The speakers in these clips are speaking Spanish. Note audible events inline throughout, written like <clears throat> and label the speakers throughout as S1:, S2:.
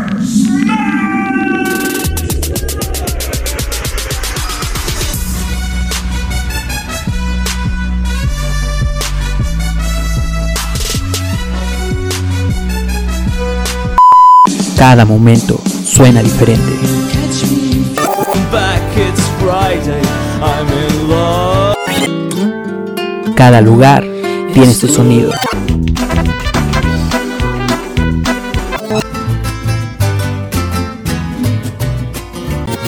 S1: Super Smash.
S2: Cada momento suena diferente.
S3: back, it's Friday. I'm in love.
S2: Cada lugar tiene su sonido.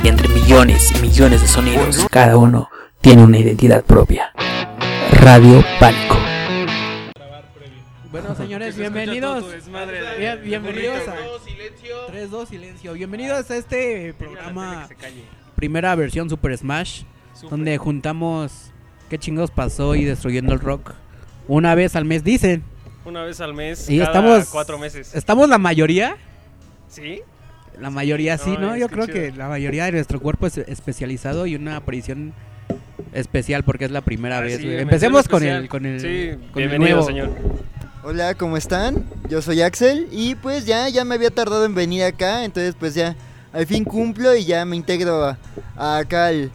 S2: Y entre millones y millones de sonidos, cada uno tiene una identidad propia. Radio Pánico.
S4: <laughs>
S5: Bueno, señores, bienvenidos. Bien- bienvenidos a 3-2 Silencio. Bienvenidos a este programa, primera versión Super Smash, donde juntamos qué chingados pasó y destruyendo el rock. Una vez al mes dicen.
S4: Una vez al mes,
S5: Y
S4: cada
S5: estamos
S4: cuatro meses.
S5: Estamos la mayoría.
S4: ¿Sí?
S5: La mayoría sí,
S4: Ay,
S5: ¿no?
S4: es
S5: Yo
S4: que
S5: creo
S4: chido.
S5: que la mayoría de nuestro cuerpo es especializado y una aparición especial porque es la primera vez.
S4: Así,
S5: güey.
S4: mención
S5: Empecemos con
S4: Ah, especial.
S5: el, con el,
S4: Sí,
S5: con el
S4: bienvenido,
S5: nuevo.
S4: señor.
S6: Hola, ¿cómo están? Yo soy Axel y pues ya, ya me había tardado en venir acá, entonces pues ya al fin cumplo y ya me integro a, a acá al...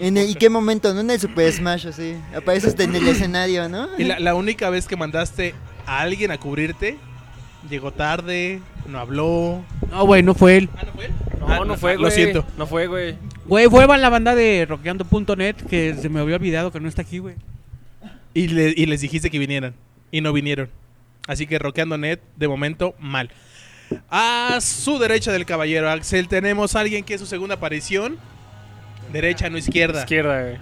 S6: En el- ¿Y qué momento? ¿No? En el Super Smash, así. Apareces en el escenario, ¿no?
S7: Y la, la única vez que mandaste a alguien a cubrirte, llegó tarde, no habló.
S5: No, güey, no fue él.
S7: Ah, no fue.
S4: No, no fue, güey.
S7: Lo siento.
S4: No fue, güey.
S5: Güey, fue la banda de rockeando.net que se me había olvidado que no está aquí, güey.
S7: Y, le- y les dijiste que vinieran. Y no vinieron. Así que Roqueando Net, de momento, mal. A su derecha del caballero Axel tenemos a alguien que es su segunda aparición. Derecha, no izquierda.
S4: Izquierda, güey.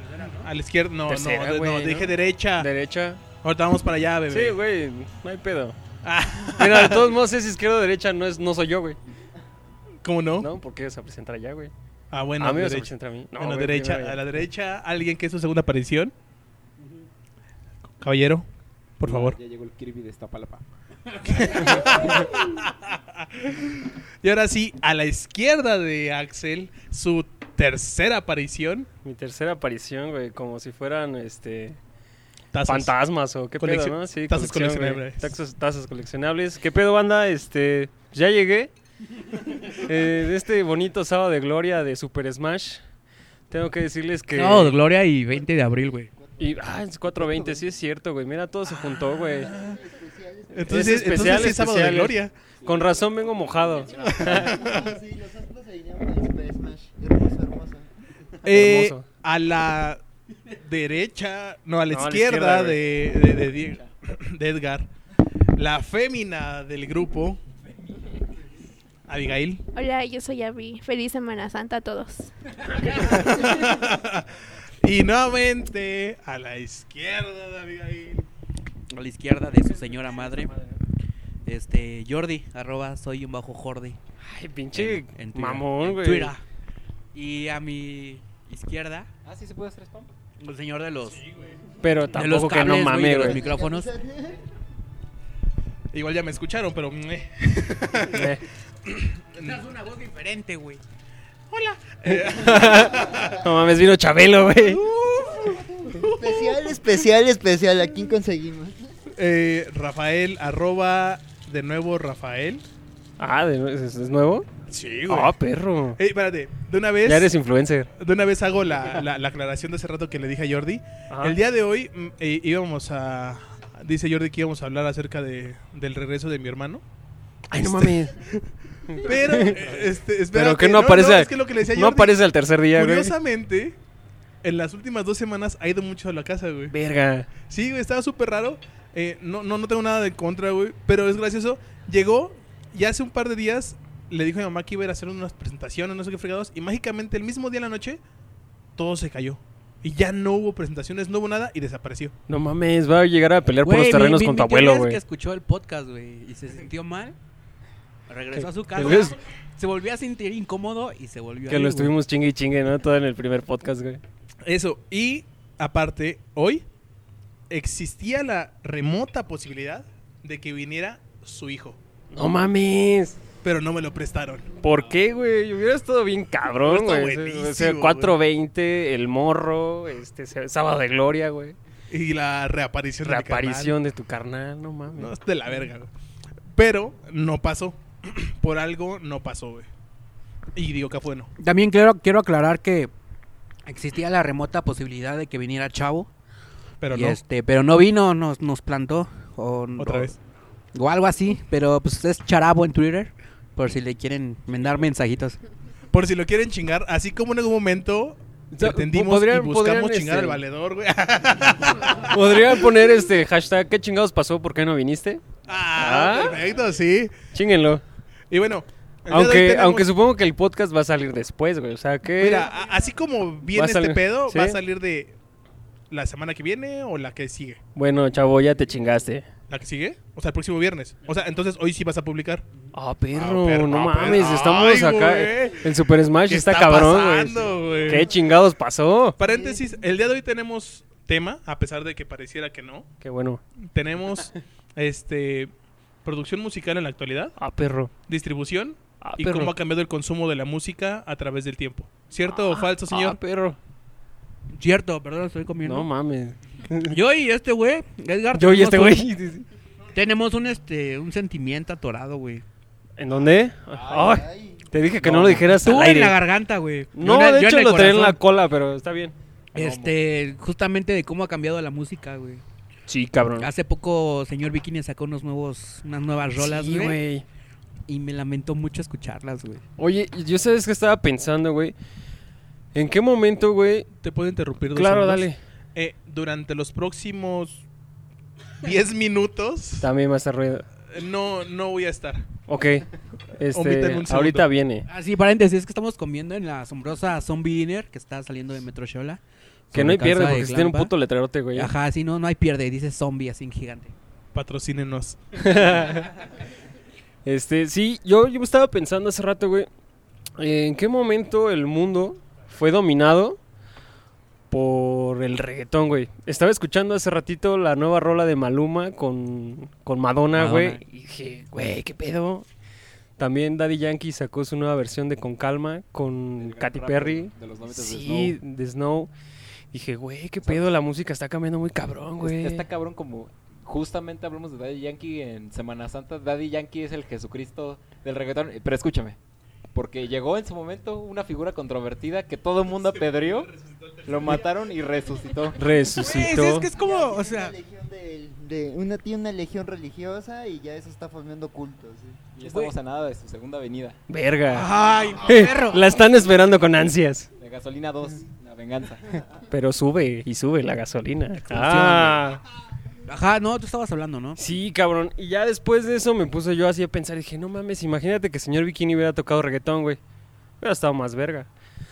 S7: A la izquierda, no,
S4: Tercera,
S7: no, de-
S4: güey,
S7: no,
S4: ¿no?
S7: dije derecha.
S4: Derecha.
S7: Ahorita vamos para allá, bebé.
S4: Sí, güey. No hay pedo.
S7: Ah,
S4: Mira, de todos modos es izquierda o derecha, no, es, no soy yo, güey.
S7: <laughs> ¿Cómo no?
S4: No, porque se presenta allá, güey.
S7: Ah, bueno,
S4: a mí no se
S7: derecha.
S4: presenta a mí. No,
S7: Bueno,
S4: güey,
S7: derecha,
S4: primero
S7: a
S4: allá.
S7: la derecha, alguien que es su segunda aparición. Caballero, por favor.
S8: Ya llegó el Kirby de Iztapalapa.
S7: <laughs> Y ahora sí, a la izquierda de Axel, su tercera aparición.
S4: Mi tercera aparición, güey, como si fueran, este...
S7: Tazos.
S4: Fantasmas o qué
S7: Coleccio-
S4: pedo, ¿no? Sí,
S7: tazas
S4: colección, güey.
S7: coleccionables.
S4: Tazas, tazas coleccionables. ¿Qué pedo, banda? Este,
S5: <laughs>
S4: ya llegué. Eh, de este bonito sábado de gloria de Super Smash. Tengo que decirles que...
S5: No, de Gloria y 20 de abril, güey.
S4: Y, ah, es 4.20, sí es cierto, güey. Mira, todo se juntó, güey.
S7: Entonces,
S4: Es especial,
S7: entonces sí es sábado de
S4: especial.
S7: gloria.
S4: Con razón vengo mojado.
S5: <laughs>
S6: <laughs> Sí, nosotros se alineaban al Super Smash. Hermoso, hermoso.
S7: Eh,
S4: Hermoso.
S7: a la derecha, no, a la
S4: No,
S7: izquierda,
S4: güey.
S7: de, de, de Die- de Edgar, la fémina del grupo, Abigail.
S9: Hola, yo soy Abby. Feliz Semana Santa a todos.
S7: <laughs> y nuevamente a la izquierda de Abigail.
S5: A la izquierda de su señora madre. Este, Jordi, arroba soy un bajo Jordi.
S4: Ay, pinche
S5: en- en Twitter,
S4: mamón,
S5: en
S4: güey.
S5: Twitter. Y a mi izquierda,
S8: Ah, sí se puede hacer spam.
S5: el señor de los,
S4: Pero
S5: de los
S4: tampoco que
S5: cables, güey,
S4: no mame,
S5: de los
S4: güey.
S5: micrófonos.
S7: Igual ya me escucharon, pero. meh.
S4: Eh,
S5: Es una voz diferente, güey.
S4: No mames, vino
S5: <laughs>
S4: Chabelo, güey.
S6: Especial, especial, especial. ¿A quién conseguimos?
S7: Eh, Rafael, arroba de nuevo Rafael.
S4: Ah, ¿de nue- ¿es, es nuevo?
S7: Sí,
S4: Ah, perro.
S7: Ey, espérate, de una vez.
S4: Ya eres influencer.
S7: De una vez hago la, la- la aclaración de hace rato que le dije a Jordi.
S4: Ajá.
S7: El día de hoy mm, eh, íbamos a. Dice Jordi que íbamos a hablar acerca de, del regreso de mi hermano.
S4: Ay, no
S5: Este-
S4: mames. <laughs>
S7: Pero, eh, este, espérate,
S4: Pero que no aparece.
S7: es que lo que le decía
S4: no
S7: Jordi,
S4: aparece al tercer día, güey.
S7: Curiosamente, en las últimas dos semanas ha ido mucho a la casa, güey.
S4: Verga.
S7: Sí, güey, estaba súper raro. Eh, no, no, no tengo nada de contra, güey. Pero es gracioso. Llegó y hace un par de días le dijo a mi mamá que iba a ir a hacer unas presentaciones, no sé qué fregados. Y mágicamente el mismo día en la noche, todo se cayó. Y ya no hubo presentaciones, no hubo nada y desapareció.
S4: No mames, va a llegar a pelear por
S5: Güey,
S4: los
S5: mi-
S4: terrenos
S5: mi-
S4: con tu
S5: mi teoría
S4: abuelo,
S5: es
S4: güey.
S5: que escuchó el podcast, güey, y se sintió mal. Regresó a su casa.
S4: ves?
S5: Se volvió a sentir incómodo y se volvió a
S4: Que
S5: ir,
S4: lo
S5: güey.
S4: estuvimos chingue y chingue, ¿no? Todo en el primer podcast, güey.
S7: Eso. Y aparte, hoy existía la remota posibilidad de que viniera su hijo.
S4: No mames.
S7: Pero no me lo prestaron.
S4: ¿Por qué, güey? Hubiera estado bien cabrón,
S7: Hubiera estado
S4: güey. O sea,
S7: buenísimo,
S4: 420, El Morro, este, s- Sábado de Gloria, güey.
S7: Y la reaparición de mi carnal.
S4: Reaparición de tu carnal, no mames.
S7: No, es de la verga, güey. Pero no pasó. <clears throat> por algo no pasó, güey. Y digo que fue no.
S5: También quiero, quiero aclarar que existía la remota posibilidad de que viniera Chavo.
S7: Pero
S5: y
S7: no.
S5: este, pero no vino, nos, nos plantó. O,
S7: Otra
S5: o-
S7: vez.
S5: O algo así, pero pues es Charabo en Twitter. Por si le quieren mandar mensajitos.
S7: Por si lo quieren chingar, así como en algún momento
S4: O sea,
S7: pretendimos
S4: podrían-
S7: y buscamos
S4: podrían,
S7: chingar
S4: este,
S7: al valedor, güey. <laughs> Ah,
S4: Podría poner este hashtag, ¿qué chingados pasó? ¿Por qué no viniste?
S7: ah,
S4: Ah.
S7: perfecto, sí.
S4: Chinguenlo.
S7: Y bueno, el día de hoy
S4: Aunque,
S7: tenemos-
S4: aunque supongo que el podcast va a salir después, güey. O sea, que...
S7: Mira, a- así como
S4: va a
S7: viene este
S4: salir-
S7: pedo,
S4: ¿sí?
S7: va a salir de la semana que viene o la que sigue.
S4: Bueno, chavo, ya te chingaste.
S7: ¿La que sigue? O sea, el próximo viernes. O sea, entonces hoy sí vas a publicar.
S4: Ah, perro,
S7: Ah, perro,
S4: no
S7: ah,
S4: mames,
S7: perro.
S4: estamos
S7: Ay,
S4: acá.
S7: güey.
S4: El Super Smash
S7: ¿Qué
S4: está,
S7: está
S4: cabrón,
S7: pasando,
S4: güey.
S7: güey?
S4: ¿Qué chingados pasó?
S7: Paréntesis, el día de hoy tenemos tema, a pesar de que pareciera que no.
S4: Qué bueno. <laughs>
S7: Tenemos este producción musical en la actualidad,
S4: Ah, perro.
S7: distribución
S4: Ah,
S7: y
S4: perro.
S7: cómo ha cambiado el consumo de la música a través del tiempo. ¿Cierto o falso,
S4: Ah,
S7: señor?
S4: perro.
S5: Cierto, perdón, estoy comiendo.
S4: No mames.
S5: Yo y este güey, Edgar.
S4: Yo y
S5: tenemos
S4: este
S5: un-
S4: güey.
S5: Tenemos un este un sentimiento atorado, güey.
S4: ¿En dónde? Ay, te dije que no, lo dijeras
S5: Tú
S4: al
S5: en
S4: aire.
S5: la garganta, güey.
S4: no,
S5: Yo en-
S4: de
S5: yo
S4: hecho
S5: el
S4: lo traía en la
S5: corazón.
S4: cola, pero está bien.
S5: Este, justamente de cómo ha cambiado la música, güey.
S4: Sí, cabrón.
S5: Hace poco señor Bikini sacó unos nuevos unas nuevas rolas,
S4: Sí,
S5: güey, y me lamentó mucho escucharlas, güey.
S4: Oye, yo sabes que estaba pensando, güey. ¿En qué momento, güey?
S7: ¿Te puedo interrumpir? dos
S4: Claro,
S7: segundos?
S4: dale.
S7: Eh, durante los próximos 10 minutos, eh,
S4: También más ruido.
S7: no, no voy a estar.
S4: Ok.
S7: Omiten
S4: Este,
S7: un segundo.
S4: ahorita viene.
S5: Así paréntesis, es que estamos comiendo en la asombrosa Zombie Dinner que está saliendo de Metro Shola.
S4: Que no hay
S5: Sobre
S4: pierde
S5: calzada de
S4: porque si tiene un
S5: Glampa.
S4: puto letrerote, güey.
S5: Ajá, sí, no, no hay pierde, dice zombie así en gigante.
S7: Patrocínenos.
S4: <laughs> Este, sí, yo, yo estaba pensando hace rato, güey, eh, ¿en qué momento el mundo fue dominado por el reggaetón, güey? Estaba escuchando hace ratito la nueva rola de Maluma con, con Madonna,
S5: Madonna.
S4: güey, y dije, güey, ¿qué pedo? También Daddy Yankee sacó su nueva versión de Con Calma con Katy Perry.
S10: De los 90
S4: Sí, de Snow. Dije, güey, ¿qué pedo? La música está cambiando muy cabrón, güey.
S10: Está cabrón como... Justamente hablamos de Daddy Yankee en Semana Santa. Daddy Yankee es el Jesucristo del reggaetón. Eh, Pero escúchame. Porque llegó en su momento una figura controvertida que todo el mundo apedreó. Lo mataron y resucitó.
S4: Resucitó.
S5: es que es como, o sea,
S6: Una legión del- de, una, tiene una legión religiosa y ya eso está formando cultos. ¿sí?
S10: Y estamos a nada de su segunda venida.
S4: Verga.
S5: ay, perro.
S4: Eh, La están esperando con ansias.
S10: De gasolina 2, la venganza.
S4: Pero sube y sube la gasolina.
S5: Ah. Ajá, no, tú estabas hablando, ¿no?
S4: sí, cabrón. Y ya después de eso me puse yo así a pensar. Dije, no mames, imagínate que señor Bikini hubiera tocado reggaetón, güey. Hubiera estado más verga.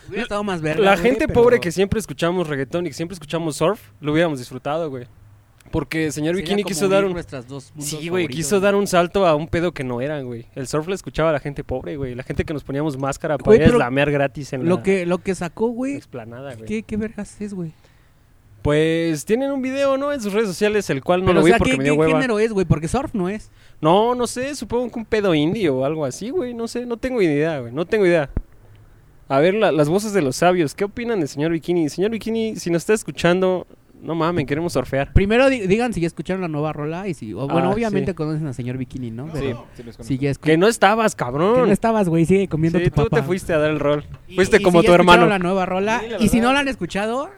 S5: Hubiera estado más verga.
S4: La
S5: güey,
S4: gente
S5: pero-
S4: pobre que siempre escuchamos reggaetón y que siempre escuchamos surf, lo hubiéramos disfrutado, güey. Porque señor
S5: Sería
S4: Bikini
S5: como
S4: quiso dar
S5: unir
S4: un...
S5: nuestras dos mundos
S4: Sí, güey,
S5: favoritos,
S4: quiso dar un salto a un pedo que no eran, güey. El surf le escuchaba a la gente pobre, güey. La gente que nos poníamos máscara para
S5: Güey,
S4: ir a
S5: pero
S4: lamear gratis en
S5: Lo
S4: la
S5: que, lo que sacó, güey.
S4: explanada, güey.
S5: ¿Qué, ¿Qué vergas es, güey?
S4: Pues tienen un video, ¿no? En sus redes sociales, el cual no
S5: Pero,
S4: lo
S5: o
S4: vi
S5: sea,
S4: porque
S5: ¿qué,
S4: me dio
S5: qué
S4: hueva.
S5: género es, güey? Porque surf no es.
S4: No, no sé, supongo que un pedo indio o algo así, güey. No sé, no tengo idea, güey. No tengo idea. A ver, la- las voces de los sabios. ¿Qué opinan del señor Bikini? Señor Bikini, si nos está escuchando, no mames, queremos surfear.
S5: Primero di- digan si ya escucharon la nueva rola y si... o- bueno,
S4: Ah,
S5: obviamente
S4: sí.
S5: conocen al señor Bikini, ¿no?
S10: Sí,
S5: Pero
S10: sí los conozco.
S5: si ya escu-
S4: Que no estabas,
S5: que
S4: cabrón.
S5: no estabas, güey, sigue comiendo
S4: sí,
S5: tu
S4: tú
S5: papá.
S4: te fuiste a dar el rol.
S5: Y-
S4: fuiste
S5: y
S4: como
S5: si
S4: tu
S5: ya escucharon
S4: hermano.
S5: la nueva rola.
S10: Sí, la
S5: y si no
S10: verdad.
S5: la han escuchado,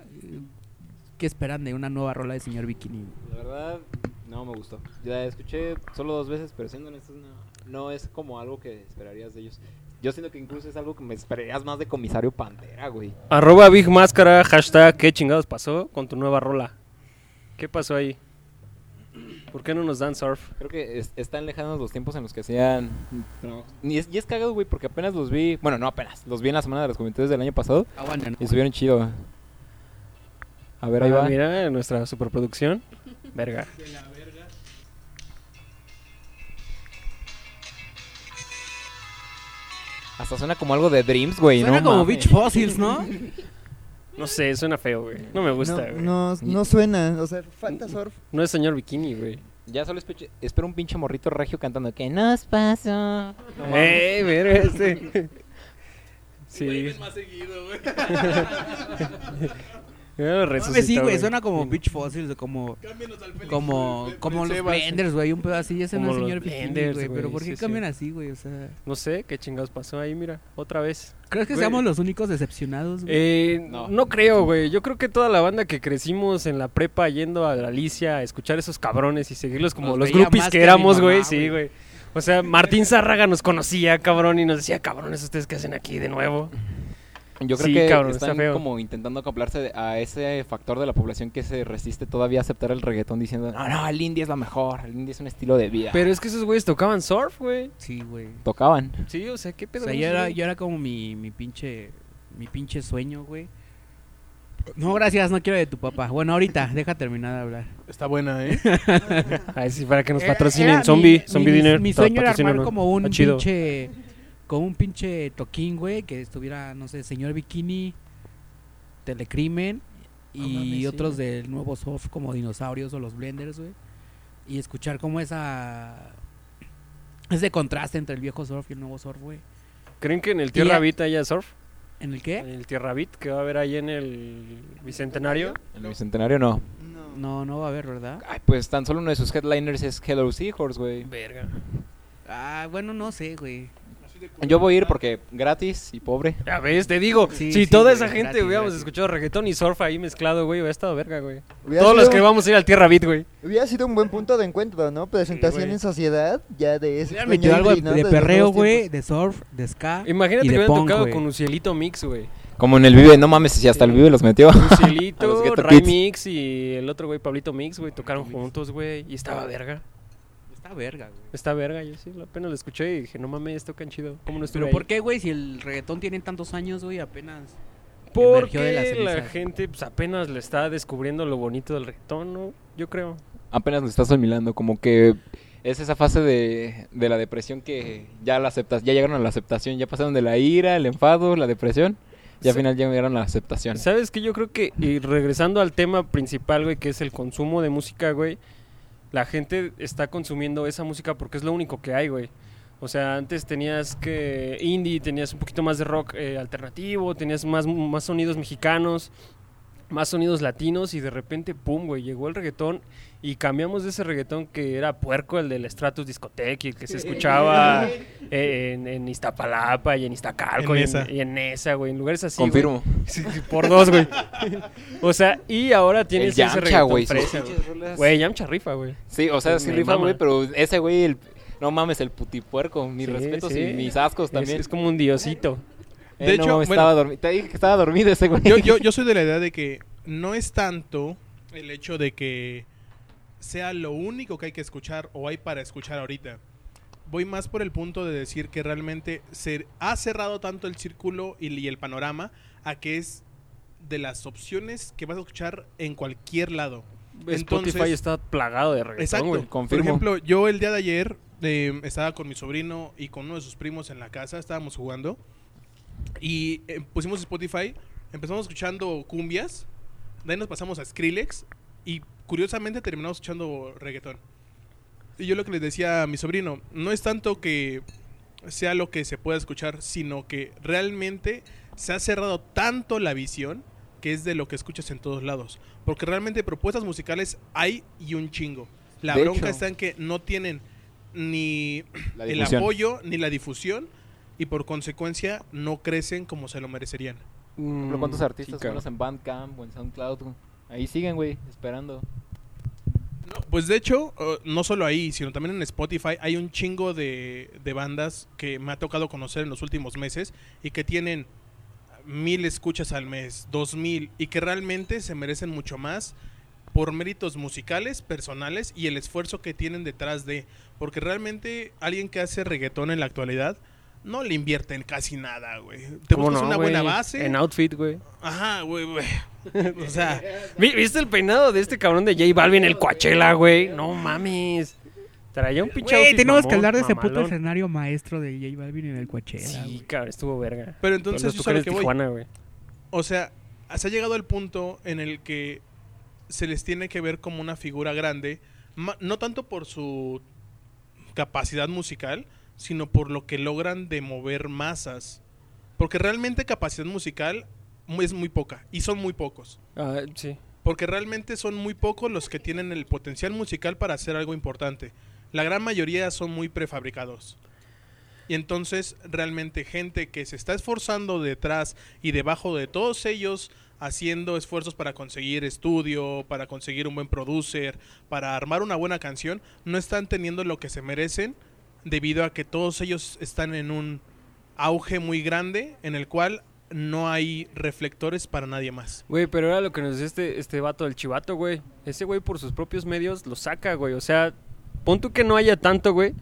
S5: ¿qué esperan de una nueva rola de señor Bikini?
S10: La verdad, no me gustó. Ya escuché solo dos veces, pero siendo honestos, no, no es como algo que esperarías de ellos. Yo siento que incluso es algo que me esperarías más de comisario Pantera, güey.
S4: Arroba Big Máscara, hashtag, ¿qué chingados pasó con tu nueva rola? ¿Qué pasó ahí? ¿Por qué no nos dan surf?
S10: Creo que es- están lejanos los tiempos en los que hacían. Y, es, y es cagado, güey, porque apenas los vi. Bueno, no apenas. Los vi en la semana de las juventudes del año pasado.
S5: Aguanten.
S10: Y estuvieron chido. A ver, ahí
S4: Ah,
S10: va.
S4: Mira, nuestra superproducción. Verga.
S10: Hasta suena como algo de Dreams, güey, ¿no?
S5: Suena como
S10: mames.
S5: Beach Fossils,
S4: <laughs>
S5: ¿no?
S4: No sé, suena feo, güey. No me gusta,
S6: no,
S4: güey. No,
S6: no, no suena, o sea, falta surf.
S4: es señor bikini, güey.
S10: Ya solo escuché- espero un pinche morrito regio cantando. ¿Qué nos pasó?
S4: ¡Ey, Eh, verga este! Sí. <laughs>
S7: Más seguido, güey.
S4: Ya lo
S5: Mames, sí,
S4: resucitó,
S5: güey, suena como
S4: Sí.
S5: Bitch Fossils, o como... Como, como los Blenders, güey, un pedo así, ese no
S4: Como
S5: es
S4: los
S5: señor Blenders,
S4: Blenders,
S5: güey, pero
S4: güey,
S5: ¿por qué
S4: sí,
S5: cambian
S4: sí.
S5: así, güey? O sea,
S4: No sé qué chingados pasó ahí, mira, otra vez.
S5: ¿crees que
S4: Güey.
S5: seamos los únicos decepcionados, güey?
S4: Eh, no.
S8: No.
S4: creo, güey. Yo creo que toda la banda que crecimos en la prepa yendo a Galicia a escuchar esos cabrones y seguirlos
S5: Los
S4: como los
S5: veía
S4: groupies
S5: más
S4: que
S5: que a mi
S4: éramos,
S5: mamá,
S4: güey. Sí,
S5: güey.
S4: güey. O sea, Martín Zárraga nos conocía, cabrón, y nos decía, cabrones, ¿ustedes qué hacen aquí de nuevo?
S8: Yo creo
S4: Sí,
S8: que
S4: cabrón, está
S8: están
S4: feo.
S8: como intentando acoplarse a ese factor de la población que se resiste todavía a aceptar el reggaetón diciendo, no, no, el indie es lo mejor, el indie es un estilo de vida.
S4: Pero es que esos güeyes tocaban surf, güey.
S5: Sí, güey.
S8: Tocaban.
S4: Sí, o sea, qué
S5: O
S4: pedo.
S5: sea,
S4: con
S5: yo
S4: esos
S5: era,
S4: güeyes?
S5: yo era como mi, mi pinche mi pinche sueño, güey. No, gracias, no quiero de tu papá. Bueno, ahorita, deja terminar de hablar.
S7: Está buena, ¿eh?
S4: Ay, sí, para que nos
S5: Era-
S4: patrocinen.
S5: Eh, era mi-
S4: zombie,
S5: mi-
S4: zombie
S5: mi,
S4: dinner.
S5: Mi sueño era armar
S4: patrocínanos.
S5: como un
S4: Está chido.
S5: pinche como un pinche toquín, güey, que estuviera, no sé, señor Bikini, Telecrimen y otros del nuevo soft como dinosaurios o los blenders, güey. Y escuchar como esa ese contraste entre el viejo surf y el nuevo surf, güey.
S4: ¿Creen que en el Tierra
S5: ya- ¿Eh?
S4: Beat haya surf?
S5: ¿En el
S4: En
S5: qué?
S4: el Tierra Beat que va a haber ahí en el Bicentenario.
S8: En el bicentenario no.
S6: No.
S5: No, no va a haber, ¿verdad?
S8: Ay, pues tan solo uno de sus headliners es Hello Seahorse, güey.
S4: Verga.
S5: Ah, bueno, no sé, güey.
S8: Yo voy a ir porque gratis y pobre.
S4: Ya ves, te digo,
S5: Sí,
S4: si
S5: sí,
S4: toda
S5: güey,
S4: esa gente
S5: gratis,
S4: hubiéramos
S5: gratis.
S4: escuchado reggaetón y surf ahí mezclado, güey, hubiera estado verga, güey.
S6: Hubiera
S4: Todos los
S6: sido-
S4: que vamos a ir al Tierra Beat, güey.
S6: Hubiera sido un buen punto de encuentro, ¿no? Presentación
S4: güey.
S6: en sociedad, ya de ese.
S5: Hubieran
S6: sueño
S5: metido algo de,
S6: indie, ¿no?
S5: de
S6: Desde
S5: perreo,
S6: los
S5: güey,
S6: tiempos.
S5: de surf, de ska.
S4: Imagínate
S5: y
S4: que
S5: de
S4: hubieran
S5: punk,
S4: tocado
S5: güey.
S4: con Ucielito
S5: <laughs>
S4: Mix, güey.
S8: Como en el Vive, no mames, si hasta el Vive los metió. A los
S4: Ucielito,
S8: Ghetto
S4: Ray
S8: Kids.
S4: Mix y el otro güey, Pablito Mix, güey, tocaron juntos, güey, y estaba
S5: Ah.
S4: verga.
S5: Está verga, güey.
S4: Está verga, yo sí, apenas lo escuché y dije, no mames, tocan chido. ¿Cómo no estuve
S5: Pero
S4: ahí?
S5: ¿por qué, güey? Si el reggaetón tiene tantos años, güey, apenas.
S4: Porque
S5: Emergió de las
S4: la
S5: cenizas.
S4: gente pues, apenas le está descubriendo lo bonito del reggaetón, ¿no? Yo creo.
S8: <laughs> Apenas lo estás asimilando, como que es esa fase de, de la depresión que ya la aceptas, ya llegaron a la aceptación, ya pasaron de la ira, el enfado, la depresión, y al
S4: Sí.
S8: final llegaron a la aceptación.
S4: ¿Sabes qué? Yo creo que, y regresando al tema principal, güey, que es el consumo de música, güey, la gente está consumiendo esa música porque es lo único que hay, güey. O sea, antes tenías que indie, tenías un poquito más de rock eh, alternativo, tenías más, más sonidos mexicanos, más sonidos latinos y de repente, pum, güey, llegó el reggaetón y cambiamos de ese reggaetón que era puerco, el del Stratus Discotec y el que se escuchaba eh, en, en Iztapalapa y en Iztacalco
S7: En
S4: y,
S7: Nesa.
S4: en, y en Nesa, güey, en lugares así. güey.
S8: Confirmo.
S4: Sí, sí, por dos, güey. O sea, y ahora tienes
S8: El Yamcha,
S4: reggaetón
S8: güey,
S4: fresa,
S8: sus
S4: güey. Güey, Yamcha rifa, güey.
S8: Sí, o sea,
S4: Sí,
S8: sí
S4: me
S8: rifa,
S4: mama.
S8: güey, pero ese güey, el- no mames, el putipuerco, mis
S4: Sí,
S8: respetos
S4: sí.
S8: y mis ascos
S4: También
S8: también.
S4: es, es como un diosito.
S8: Eh,
S7: De
S8: no
S7: hecho,
S8: mames,
S7: bueno.
S8: estaba dormido. Te dije que estaba dormido ese güey. <laughs>
S7: Yo, yo, yo soy de la idea de que no es tanto el hecho de que sea lo único que hay que escuchar o hay para escuchar ahorita. Voy más por el punto de decir que realmente se ha cerrado tanto el círculo y, y el panorama a que es de las opciones que vas a escuchar en cualquier lado. Entonces-
S4: Spotify está plagado de reggaetón,
S7: Exacto.
S4: güey.
S8: confirmo.
S7: Por ejemplo, yo el día de ayer eh, estaba con mi sobrino y con uno de sus primos en la casa, estábamos jugando y eh, pusimos Spotify, empezamos escuchando cumbias, de ahí nos pasamos a Skrillex y curiosamente terminamos escuchando reggaetón. Y yo lo que les decía a mi sobrino, no es tanto que sea lo que se pueda escuchar, sino que realmente se ha cerrado tanto la visión que es de lo que escuchas en todos lados. Porque realmente propuestas musicales hay y un chingo. La
S8: De
S7: bronca
S8: hecho.
S7: está en que no tienen ni
S8: La
S7: el
S8: difusión.
S7: apoyo ni la difusión y por consecuencia no crecen como se lo merecerían.
S8: ejemplo, ¿cuántos
S4: Mm,
S8: artistas
S4: chica.
S8: buenos en Bandcamp o en SoundCloud? güey? Ahí siguen, güey, esperando.
S7: No, pues de hecho, eh, no solo ahí, sino también en Spotify hay un chingo de, de bandas que me ha tocado conocer en los últimos meses y que tienen mil escuchas al mes, dos mil, y que realmente se merecen mucho más por méritos musicales, personales y el esfuerzo que tienen detrás de. Porque realmente alguien que hace reggaetón en la actualidad no le invierte en casi nada, güey. Te
S4: ¿Cómo
S7: buscas
S4: no,
S7: una
S4: güey?
S7: buena base.
S4: En outfit, güey.
S7: Ajá, güey, güey. <laughs>
S4: <laughs>
S7: O sea,
S4: Vi- ¿Viste el peinado de este cabrón de J Balvin, el Coachella, güey? No mames. Traía un pinche
S5: Güey,
S4: outfit
S5: tenemos
S4: mamón,
S5: que hablar de ese puto
S4: mamalón.
S5: escenario maestro de J Balvin en el Coachella,
S4: Sí,
S5: güey.
S4: cabrón, estuvo verga.
S7: pero entonces
S4: Los
S7: eso es a lo
S4: Tucanes
S7: que
S4: de
S7: voy.
S4: Tijuana, güey.
S7: O sea, se ha llegado al punto en el que se les tiene que ver como una figura grande, ma- no tanto por su capacidad musical, sino por lo que logran de mover masas. Porque realmente capacidad musical mu- es muy poca. Y son muy pocos.
S4: Ah, sí.
S7: Porque realmente son muy pocos los que tienen el potencial musical para hacer algo importante. La gran mayoría son muy prefabricados. Y entonces realmente gente que se está esforzando detrás y debajo de todos ellos, haciendo esfuerzos para conseguir estudio, para conseguir un buen producer, para armar una buena canción, no están teniendo lo que se merecen debido a que todos ellos están en un auge muy grande en el cual no hay reflectores para nadie más.
S4: Güey, pero era lo que nos decía este, este vato del chivato, güey. Ese güey por sus propios medios lo saca, güey. O sea, pon tú que no haya tanto, güey.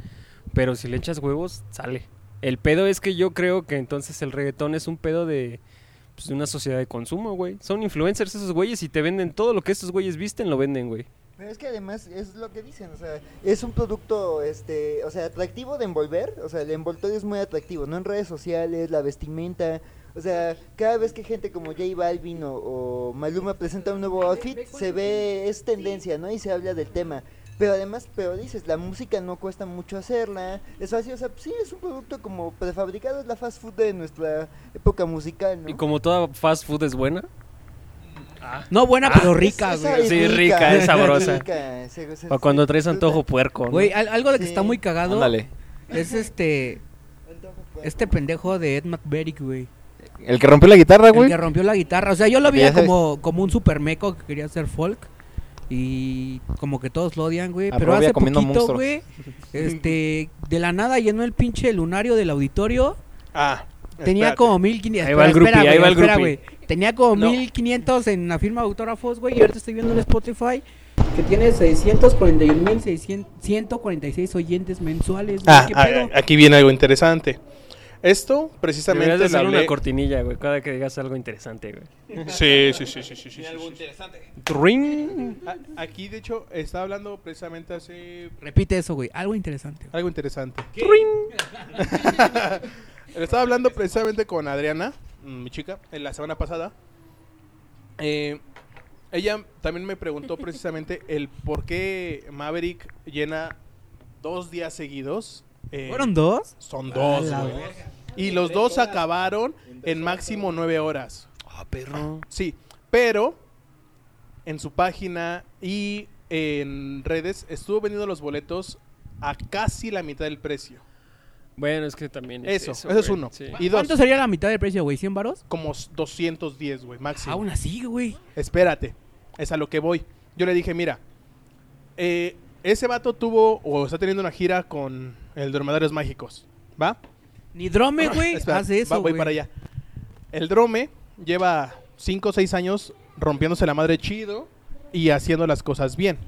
S4: Pero si le echas huevos, sale. El pedo es que yo creo que entonces el reggaetón es un pedo de, pues, de una sociedad de consumo, güey. Son influencers esos güeyes y te venden todo lo que esos güeyes visten, lo venden, güey.
S6: Pero es que además es lo que dicen, o sea, es un producto, este, o sea, atractivo de envolver, o sea, el envoltorio es muy atractivo, ¿no? En redes sociales, la vestimenta, o sea, cada vez que gente como J Balvin o, o Maluma presenta un nuevo outfit, se ve, es tendencia, ¿no? Y se habla del tema. Pero además, pero dices, la música no cuesta mucho hacerla, es fácil, o sea, sí, es un producto como prefabricado, es la fast food de nuestra época musical, ¿no?
S4: Y como toda fast food es buena.
S5: Ah. No
S8: Ah,
S5: buena, pero rica,
S6: Es-
S5: güey.
S6: esa
S4: Sí,
S6: <laughs>
S4: rica, es sabrosa.
S6: rica, se- se-
S4: O cuando
S6: se
S4: traes
S6: disfruta.
S4: antojo puerco, ¿no?
S5: Güey, al- algo de que
S6: Sí.
S5: está muy cagado
S8: Ándale.
S5: es este
S6: Antojo pues. puerco.
S5: este pendejo de Ed McBerick, güey.
S8: El que rompió la guitarra,
S5: El
S8: güey.
S5: que rompió la guitarra. O sea, yo lo
S8: Ya
S5: veía
S8: sabes.
S5: como, como un super meco que quería hacer folk. Y como que todos lo odian, güey.
S8: A
S5: Pero
S8: Robia
S5: hace
S8: comiendo
S5: poquito,
S8: monstruos.
S5: güey, este, de la nada llenó el pinche lunario del auditorio.
S7: Ah.
S5: Tenía
S7: espérate.
S5: como 1500.
S4: Ahí va el
S5: espera,
S4: grupi,
S5: espera,
S4: ahí va el
S5: güey, espera,
S4: grupi.
S5: güey. Tenía como
S4: No.
S5: 1500 en la firma de autógrafos, güey. Y ahorita estoy viendo en Spotify que tiene 641.146 oyentes mensuales. güey.
S7: Ah,
S5: ¿Qué
S7: ah,
S5: pedo?
S7: ah, aquí viene algo interesante. Esto precisamente
S4: Deberías de
S7: lo
S4: hacer una
S7: hablé-
S4: cortinilla, güey, cada que digas algo interesante, güey.
S7: Sí, sí, sí, sí, sí, sí, sí, sí.
S4: Tring.
S7: A- Aquí de hecho estaba hablando precisamente hace
S5: Repite eso, güey. Algo interesante. güey.
S7: algo interesante.
S5: <laughs>
S7: Le estaba hablando precisamente con Adriana, mm, mi chica, en la semana pasada. Eh, ella también me preguntó precisamente el por qué Maverick llena dos días seguidos. eh,
S5: ¿Fueron dos?
S7: Son dos,
S5: A la
S7: güey. Y los dos acabaron en máximo nueve horas. Ah, perro. Sí, pero en su página y en redes estuvo vendiendo los boletos a casi la mitad del precio.
S4: Bueno, es que también es
S7: Eso,
S4: eso.
S7: eso, es
S4: güey.
S7: uno.
S4: Sí.
S7: Y dos,
S5: ¿Cuánto sería la mitad del precio, güey? ¿100 varos?
S7: como 210, güey, máximo.
S5: Aún así, güey.
S7: Espérate, es a lo que voy. Yo le dije, mira, eh, ese vato tuvo o está teniendo una gira con el Dromedarios Mágicos, ¿va?
S5: Ni
S7: <coughs>
S5: drome, güey.
S7: Ah, Espera,
S5: Hace eso,
S7: va- voy
S5: güey.
S7: para allá. El drome lleva 5 o 6 años rompiéndose la madre chido y haciendo las cosas bien.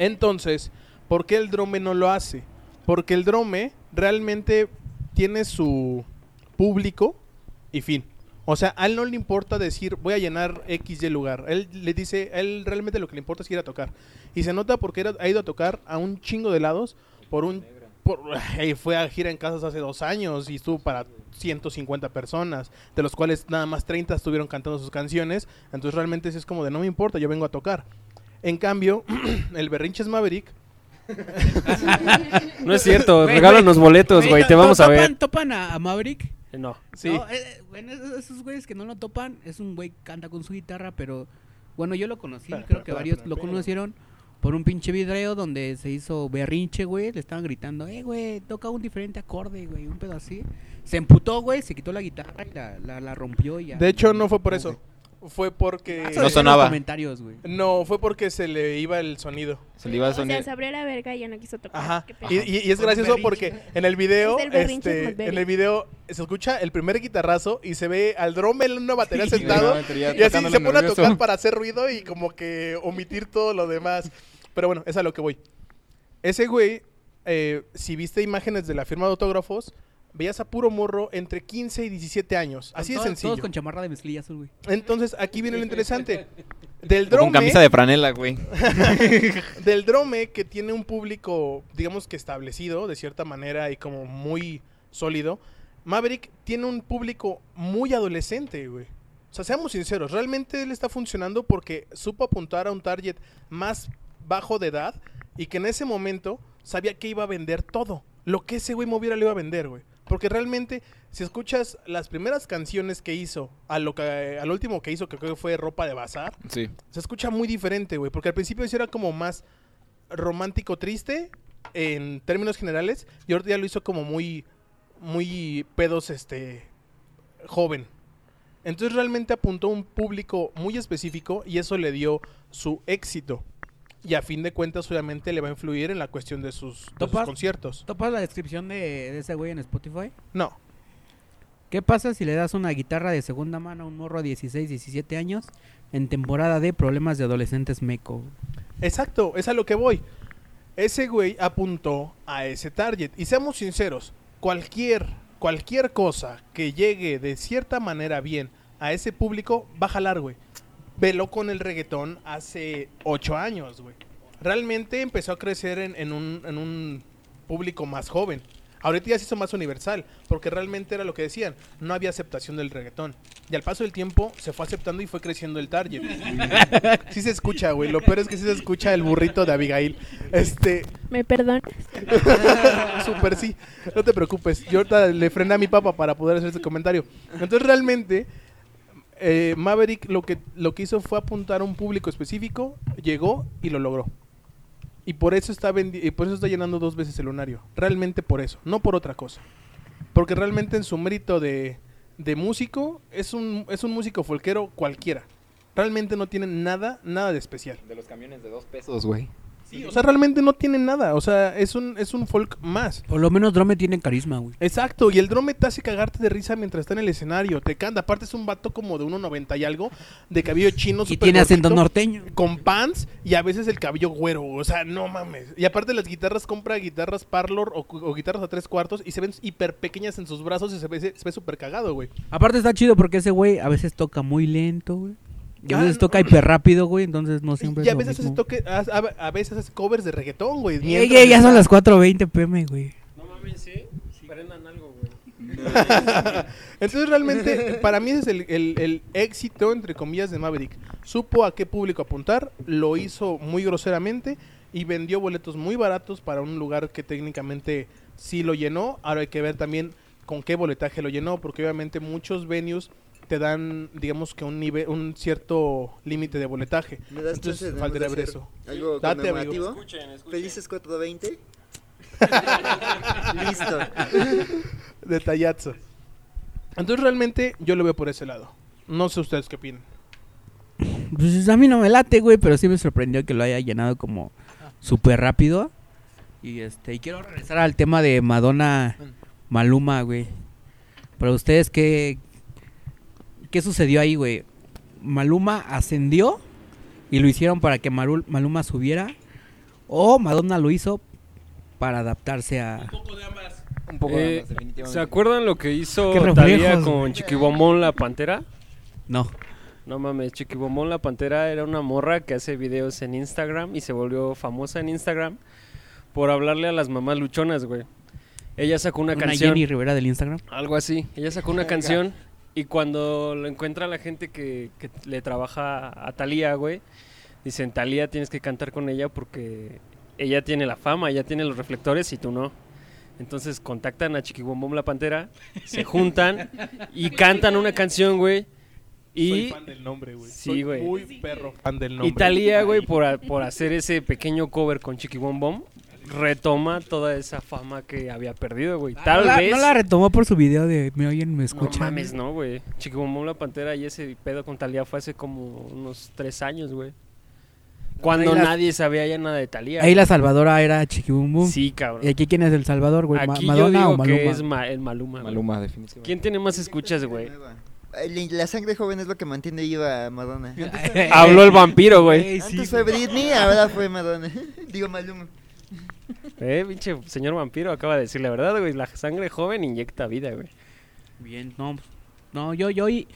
S7: Entonces, ¿por qué el drome no lo hace? Porque el drome realmente tiene su público y fin. O sea, a él no le importa decir voy a llenar X y lugar. Él le dice, a él realmente lo que le importa es ir a tocar. Y se nota porque era- ha ido a tocar a un chingo de lados por un... por- <laughs> y fue a gira en casas hace dos años y estuvo para 150 personas, de los cuales nada más 30 estuvieron cantando sus canciones. Entonces realmente sí es como de no me importa, yo vengo a tocar. En cambio, <clears throat> el Berrinches Maverick
S4: No es cierto,
S5: Güey,
S4: regálanos boletos,
S5: Güey,
S4: güey,
S5: to-
S4: te vamos
S5: to-
S4: a ver.
S5: ¿Topan, topan a, a Maverick?
S4: No.
S7: Sí.
S5: No, eh, bueno, esos, esos güeyes que no lo topan, es un güey que canta con su guitarra, pero bueno, yo lo conocí,
S7: Espera,
S5: creo
S7: espera,
S5: que
S7: espera,
S5: varios
S7: espera,
S5: lo
S7: espera.
S5: conocieron por un pinche video donde se hizo berrinche, güey, le estaban gritando, eh, güey, toca un diferente acorde, güey, un pedo así. Se emputó, güey, se quitó la guitarra y la, la, la rompió y ya.
S7: De hecho, no fue por eso. Eh, Fue
S9: Ah,
S7: porque.
S5: Eso decían
S7: No,
S8: No
S5: los
S8: sonaba.
S5: comentarios, güey.
S7: fue porque se le iba el sonido.
S8: Se le iba a
S9: O sea,
S8: sonar.
S9: se abrió la verga y ya no quiso tocar.
S7: Ajá.
S9: Qué pena.
S7: Y, y- y es gracioso porque en el video.
S9: Es del berrinche
S7: este,
S9: Blackberry.
S7: en el video se escucha el primer guitarrazo y se ve al drummer en una batería
S8: Sí,
S7: sentado.
S8: no, batería
S7: y así
S8: tocándole
S7: se pone
S8: nervioso.
S7: a tocar para hacer ruido y como que omitir todo lo demás. Pero bueno, es a lo que voy. Ese güey, eh, si viste imágenes de la firma de autógrafos, veías a puro morro entre 15 y 17 años. Así de
S5: Todos-
S7: sencillo.
S5: Todos con chamarra de mezclilla azul, güey.
S7: Entonces, aquí viene
S5: <laughs>
S7: lo interesante. Del
S8: Con
S7: drone,
S8: camisa de franela, <laughs> güey.
S7: <laughs> del drome que tiene un público, digamos que establecido de cierta manera y como muy sólido, Maverick tiene un público muy adolescente, güey. O sea, seamos sinceros, realmente él está funcionando porque supo apuntar a un target más bajo de edad y que en ese momento sabía que iba a vender todo. Lo que ese güey moviera le iba a vender, güey. Porque realmente, si escuchas las primeras canciones que hizo a lo que, al último que hizo, que creo que fue Ropa de Bazar,
S11: Sí.
S7: se escucha muy diferente, güey. Porque al principio sí era como más romántico triste en términos generales. Y ahorita ya lo hizo como muy. Muy pedos, este. joven. Entonces realmente apuntó a un público muy específico y eso le dio su éxito. Y a fin de cuentas, obviamente, le va a influir en la cuestión de sus, de sus
S5: Topas.
S7: conciertos.
S5: ¿Topas la descripción de, de ese güey en Spotify?
S7: No.
S5: ¿Qué pasa si le das una guitarra de segunda mano a un morro de 16, 17 años en temporada de problemas de adolescentes meco?
S7: Exacto, es a lo que voy. Ese güey apuntó a ese target. Y seamos sinceros, cualquier, cualquier cosa que llegue de cierta manera bien a ese público, va a jalar, güey. Veló con el reggaetón hace ocho años, güey. Realmente empezó a crecer en, en un, en un público más joven. Ahorita ya se hizo más universal, porque realmente era lo que decían, no había aceptación del reggaetón. Y al paso del tiempo se fue aceptando y fue creciendo el target. Sí se escucha, güey. Lo peor es que sí se escucha el burrito de Abigail. Este, <laughs>
S9: ¿Me perdonas?
S7: súper sí. No te preocupes. Yo ahorita le frené a mi papá para poder hacer este comentario. Entonces, realmente, eh, Maverick lo que, lo que hizo fue apuntar a un público específico, llegó y lo logró. Y por eso está vendi- y por eso está llenando dos veces el lunario. Realmente por eso, no por otra cosa. Porque realmente en su mérito de, de músico, es un, es un músico folquero cualquiera. Realmente no tiene nada, nada de especial.
S8: De los camiones de dos pesos, güey.
S7: Sí, o sea, realmente no tiene nada. O sea, es un, es un folk más.
S5: Por lo menos Drome tiene carisma, güey.
S7: Exacto, y el drone te hace cagarte de risa mientras está en el escenario. Te canta. Aparte, es un vato como de 1,90 y algo, de cabello chino.
S5: Y
S7: súper
S5: tiene acento
S7: gordito,
S5: norteño.
S7: Con pants y a veces el cabello güero. O sea, no mames. Y aparte, las guitarras compra guitarras Parlor o, cu- o guitarras a tres cuartos y se ven hiper pequeñas en sus brazos y se ve se ve súper cagado, güey.
S5: Aparte está chido porque ese güey a veces toca muy lento, güey. Y a
S7: Ah,
S5: veces
S7: no.
S5: toca hiper rápido, güey. Entonces no siempre
S7: Y a
S5: es lo
S7: veces, hace
S5: mismo.
S7: toque, a, a- a veces hace covers de reggaetón, güey.
S5: Ey,
S7: mientras
S5: ey, ya son
S7: está-
S5: las 4.20 pm, güey.
S4: No mames, sí. Prendan algo, güey.
S7: <laughs> Entonces realmente para mí ese es el, el- el éxito entre comillas de Maverick. Supo a qué público apuntar, lo hizo muy groseramente y vendió boletos muy baratos para un lugar que técnicamente sí lo llenó. Ahora hay que ver también con qué boletaje lo llenó, porque obviamente muchos venues te dan, digamos que un nivel, un cierto límite de boletaje. <laughs>
S6: ¿Me das chance
S7: Entonces
S6: de
S7: faltaría
S6: hacer
S7: ver eso.
S6: ¿Algo
S7: Date, amigo.
S6: conmemorativo?
S4: Escuchen, escuchen. <laughs>
S6: ¿Felices 420? Listo.
S7: Detallazo. Entonces realmente yo lo veo por ese lado. No sé ustedes qué opinan.
S5: Pues a mí no me late, güey, pero sí me sorprendió que lo haya llenado como súper rápido. Y este, y quiero regresar al tema de Madonna Maluma, güey. Para ustedes, ¿qué, qué sucedió ahí, güey? ¿Maluma ascendió y lo hicieron para que Marul- Maluma subiera? ¿O Madonna lo hizo para adaptarse a...
S8: Un poco
S4: Eh,
S8: de más, definitivamente.
S4: ¿Se acuerdan lo que hizo
S5: Qué reflejos,
S4: Talía
S5: güey.
S4: con Chiquibomón la Pantera?
S5: No.
S4: No mames, Chiquibomón la Pantera era una morra que hace videos en Instagram y se volvió famosa en Instagram por hablarle a las mamás luchonas, güey. Ella sacó una,
S5: Una
S4: canción.
S5: Jenny Rivera del Instagram.
S4: Algo así. Ella sacó una canción y cuando lo encuentra la gente que, que le trabaja a Talía, güey, dicen, Talía tienes que cantar con ella porque ella tiene la fama, ella tiene los reflectores y tú no. Entonces contactan a Chiquibombom la Pantera,
S5: <laughs>
S4: se juntan y cantan una canción, güey.
S7: Soy
S4: Y,
S7: fan del nombre, güey.
S4: Sí,
S7: Soy
S4: güey.
S7: Muy perro fan del nombre.
S4: y Talía, güey, por, a- por hacer ese pequeño cover con Chiquibombom, retoma toda esa fama que había perdido, güey. Tal
S5: Ah, no, la,
S4: vez...
S5: no la retomó por su video de me oyen, me escuchan.
S4: No mames, no, güey. Chiquibomón la Pantera y ese pedo con Talía fue hace como unos tres años, güey. Cuando
S5: ahí la-
S4: nadie sabía ya nada de Talía.
S5: Ahí la salvadora era Chiquibum Bum.
S4: Sí,
S5: ¿Y
S4: cabrón.
S5: aquí quién es el Salvador, güey? Ma-
S4: Aquí yo
S5: ¿Madonna o
S4: digo
S5: Maluma? <laughs>
S4: que es ma- el Maluma. güey.
S8: Maluma, definitivamente.
S4: ¿Quién tiene más escuchas, güey?
S6: El- La sangre joven es lo que mantiene viva a Madonna.
S5: <laughs>
S4: Habló el vampiro, güey.
S5: Ey, sí,
S6: Antes fue Britney, ahora fue Madonna. <laughs> Digo Maluma.
S4: Eh, pinche señor vampiro acaba de decir la verdad, güey. La sangre joven inyecta vida, güey.
S5: Bien, no. No, yo, yo y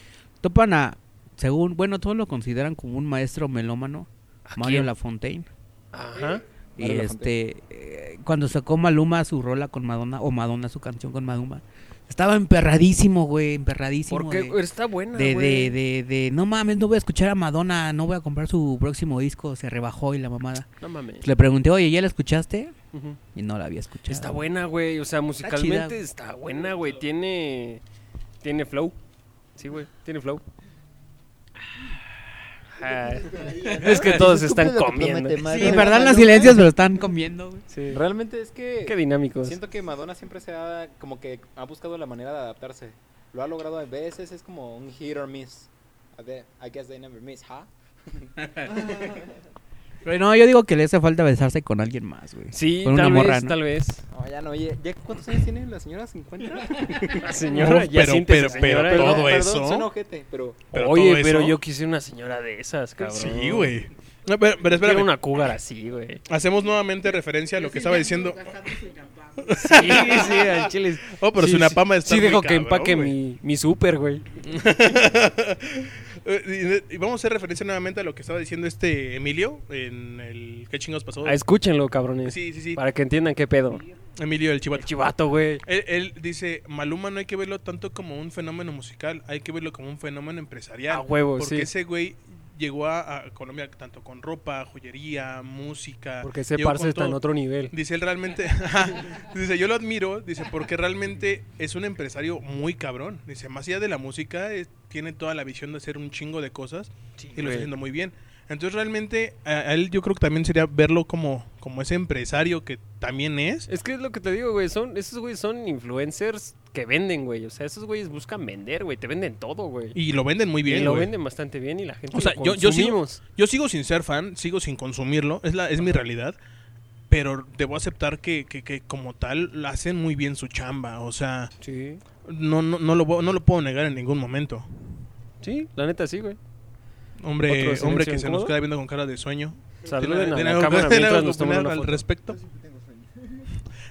S5: topan a, según, bueno, todos lo consideran como un maestro melómano, Mario
S4: quién?
S5: Lafontaine.
S4: Ajá.
S5: Y
S8: Mario
S5: este, eh, cuando sacó Maluma su rola con Madonna, o Madonna su canción con Maluma, Estaba emperradísimo, güey, emperradísimo.
S4: Porque
S5: de-
S4: está buena,
S5: de,
S4: güey.
S5: de, de, de, no mames, no voy a escuchar a Madonna, no voy a comprar su próximo disco, se rebajó y la mamada.
S4: No mames.
S5: Le pregunté, oye, ¿ya la escuchaste?
S4: Ujú.
S5: Y no la había escuchado.
S4: Está buena, güey. O sea,
S5: chida,
S4: musicalmente
S5: güey.
S4: está, buena, güey. Tiene. Tiene flow. Sí, güey. Tiene flow. Ah, es que todos
S6: Pues
S4: están
S6: cumple lo que
S4: comiendo.
S6: promete, madre.
S5: Sí, perdón los silencios, pero están <laughs> comiendo, güey.
S4: Sí.
S8: Realmente es que
S4: Eh, Qué dinámicos.
S8: siento que Madonna siempre se ha como que ha buscado la manera de adaptarse. Lo ha logrado a veces, es como un hit or miss. A ver, I guess they never miss, ¿ah? ¿huh?
S5: Pero no, yo digo que le hace falta besarse con alguien más, güey.
S4: Sí,
S5: Con
S4: tal
S5: una morra,
S4: vez,
S5: ¿no?
S4: tal vez.
S8: No, ya no, oye, ¿ya cuántos años tiene la señora? ¿50?
S4: <laughs> Señora,
S7: No,
S4: ya
S7: pero-
S4: siéntese,
S7: pero- pero
S4: señora.
S7: todo
S8: Perdón,
S7: eso.
S8: suena ojete, pero
S7: Pero
S4: Oye,
S7: todo
S4: pero
S7: eso-
S4: yo quise una señora de esas, cabrón.
S7: Sí, güey. No, pero, pero
S4: Quiero
S7: espérame.
S4: una cougar así,
S7: <laughs>
S4: güey.
S7: Hacemos nuevamente referencia a lo que estaba diciendo.
S4: Sí, sí, al chile.
S7: Oh, pero
S4: sí,
S7: si una
S4: sí.
S7: pama está
S4: Sí,
S7: muy
S4: dejo que
S7: cabrón,
S4: empaque
S7: güey.
S4: mi, mi super, güey.
S7: <laughs> Eh, y y vamos a hacer referencia nuevamente a lo que estaba diciendo este Emilio en el ¿Qué chingados pasó?
S4: Ah, escúchenlo, cabrones.
S7: Sí, sí, sí.
S4: Para que entiendan qué pedo.
S7: Emilio el
S4: El
S7: chivato.
S4: chivato, güey.
S7: Él, él dice, Maluma no hay que verlo tanto como un fenómeno musical, hay que verlo como un fenómeno empresarial.
S4: A huevo,
S7: Porque
S4: sí.
S7: ese güey llegó a, a Colombia tanto con ropa, joyería, música.
S4: Porque ese
S7: llegó
S4: parce
S7: con
S4: está en
S7: todo.
S4: otro nivel.
S7: Dice, él realmente, <laughs> dice, yo lo admiro, dice, porque realmente es un empresario muy cabrón. Dice, más allá de la música, es- tiene toda la visión de hacer un chingo de cosas y lo está haciendo muy bien. Entonces realmente a, a él yo creo que también sería verlo como, como ese empresario que también es.
S4: Es que es lo que te digo, güey. Son, esos güeyes son influencers que venden, güey. O sea, esos güeyes buscan vender, güey. Te venden todo, güey.
S7: Y lo venden muy bien.
S4: Y lo
S7: güey.
S4: venden bastante bien y la gente
S7: O sea,
S4: lo
S7: yo- yo sigo-
S4: consumimos.
S7: Yo sigo sin ser fan, sigo sin consumirlo, es, la, es mi realidad, pero debo aceptar que, que, que como tal hacen muy bien su chamba, o sea,
S4: Sí.
S7: no, no, no, lo, vo- no lo puedo negar en ningún momento.
S4: Sí, la neta sí, güey. ¿Otro
S7: Hombre,
S4: silencio
S7: hombre que se nos
S4: incómodo?
S7: queda viendo con cara de sueño.
S4: Saluden a
S7: ¿Tiene
S4: la
S7: algo-
S4: cámara
S7: <laughs> tiene
S4: mientras
S7: algo
S4: nos
S7: que
S4: toman
S7: opinar
S4: una
S7: al
S4: foto.
S7: respecto?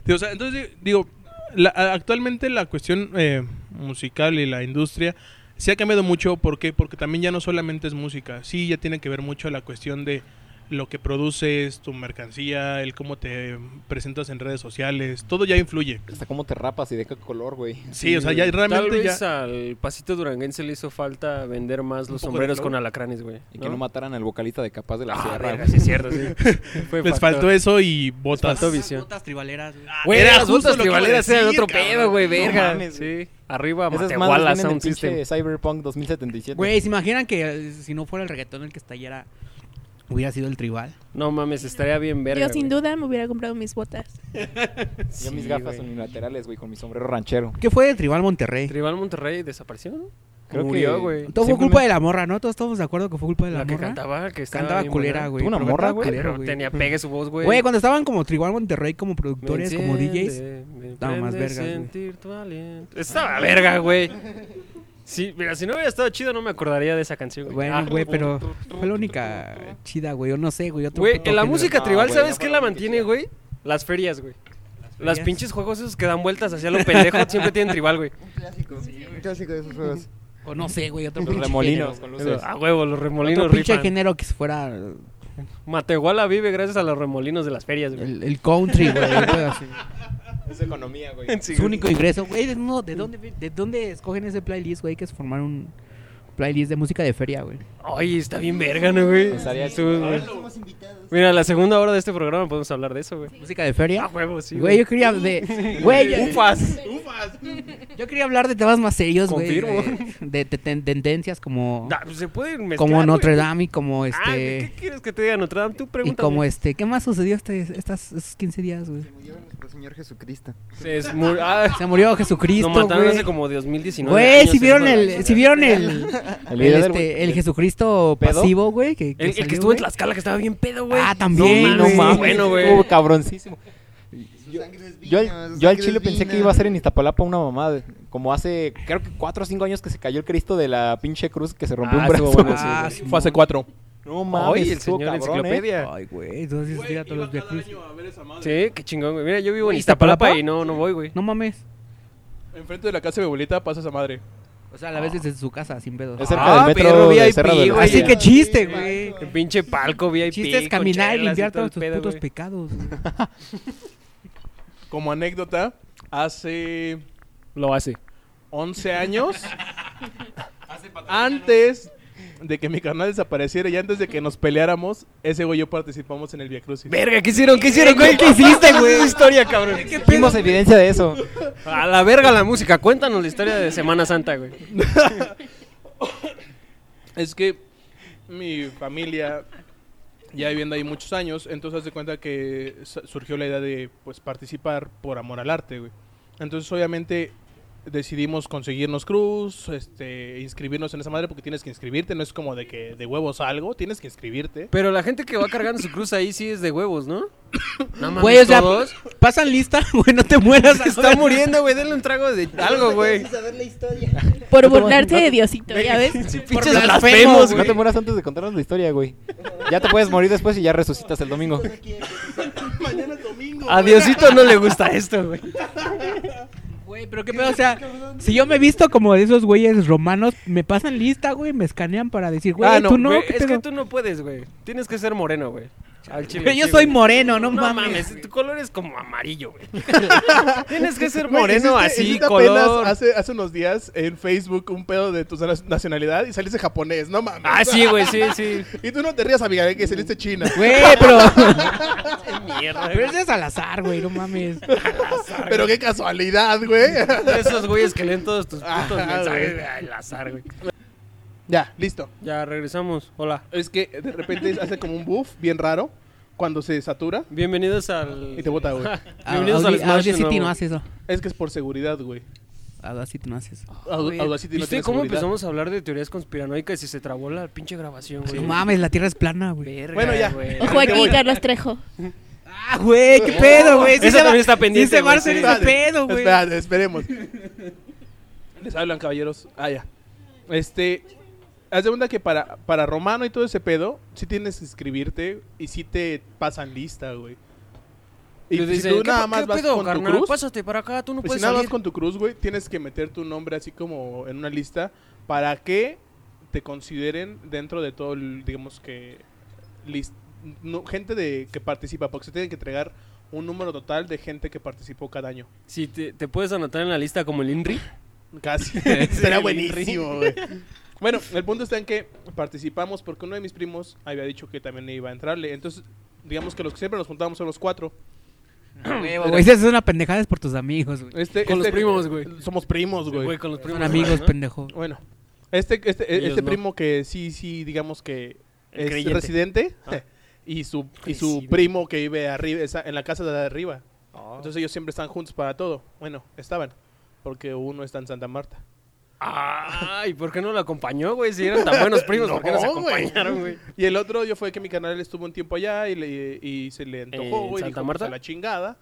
S7: Digo, o sea, entonces digo, la- actualmente la cuestión eh, musical y la industria se ha cambiado mucho. ¿Por qué? Porque también ya no solamente es música. Sí, ya tiene que ver mucho la cuestión de lo que produces, tu mercancía, el cómo te presentas en redes sociales. Todo ya influye.
S8: hasta cómo te rapas y de qué color, güey.
S7: Sí, o sea, ya
S4: Tal
S7: realmente
S4: vez
S7: ya...
S4: al pasito duranguense le hizo falta vender más
S7: Un
S4: los
S7: poco de
S4: sombreros
S7: flow.
S4: con alacranes, güey.
S8: Y que no mataran al vocalista de Capaz de la
S4: Ah,
S8: Sierra.
S4: verga,
S8: güey.
S4: sí es cierto,
S7: <laughs>
S4: sí. Fue
S7: Les
S4: factor.
S7: faltó eso y botas.
S4: faltó visión.
S5: Botas tribaleras, güey.
S4: Güey,
S7: Era
S4: las
S7: justo
S4: botas
S7: lo que iba a
S4: tribaleras eran
S7: decir,
S4: otro
S7: cabrón.
S4: pedo, güey, verga.
S8: mames,
S4: sí. Arriba,
S8: Esas madres
S4: Matehuala
S8: vienen en
S4: Sound System.
S8: pinche Cyberpunk 2077.
S5: Güey, ¿se imaginan que eh, si no fuera el reggaetón el que estallara, hubiera sido el tribal?
S4: No mames, estaría bien verga.
S9: Yo sin
S4: güey.
S9: duda me hubiera comprado mis botas.
S8: Yo mis
S4: Sí,
S8: gafas
S4: güey.
S8: unilaterales, güey, con mi sombrero ranchero.
S5: ¿Qué fue del tribal Monterrey?
S4: Tribal Monterrey desapareció, ¿no?
S8: Creo
S4: Murió,
S8: que-
S4: güey.
S5: Todo fue
S8: Simplemente-
S5: culpa de la morra, ¿no? Todos estamos de acuerdo que fue culpa de la,
S4: La que
S5: morra.
S4: cantaba, que estaba
S5: Cantaba
S4: bien
S5: culera,
S4: buena.
S5: güey.
S8: ¿Tuvo una
S5: Pero
S8: morra,
S5: cantaba
S8: güey?
S5: culero,
S4: Pero tenía pegue su voz, güey.
S5: Güey, cuando estaban como Tribal Monterrey como
S4: Me
S5: productores, como DJs,
S4: enciende, me
S5: estaban más
S4: prende
S5: vergas, güey.
S4: sentir tu aliento. Estaba verga, güey. Sí, mira, si no hubiera estado chido no me acordaría de esa canción. güey. Ah,
S5: Bueno, güey, pero fue la única chida, güey. Yo no sé, güey. otro
S4: Güey,
S5: puto
S4: que la
S5: género.
S4: música
S8: No,
S4: tribal,
S8: güey,
S4: ¿sabes
S8: no
S4: qué
S8: fue
S4: la
S8: la única
S4: mantiene,
S8: chida.
S4: güey? Las ferias, güey. Las
S5: ferias.
S4: pinches juegos esos que dan vueltas hacia lo pendejo siempre tienen tribal, güey.
S6: Un clásico, un clásico de esos juegos.
S5: O no sé, güey. Otro
S8: Los
S5: pinche
S8: remolinos
S5: género.
S8: con luces.
S4: Eso, A "Ah, huevo, los remolinos
S5: Otro pinche
S4: rifan.
S5: género que fuera eh,
S4: Matehuala vive gracias a los remolinos de las ferias, güey.
S5: el, el country,
S4: <laughs>
S5: güey. un pedo así.
S8: Es economía, güey.
S4: Sí,
S5: Su
S4: güey.
S5: único ingreso, güey. ¿De, no, ¿de, dónde, ¿De dónde escogen ese playlist, güey? Que es formar un playlist de música de feria, güey.
S4: Ay, está bien verga, ¿no, güey?
S8: Estaría
S4: Tú,
S8: chido.
S4: güey.
S6: Somos invitados.
S4: Mira, la segunda hora de este programa podemos hablar de eso, Ah, güey.
S5: ¿Música de feria?
S4: A huevo, sí.
S5: Güey, yo quería de. Güey, yo-
S4: Ufas.
S5: yo quería hablar de temas más serios, güey.
S4: Confirmo.
S5: De, de- de ten- tendencias como.
S4: Nah, pues se pueden mezclar,
S5: como
S4: güey.
S5: Notre Dame y como
S4: Ah, ¿qué-
S5: este.
S4: ¿qué quieres que te diga Notre Dame? Tú
S5: y
S4: pregunta.
S5: como este. ¿Qué más sucedió este, estas, estos 15 días, güey?
S6: Se murió nuestro Señor Jesucristo.
S4: Se es mur-
S5: <laughs>
S4: ah,
S5: Se murió
S4: Lo
S5: Jesucristo.
S4: mataron
S5: güey.
S4: hace como 2019.
S5: Güey,
S4: años,
S5: si vieron
S4: es
S5: el,
S4: verdad.
S5: si vieron el, el,
S8: video del
S5: este,
S8: güey-
S5: el Jesucristo
S8: ¿Pedo?
S5: pasivo, güey, que,
S4: El, el que
S5: salió,
S4: estuvo
S5: güey.
S4: en Tlaxcala, que estaba bien pedo, güey.
S5: Ah, también,
S4: No
S5: güey.
S4: mames, bueno, güey.
S8: Estuvo cabroncísimo.
S6: Su
S8: Yo-
S6: sangre es
S8: Yo, al-
S6: vino, su
S8: yo al
S6: sangre
S8: chile
S6: es
S8: pensé
S6: vino.
S8: que iba a ser en Iztapalapa una mamada. Como hace, creo que 4 o 5 años que se cayó el Cristo de la pinche cruz que se rompió
S4: Ah,
S8: un brazo.
S4: estuvo bueno, sí,
S5: Ah,
S4: güey.
S5: sí,
S7: Fue hace cuatro.
S8: No
S4: Ay,
S8: mames,
S4: el
S8: estuvo cabrón,
S4: señor
S8: ¿eh?
S4: enciclopedia.
S5: Ay, güey, entonces
S7: Güey,
S5: mira todos
S7: iba
S5: los
S7: cada
S5: viejos.
S7: año a ver esa madre.
S4: Sí, qué chingón, güey. Mira, yo vivo en
S5: ¿Y
S4: Iztapalapa
S5: Iztapalapa?
S4: y no, no voy, güey.
S5: No mames.
S7: Enfrente de la casa de mi abuelita pasa esa madre.
S5: O sea, a la vez desde su casa, sin pedo.
S8: Es
S4: el-
S8: cerca
S4: Ah,
S8: del
S4: perro
S8: metro de
S4: VIP,
S8: Cerro de
S4: güey.
S5: Así
S8: Así
S5: que
S8: que...
S5: chiste, güey.
S4: El pinche palco VIP.
S5: El chiste es
S4: con
S5: caminar y
S4: chelas
S5: limpiar
S4: todo el
S5: todos tus
S4: pedo,
S5: putos
S4: güey.
S5: pecados. güey.
S7: Como anécdota, hace
S4: Lo hace.
S7: 11 años. antes de que mi carnal desapareciera y antes de que nos peleáramos, ese güey y yo participamos en el Via Crucis.
S4: Verga, ¿qué hicieron? ¿Qué hicieron? güey? <laughs> ¿Qué hiciste, güey? Esa historia, cabrón.
S8: Hicimos evidencia de eso.
S4: <laughs> A la verga la música. Cuéntanos la historia de Semana Santa, güey.
S7: Es que mi familia ya viviendo ahí muchos años, entonces haz de cuenta que sa- surgió la idea de pues participar por amor al arte, güey. Entonces obviamente decidimos conseguirnos cruz, este, inscribirnos en esa madre porque tienes que inscribirte, no es como de que de huevos algo, tienes que inscribirte.
S4: Pero la gente que va cargando su cruz ahí sí es de huevos, ¿no? No mames,
S5: Güey, o sea, <laughs>
S4: todos.
S5: pasan lista, güey, no te mueras.
S4: Se está muriendo, güey. Denle un trago de algo, güey.
S6: saber la historia.
S9: Por burlarte de Diosito, ¿ya ves?
S4: Pinches
S5: blasfemo,
S4: blasfemos,
S8: No
S4: güey.
S8: te mueras antes de contarnos la historia, güey. Ya te puedes morir después y ya resucitas el domingo.
S7: Mañana es domingo.
S4: A Diosito no le gusta esto, güey.
S5: Güey, pero qué pedo, o sea, si yo me he visto como de esos güeyes romanos, me pasan lista, güey, me escanean para decir, güey,
S4: Ah, no,
S5: tú no,
S4: güey,
S5: ¿qué
S4: es que
S5: pedo?
S4: tú no puedes, güey. Tienes que ser moreno, güey. Al chile,
S5: Pero yo
S4: sí,
S5: soy
S4: güey.
S5: moreno, no,
S4: No
S5: mames.
S4: mames, tu color es como amarillo,
S7: <laughs>
S4: güey. Tienes que ser
S7: Güey,
S4: moreno
S7: hiciste-
S4: así,
S7: hiciste apenas
S4: color.
S7: Hace, hace unos días en Facebook un pedo de tu nas- nacionalidad y saliste japonés, no mames.
S4: Ah, sí, güey, sí, sí.
S7: <laughs> Y tú no te rías, amiga, de que saliste china.
S5: Güey, pero,
S4: Mierda,
S5: pero ese es al azar, güey, no mames.
S7: Pero qué casualidad,
S4: <laughs>
S7: güey.
S4: De esos güeyes que leen todos tus putos
S7: Ajá,
S4: mensajes
S7: güey.
S4: al azar, güey.
S7: ya, listo.
S4: Ya regresamos. Hola.
S7: Es que de repente hace como un buff bien raro cuando se satura
S4: Bienvenidos al.
S7: y te bota, güey.
S4: <laughs> Bienvenidos al
S5: Audi-
S4: Smash. de
S5: Audacity
S4: nuevo.
S5: no hace eso.
S7: Es que es por seguridad, güey.
S5: Audacity no hace eso.
S7: Au-
S5: Güey.
S7: Audacity no
S4: ¿Viste
S7: tiene
S4: cómo
S7: seguridad.
S4: empezamos a hablar de teorías conspiranoicas y se trabó la pinche grabación, güey?
S5: No mames, la tierra es plana, güey.
S4: Verga,
S7: Bueno, <laughs> ya.
S4: güey.
S9: Ojo aquí, Carlos Trejo.
S5: Ah, güey, qué pedo, güey.
S4: Esa también está pendiente,
S5: Sí se va a
S4: güey,
S5: hacer
S4: sí.
S5: ese pedo, güey.
S7: Espérate, esperemos. <laughs> Les hablan, caballeros. Ah, ya. Este. Haz de cuenta que para, para Romano y todo ese pedo, sí tienes que inscribirte y sí te pasan lista, güey. Y
S4: Y
S7: si
S4: dice,
S7: tú
S4: ¿qué-
S7: nada
S4: qué
S7: más vas
S4: pedo,
S7: con
S4: carnal?
S7: tu cruz.
S4: Pásate para acá, tú no
S7: Pues si
S4: puedes
S7: nada más
S4: salir.
S7: con tu cruz, güey, tienes que meter tu nombre así como en una lista para que te consideren dentro de todo, el, digamos que, lis- no, gente de que participa, porque se tienen que entregar un número total de gente que participó cada año.
S4: Si te, te puedes anotar en la lista como el INRI.
S7: Casi.
S4: el
S7: Será buenísimo, güey. Bueno, el punto está en que participamos porque uno de mis primos había dicho que también iba a entrarle. Entonces, digamos que los que siempre nos juntábamos son los cuatro.
S5: Güey, esas son una pendejada es por tus amigos, güey.
S7: Este,
S4: Con los
S7: este-
S4: primos, güey.
S7: Somos primos, güey.
S4: Güey, con los primos.
S5: Son amigos,
S4: ¿no?
S5: pendejo.
S7: Bueno, este, este,
S4: Ellos
S7: este
S4: no.
S7: primo que sí, sí, digamos que
S4: El
S7: es
S4: creyente. Ah.
S7: residente <laughs> y su y su
S4: Residente.
S7: primo que vive arriba esa- en la casa de arriba.
S4: Ah.
S7: Entonces ellos siempre están juntos para todo. Bueno, estaban porque uno está en Santa Marta.
S4: Ay, ¿por qué no la acompañó, güey? Si eran tan buenos primos, ¿por qué no se
S7: No, güey.
S4: acompañaron, güey?
S7: Y el otro yo fue que mi canal estuvo un tiempo allá y, le- y se le antojó
S4: ¿En
S7: güey, y
S4: Santa
S7: dijo,
S4: Marta?
S7: pues a la chingada.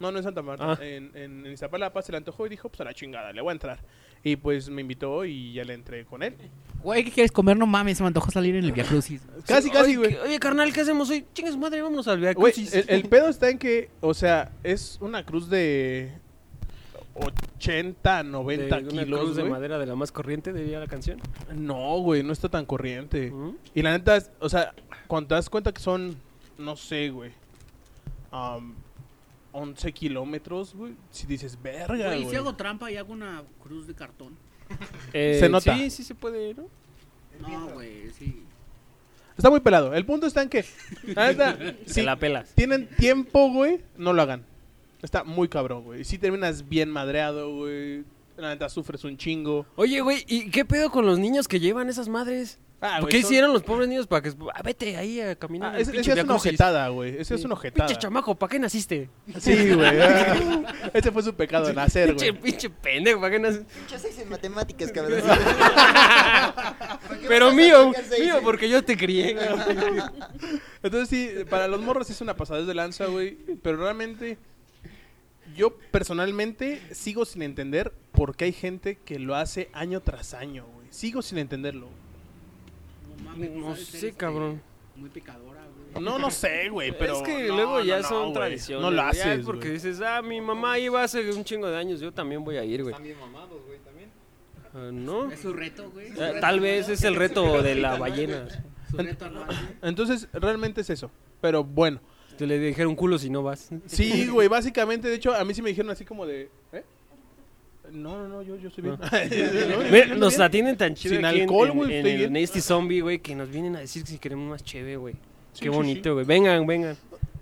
S7: No, no en Santa Marta,
S4: Ah.
S7: en, en, en Iztapalapa se le antojó y dijo, pues a la chingada, le voy a entrar. Y pues me invitó y ya le entré con él.
S5: Güey, ¿qué quieres comer? No mames, se me antojó salir en el Via Crucis.
S7: Casi,
S4: Sí,
S7: casi,
S4: oye,
S7: güey.
S4: que- Oye, carnal, ¿qué hacemos hoy? Chinga su madre, vámonos al
S7: Güey,
S4: Veracruz.
S7: el, el pedo está en que, o sea, es una cruz de 80, 90 kilos,
S4: cruz de
S7: güey.
S4: madera de la más corriente, diría la canción.
S7: No, güey, no está tan corriente.
S4: ¿Mm?
S7: Y la neta, es- o sea, cuando te das cuenta que son, no sé, güey, am, 11 kilómetros, güey, si dices, verga, güey.
S5: trampa y hago una cruz de cartón.
S4: Eh,
S7: Se nota.
S4: Sí, sí se puede, ¿no?
S5: No, güey, sí.
S7: Está muy pelado. El punto está en que, la neta,
S4: <laughs> Se
S7: si
S4: la pelas.
S7: tienen tiempo, güey, no lo hagan. Está muy cabrón, güey. Si terminas bien madreado, güey, la neta sufres un chingo.
S4: Oye, güey, ¿y qué pedo con los niños que llevan esas madres?
S7: Ah,
S4: ¿Por
S7: güey,
S4: qué
S7: son-
S4: hicieron los pobres niños para que... Ah, vete ahí a caminar.
S7: Ah,
S4: al
S7: es,
S4: pinche
S7: esa es una
S4: Veracruz.
S7: ojetada, güey. Esa es una ojetada.
S4: Pinche chamaco, ¿para qué naciste?
S7: Sí,
S4: <laughs>
S7: güey. Ah, Ese fue su pecado, nacer,
S4: Pinche,
S7: güey.
S4: pinche pendejo, ¿para qué naciste?
S6: Muchas seis en matemáticas, <laughs> cabrón.
S4: Pero mío, mío, porque yo te crié.
S7: <laughs> Entonces, sí, para los morros es una pasada de lanza, güey. Pero realmente, yo personalmente sigo sin entender por qué hay gente que lo hace año tras año, güey. Sigo sin entenderlo.
S4: No sé, cabrón.
S5: Muy pecadora, güey.
S7: No, no sé, güey, pero.
S4: es que
S7: no,
S4: luego ya
S7: no, no,
S4: son
S7: güey.
S4: tradiciones.
S7: No lo
S4: güey. Ya
S7: haces,
S4: Porque
S7: güey.
S4: dices, ah, mi mamá iba hace un chingo de años, yo también voy a ir, güey. Ah, no.
S5: su reto, güey.
S4: Ah, Tal vez es el reto de la ballena.
S5: Su reto anual.
S7: Entonces, realmente es eso. Pero bueno.
S4: Te le <laughs> dijeron culo si no vas.
S7: Sí, güey, básicamente, de hecho, a mí sí me dijeron así como de. ¿eh? No, no, no, yo, <laughs> yo soy bien.
S4: Ah. Ve, nos atienden tan chido
S7: Sin
S4: aquí en-
S7: alcohol,
S4: en,
S7: güey,
S4: en
S7: estoy
S4: el
S7: bien.
S4: Nasty Zombie, güey, que nos vienen a decir que si queremos más chévere, güey.
S7: Sí, sí,
S4: Qué bonito, güey. Vengan, vengan.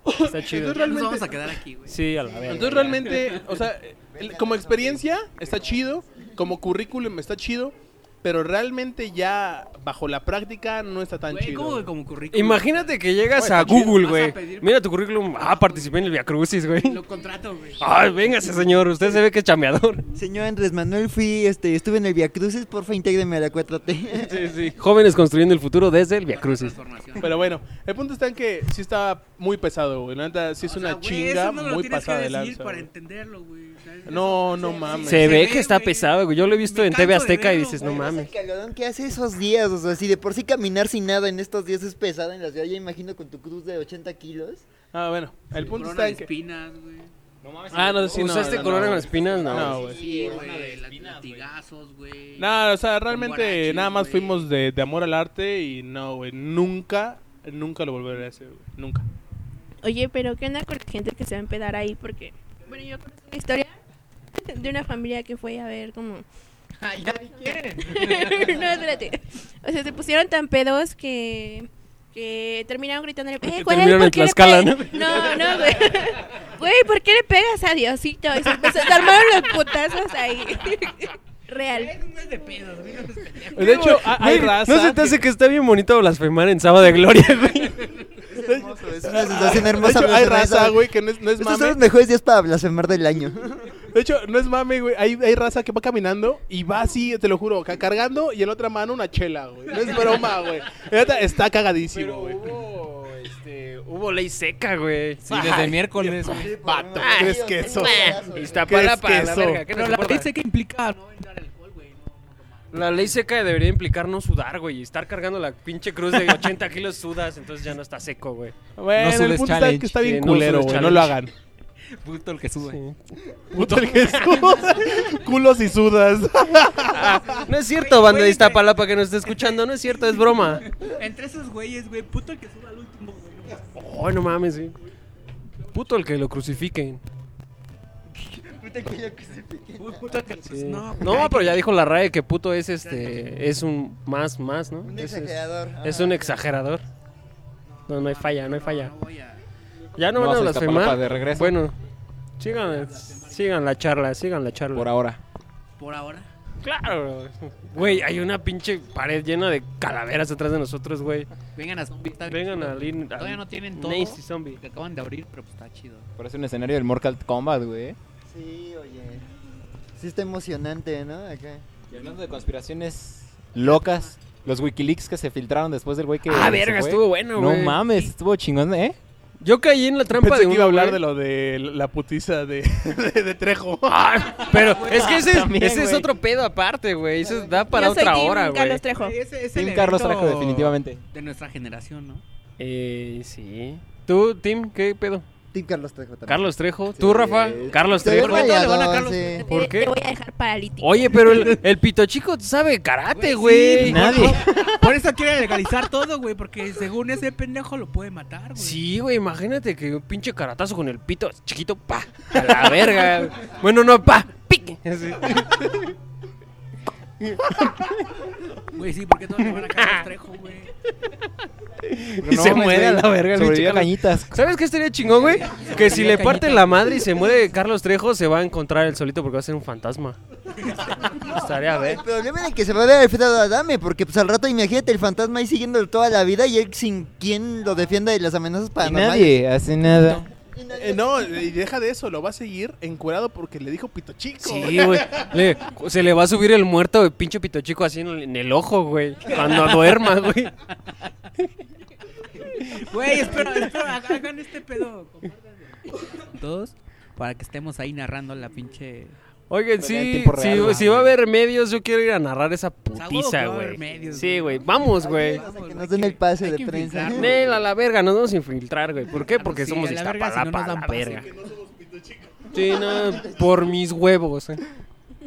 S4: Está chido.
S7: Entonces, realmente-
S5: Nos vamos a quedar aquí, güey.
S4: Sí, a la verga.
S7: Entonces realmente, o sea, el- como experiencia está chido, como currículum está chido, pero realmente ya bajo la práctica no está tan
S5: Güey,
S7: chido.
S5: ¿cómo
S7: güey.
S5: que como currículum?
S4: Imagínate que llegas
S7: Güey,
S4: a
S7: está chido.
S4: Google,
S5: Vas a
S4: güey.
S5: pedir-
S4: Mira tu currículum. Ah, participé en el Via Crucis, güey.
S5: Lo contrato, güey.
S4: Ay, véngase, señor. Usted se ve que es chambeador.
S6: Señor Andrés Manuel, fui, este, estuve en el Via Cruces, porfa, intégreme a la 4T.
S4: Sí, sí. Jóvenes construyendo el futuro desde el Via Crucis.
S5: Transformación.
S7: Pero bueno, el punto está en que sí está muy pesado, güey. La neta, sí es
S5: O
S7: una
S5: sea, güey,
S7: chinga
S5: eso no lo tienes
S7: muy
S5: que
S7: pasada de
S5: decir
S7: lanza.
S5: para
S7: güey.
S5: entenderlo, güey. O sea,
S7: No, no
S5: se-
S7: mames.
S4: Se ve que
S5: güey.
S4: está pesado, güey. Yo lo he visto
S5: Me
S4: en TV
S5: canso de
S4: Azteca y
S5: verlo,
S4: dices, Pues no
S5: güey.
S4: mames.
S6: El calorón que hace esos días, o sea, si de por sí caminar sin nada en estos días es pesado en la ciudad, ya imagino con tu cruz de 80 kilos.
S7: Ah, bueno, el
S5: Tu
S7: punto
S5: corona
S7: está
S5: de
S7: en que...
S5: espinas, güey.
S8: No mames.
S7: Ah, no, sí, no,
S4: ¿Usaste
S7: no,
S4: color
S7: no,
S4: en
S7: güey.
S4: las espinas? No.
S7: No, güey.
S5: Sí,
S8: corona de
S5: güey. la-
S8: espinas, güey.
S5: Latigazos, güey. <laughs>
S7: Nada, o sea, realmente
S5: Guaraches,
S7: nada más
S5: güey.
S7: fuimos de, de amor al arte y no, güey, nunca, nunca lo volveré a hacer, güey. Nunca.
S9: Oye, pero ¿qué onda con la gente que se va a empedar ahí? Porque, bueno, yo conozco una historia de una familia que fue a ver como... no, espérate. O sea, se pusieron tan pedos que, que terminaron gritándole, eh, güey,
S4: terminaron
S9: ¿por
S4: en
S9: qué le
S4: Tlaxcala,
S9: pe-" No, no, güey. Güey, ¿por qué le pegas a Diosito? Y se, empezó- se armaron los putazos ahí. <laughs> Real.
S5: <laughs> No es de pedos, güey. no es pendejo.
S7: De hecho, ha- hay
S4: Güey,
S7: raza...
S4: No se te
S7: que-
S4: hace que está bien bonito blasfemar en Sábado de Gloria, <laughs> güey.
S6: Es hermoso, es una sensación hermosa.
S7: De hecho, hay
S6: blasfemar.
S7: raza, güey, que no es, no es
S6: Estos son los
S7: mame.
S6: mejores días para blasfemar del año.
S7: De hecho, no es mame, güey. Hay, hay raza que va caminando y va así, te lo juro, ca- cargando y en la otra mano una chela, güey. No es broma, güey. Neta, Está cagadísimo, güey.
S4: hubo, este, hubo ley seca, güey.
S11: Sí, desde el miércoles. güey.
S7: Vato,
S6: Ay,
S7: ¿crees
S6: Dios,
S7: que
S6: qué
S7: eso?
S6: payaso, güey.
S4: Iztapalapa,
S7: ¿Crees que
S4: la
S7: eso?
S4: verga. ¿qué nos
S5: Pero la
S4: importa?
S5: ley que implica no vender alcohol, güey. No, no tomar.
S4: La ley seca debería implicar no sudar, güey. y Estar cargando la pinche cruz de 80 kilos sudas, entonces ya no está seco, güey.
S7: Bueno,
S11: No
S7: el
S11: subes
S7: punto está
S11: challenge,
S7: que está
S4: sí,
S7: bien
S4: no
S7: culero,
S4: subes
S7: güey. No lo hagan.
S4: challenge. <laughs>
S11: Puto el que sube.
S7: Puto el Jesús. Culos y sudas.
S4: No es cierto, banda de Iztapalapa que nos está escuchando. No es cierto, es broma.
S5: Entre esos güeyes, güey, puto el que suba al último, güey. no mames.
S4: Ay, Oh, no mames, güey. Puto el que lo crucifiquen.
S5: Puto el que
S4: Sí.
S5: No,
S4: No, pero ya dijo la RAE que puto es este. Es un más, más, ¿no?
S6: Un
S4: Es- es-
S6: exagerador.
S4: Es un exagerador. No, no hay falla, no hay falla.
S5: voy a-
S4: Ya no,
S8: No
S4: van a
S8: vas a Iztapalapa
S4: blasfemar.
S8: de regreso.
S4: Bueno, sigan, sigan la charla, sigan la charla.
S8: Por ahora.
S5: pues, Por ahora.
S4: Claro, güey, hay una pinche pared llena de calaveras atrás de nosotros, güey.
S5: Vengan a Zombie. está bien
S4: Vengan
S5: chido.
S4: al in- al
S5: Todavía no tienen todo.
S4: Nasty Zombie.
S5: Que acaban de abrir, pero pues está chido.
S8: Parece un escenario del Mortal Kombat, güey.
S6: Sí, oye. Sí está emocionante, ¿no? Acá.
S8: Y hablando de conspiraciones locas, los Wikileaks que se filtraron después del güey que.
S4: Ah,
S8: se
S4: verga,
S8: fue.
S4: estuvo bueno, güey.
S8: No mames, estuvo chingón, ¿eh?
S4: Yo caí en la trampa
S7: Pensé
S4: de
S7: que
S4: uno,
S7: iba a hablar
S4: güey.
S7: de lo de la putiza de, <laughs> de, de Trejo.
S4: Ah, Pero es que ese, es-
S8: También,
S4: ese es
S8: güey.
S4: otro pedo aparte, güey. Eso da para
S9: Yo soy
S4: otra
S9: team
S4: hora,
S9: Carlos
S4: güey.
S9: Trejo.
S5: Ese,
S8: Team Carlos Trejo, definitivamente.
S5: De nuestra generación, ¿no?
S4: Eh, sí. ¿Tú, Tim, qué pedo?
S6: Tim Carlos Trejo también.
S4: Carlos Trejo. ¿Tú, Rafa? Carlos
S6: Se ve
S4: Trejo.
S5: todo le van a
S6: rayador,
S5: Carlos
S6: sí.
S5: Trejo.
S4: ¿Por
S9: Te-
S4: qué?
S9: Te voy a dejar paralítico.
S4: Oye,
S5: <laughs>
S4: pero el, el pito chico sabe karate, güey.
S8: Nadie.
S5: Por eso quiere legalizar todo, güey, porque según ese pendejo lo puede matar, güey.
S4: Sí, güey, imagínate que un pinche caratazo con el pito chiquito, pa, a la verga. Bueno, no, pa, pique. Así.
S5: Güey, sí, porque todos le van a Carlos Trejo, güey.
S4: Y <laughs> se muere a la verga el
S8: Sobrevivió
S4: pinche
S8: a cañitas.
S4: ¿Sabes qué estaría chingón, güey? Que si le parte la madre y se muere Carlos Trejo, se va a encontrar el solito porque va a ser un fantasma. Estaría a ver.
S6: El problema es que se va a ver Alfredo Adame, porque pues al rato imagínate el fantasma ahí siguiéndolo toda la vida y él sin quien lo defienda de las amenazas
S8: Y
S6: paranormales.
S8: nadie hace nada.
S7: Eh, no, y deja de eso, lo va a seguir encuerado porque le dijo pito chico.
S4: Sí, güey. Le- se le va a subir el muerto de pinche pito chico así en el, en el ojo, güey. Cuando duerma, güey.
S5: Güey, espera, espera, hagan este pedo. compártanlo. Todos, para que estemos ahí narrando la pinche...
S4: Oigan,
S8: Pero en
S4: sí,
S8: tiempo
S4: sí,
S8: real,
S4: güey,
S8: ¿no?
S4: si va a haber medios, yo quiero ir a narrar esa
S5: huevo
S4: putiza,
S5: que va a haber
S4: güey.
S5: medios,
S4: Sí,
S5: güey.
S4: güey, vamos, güey.
S6: Hasta que
S5: Hay
S6: nos
S5: que-
S6: den el pase
S5: hay
S6: de
S5: que
S6: prensa.
S5: infiltrarnos.
S4: Nel, a la verga, nos vamos a infiltrar, güey. ¿Por qué?
S5: Ah,
S4: Porque
S5: sí,
S4: somos
S5: a
S4: de
S5: la verga, si no
S4: Iztapalapa,
S5: nos dan
S4: a la
S5: pase.
S4: verga. Sí, no, por mis huevos, eh.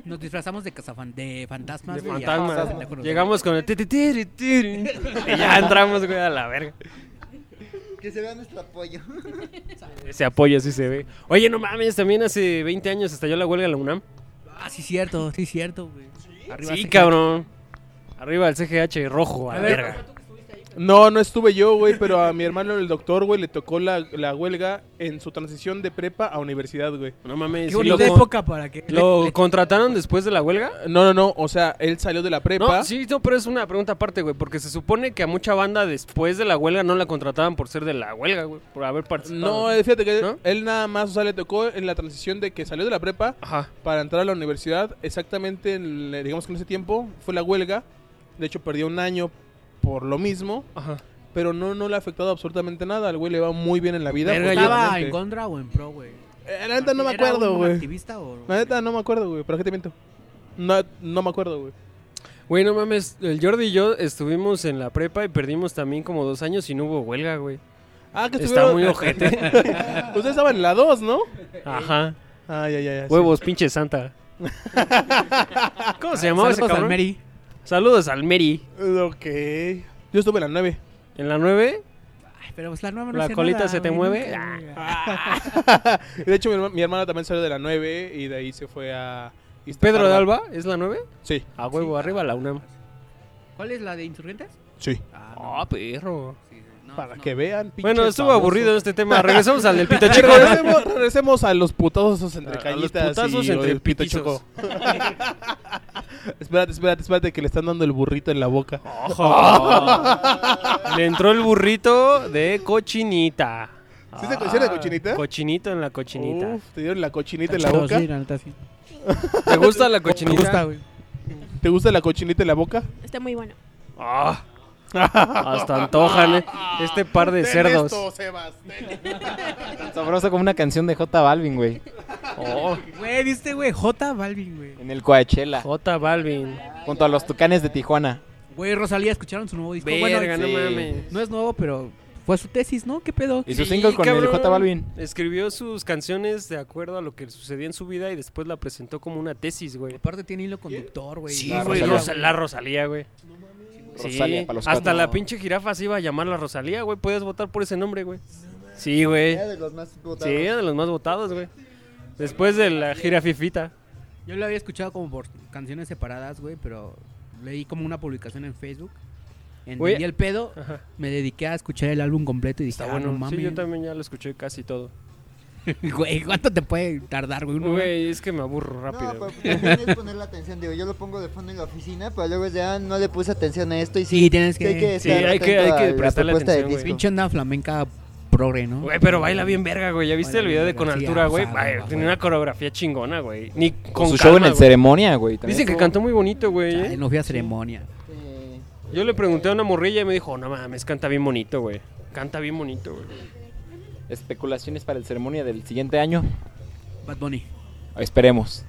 S5: Nos disfrazamos de, cazafan- de fantasmas.
S4: De
S5: güey, y
S4: fantasma.
S5: hacemos pendejos.
S4: Llegamos con el ti, ti, tiri, tiri, y ya entramos, güey, a la verga.
S6: Que se vea nuestro apoyo.
S4: Ese apoyo así se ve. Oye, no mames, también hace 20 años estalló la huelga en la UNAM.
S5: Ah, sí, cierto, sí, cierto, güey. Arriba
S4: Sí,
S5: CGH.
S4: cabrón. Arriba el CGH rojo, a la
S5: A ver.
S4: verga.
S7: No, no estuve yo, güey, pero a mi hermano, el doctor, güey, le tocó la, la huelga en su transición de prepa a universidad, güey.
S4: No mames.
S5: Qué
S4: sí,
S5: bonita
S4: lo,
S5: época para que.
S4: ¿Lo contrataron después de la huelga?
S7: No, no, no, o sea, él salió de la prepa.
S4: No, sí, no, pero es una pregunta aparte, güey, porque se supone que a mucha banda después de la huelga no la contrataban por ser de la huelga, güey, por haber participado.
S7: No, eh, fíjate que
S4: ¿No?
S7: él nada más, o sea, le tocó en la transición de que salió de la prepa
S4: Ajá.
S7: para entrar a la universidad, exactamente, en, el- digamos que en ese tiempo, fue la huelga. De hecho, perdió un año por lo mismo,
S4: Ajá.
S7: pero no, no le ha afectado absolutamente nada. Al güey le va muy bien en la vida.
S5: Verga,
S7: porque
S5: ¿Estaba
S7: realmente-
S5: en contra o en pro, güey?
S7: Eh, la neta no me
S5: ¿Era
S7: acuerdo,
S5: un
S7: güey.
S5: activista o.?
S7: La neta no me acuerdo, güey, pero ¿qué te miento? No, no me acuerdo, güey.
S4: Güey, no mames, el Jordi y yo estuvimos en la prepa y perdimos también como dos años y no hubo huelga, güey.
S7: Ah, que
S4: Está
S7: estuvieron... <laughs>
S4: muy ojete.
S7: Ustedes estaban en la 2, ¿no?
S4: Ajá.
S7: Ay, ay, ay. ay, sí.
S4: Huevos, pinche
S7: <laughs>
S4: santa. ¿Cómo se llamaba ese
S5: Saludos al
S4: cabrón?
S5: Mary.
S4: Saludos al Meri.
S7: Ok. Yo estuve en la 9.
S4: En la 9,
S5: Ay, Pero pues la nueva no
S4: la
S5: hacía
S4: colita
S5: nada,
S4: se te
S5: güey,
S4: mueve.
S5: nunca,
S4: Ah.
S5: güey.
S7: De hecho, mi, herma- mi hermana también salió de la 9 y de ahí se fue a...
S4: Pedro de
S7: Iztapalapa.
S4: Alba, ¿es la 9?
S7: Sí,
S4: A huevo, arriba la UNAM.
S5: ¿Cuál es la de insurgentes?
S7: sí.
S5: Ah,
S4: Ah, perro.
S7: Para que vean,
S4: Bueno,
S7: pinches
S4: estuvo
S7: babosos.
S4: aburrido este tema. Regresamos al del
S7: <laughs>
S4: pito
S7: Che,
S4: chico.
S7: regresemos, regresemos a los putazos entre
S4: A- a
S7: cañitas
S4: los putazos
S7: y
S4: entre
S7: el pito
S4: pitizos. <laughs>
S7: choco. espérate, espérate, espérate, que le están dando el burrito en la boca. <laughs>
S4: Le entró el burrito de cochinita. Ah,
S7: ¿Sí se considera cochinita? Oh.
S4: Cochinito en la cochinita.
S7: Uf, te dieron la cochinita en la boca.
S5: Sí, la neta sí.
S4: ¿Te gusta
S7: <laughs>
S4: la
S5: Me
S4: cochinita?
S5: gusta, güey.
S7: ¿Te gusta la cochinita en la boca?
S9: Está muy bueno.
S4: Ah, hasta antojan eh, este par de cerdos.
S8: Tan sabroso como una canción de J Balvin, güey.
S4: Oh,
S5: Güey, viste, güey, J Balvin, güey.
S8: En el Coachella.
S4: J Balvin.
S8: Junto a los tucanes de Tijuana.
S5: Güey, Rosalía, ¿escucharon su nuevo disco?
S4: Verga,
S5: bueno,
S4: no
S8: sí.
S4: mames.
S5: no es nuevo, pero fue su tesis, ¿no? ¿Qué pedo?
S8: Y su
S4: Sí,
S8: single con el
S4: cabrón.
S8: J Balvin.
S4: Escribió sus canciones de acuerdo a lo que sucedía en su vida y después la presentó como una tesis, güey.
S5: Aparte tiene hilo conductor, güey.
S4: Sí,
S8: La
S4: güey,
S8: Rosalía.
S4: Rosa- la Rosalía, güey. Sí,
S8: Rosalía, para los
S4: hasta
S8: cuatro.
S4: la pinche jirafa se iba a llamar la Rosalía, güey. Podías votar por ese nombre, güey. Sí, güey.
S6: Era de los más votados.
S4: Sí, era de los más votados, güey. Después de la jirafifita.
S5: Yo lo había escuchado como por canciones separadas, güey, pero leí como una publicación en Facebook. Entendí
S4: Güey.
S5: el pedo,
S4: Ajá.
S5: me dediqué a escuchar el álbum completo y dije,
S4: Está
S5: ah,
S4: bueno.
S5: no mames.
S4: Sí, yo también ya lo escuché casi todo.
S5: <laughs> Güey, ¿cuánto te puede tardar, güey? Una hora.
S4: Güey, es que me aburro rápido.
S6: No,
S4: güey.
S6: pero pues, también es poner la atención. Digo, yo lo pongo de fondo en la oficina, pero luego es de, ah, no le puse atención a esto y sí.
S5: Sí, tienes
S6: sí hay
S5: que...
S6: que
S4: Sí,
S6: estar
S4: hay que- hay
S6: atento
S4: que
S6: a la
S4: prestarle
S6: propuesta del
S4: atención, güey.
S6: disco.
S5: Pinche onda flamenca progre, ¿no?
S4: Güey, pero baila bien verga, güey. ¿Ya viste
S5: Baila
S4: el video
S5: bien
S4: de Con
S5: verga, sí,
S4: Altura, güey?
S5: abusado,
S4: Ay,
S5: güey.
S4: Tiene una coreografía chingona, güey. Ni con,
S8: Con su
S4: calma,
S8: show en el
S4: güey.
S8: ceremonia, güey. también
S4: Dicen que
S8: estuvo-
S4: cantó muy bonito, güey.
S5: Ay,
S4: ¿eh?
S5: no fui a ceremonia.
S6: Sí.
S4: Yo le pregunté a una morrilla y me dijo, no mames, canta bien bonito, güey. Canta bien bonito, güey.
S8: Especulaciones para el ceremonia del siguiente año.
S5: Bad Bunny.
S8: Esperemos.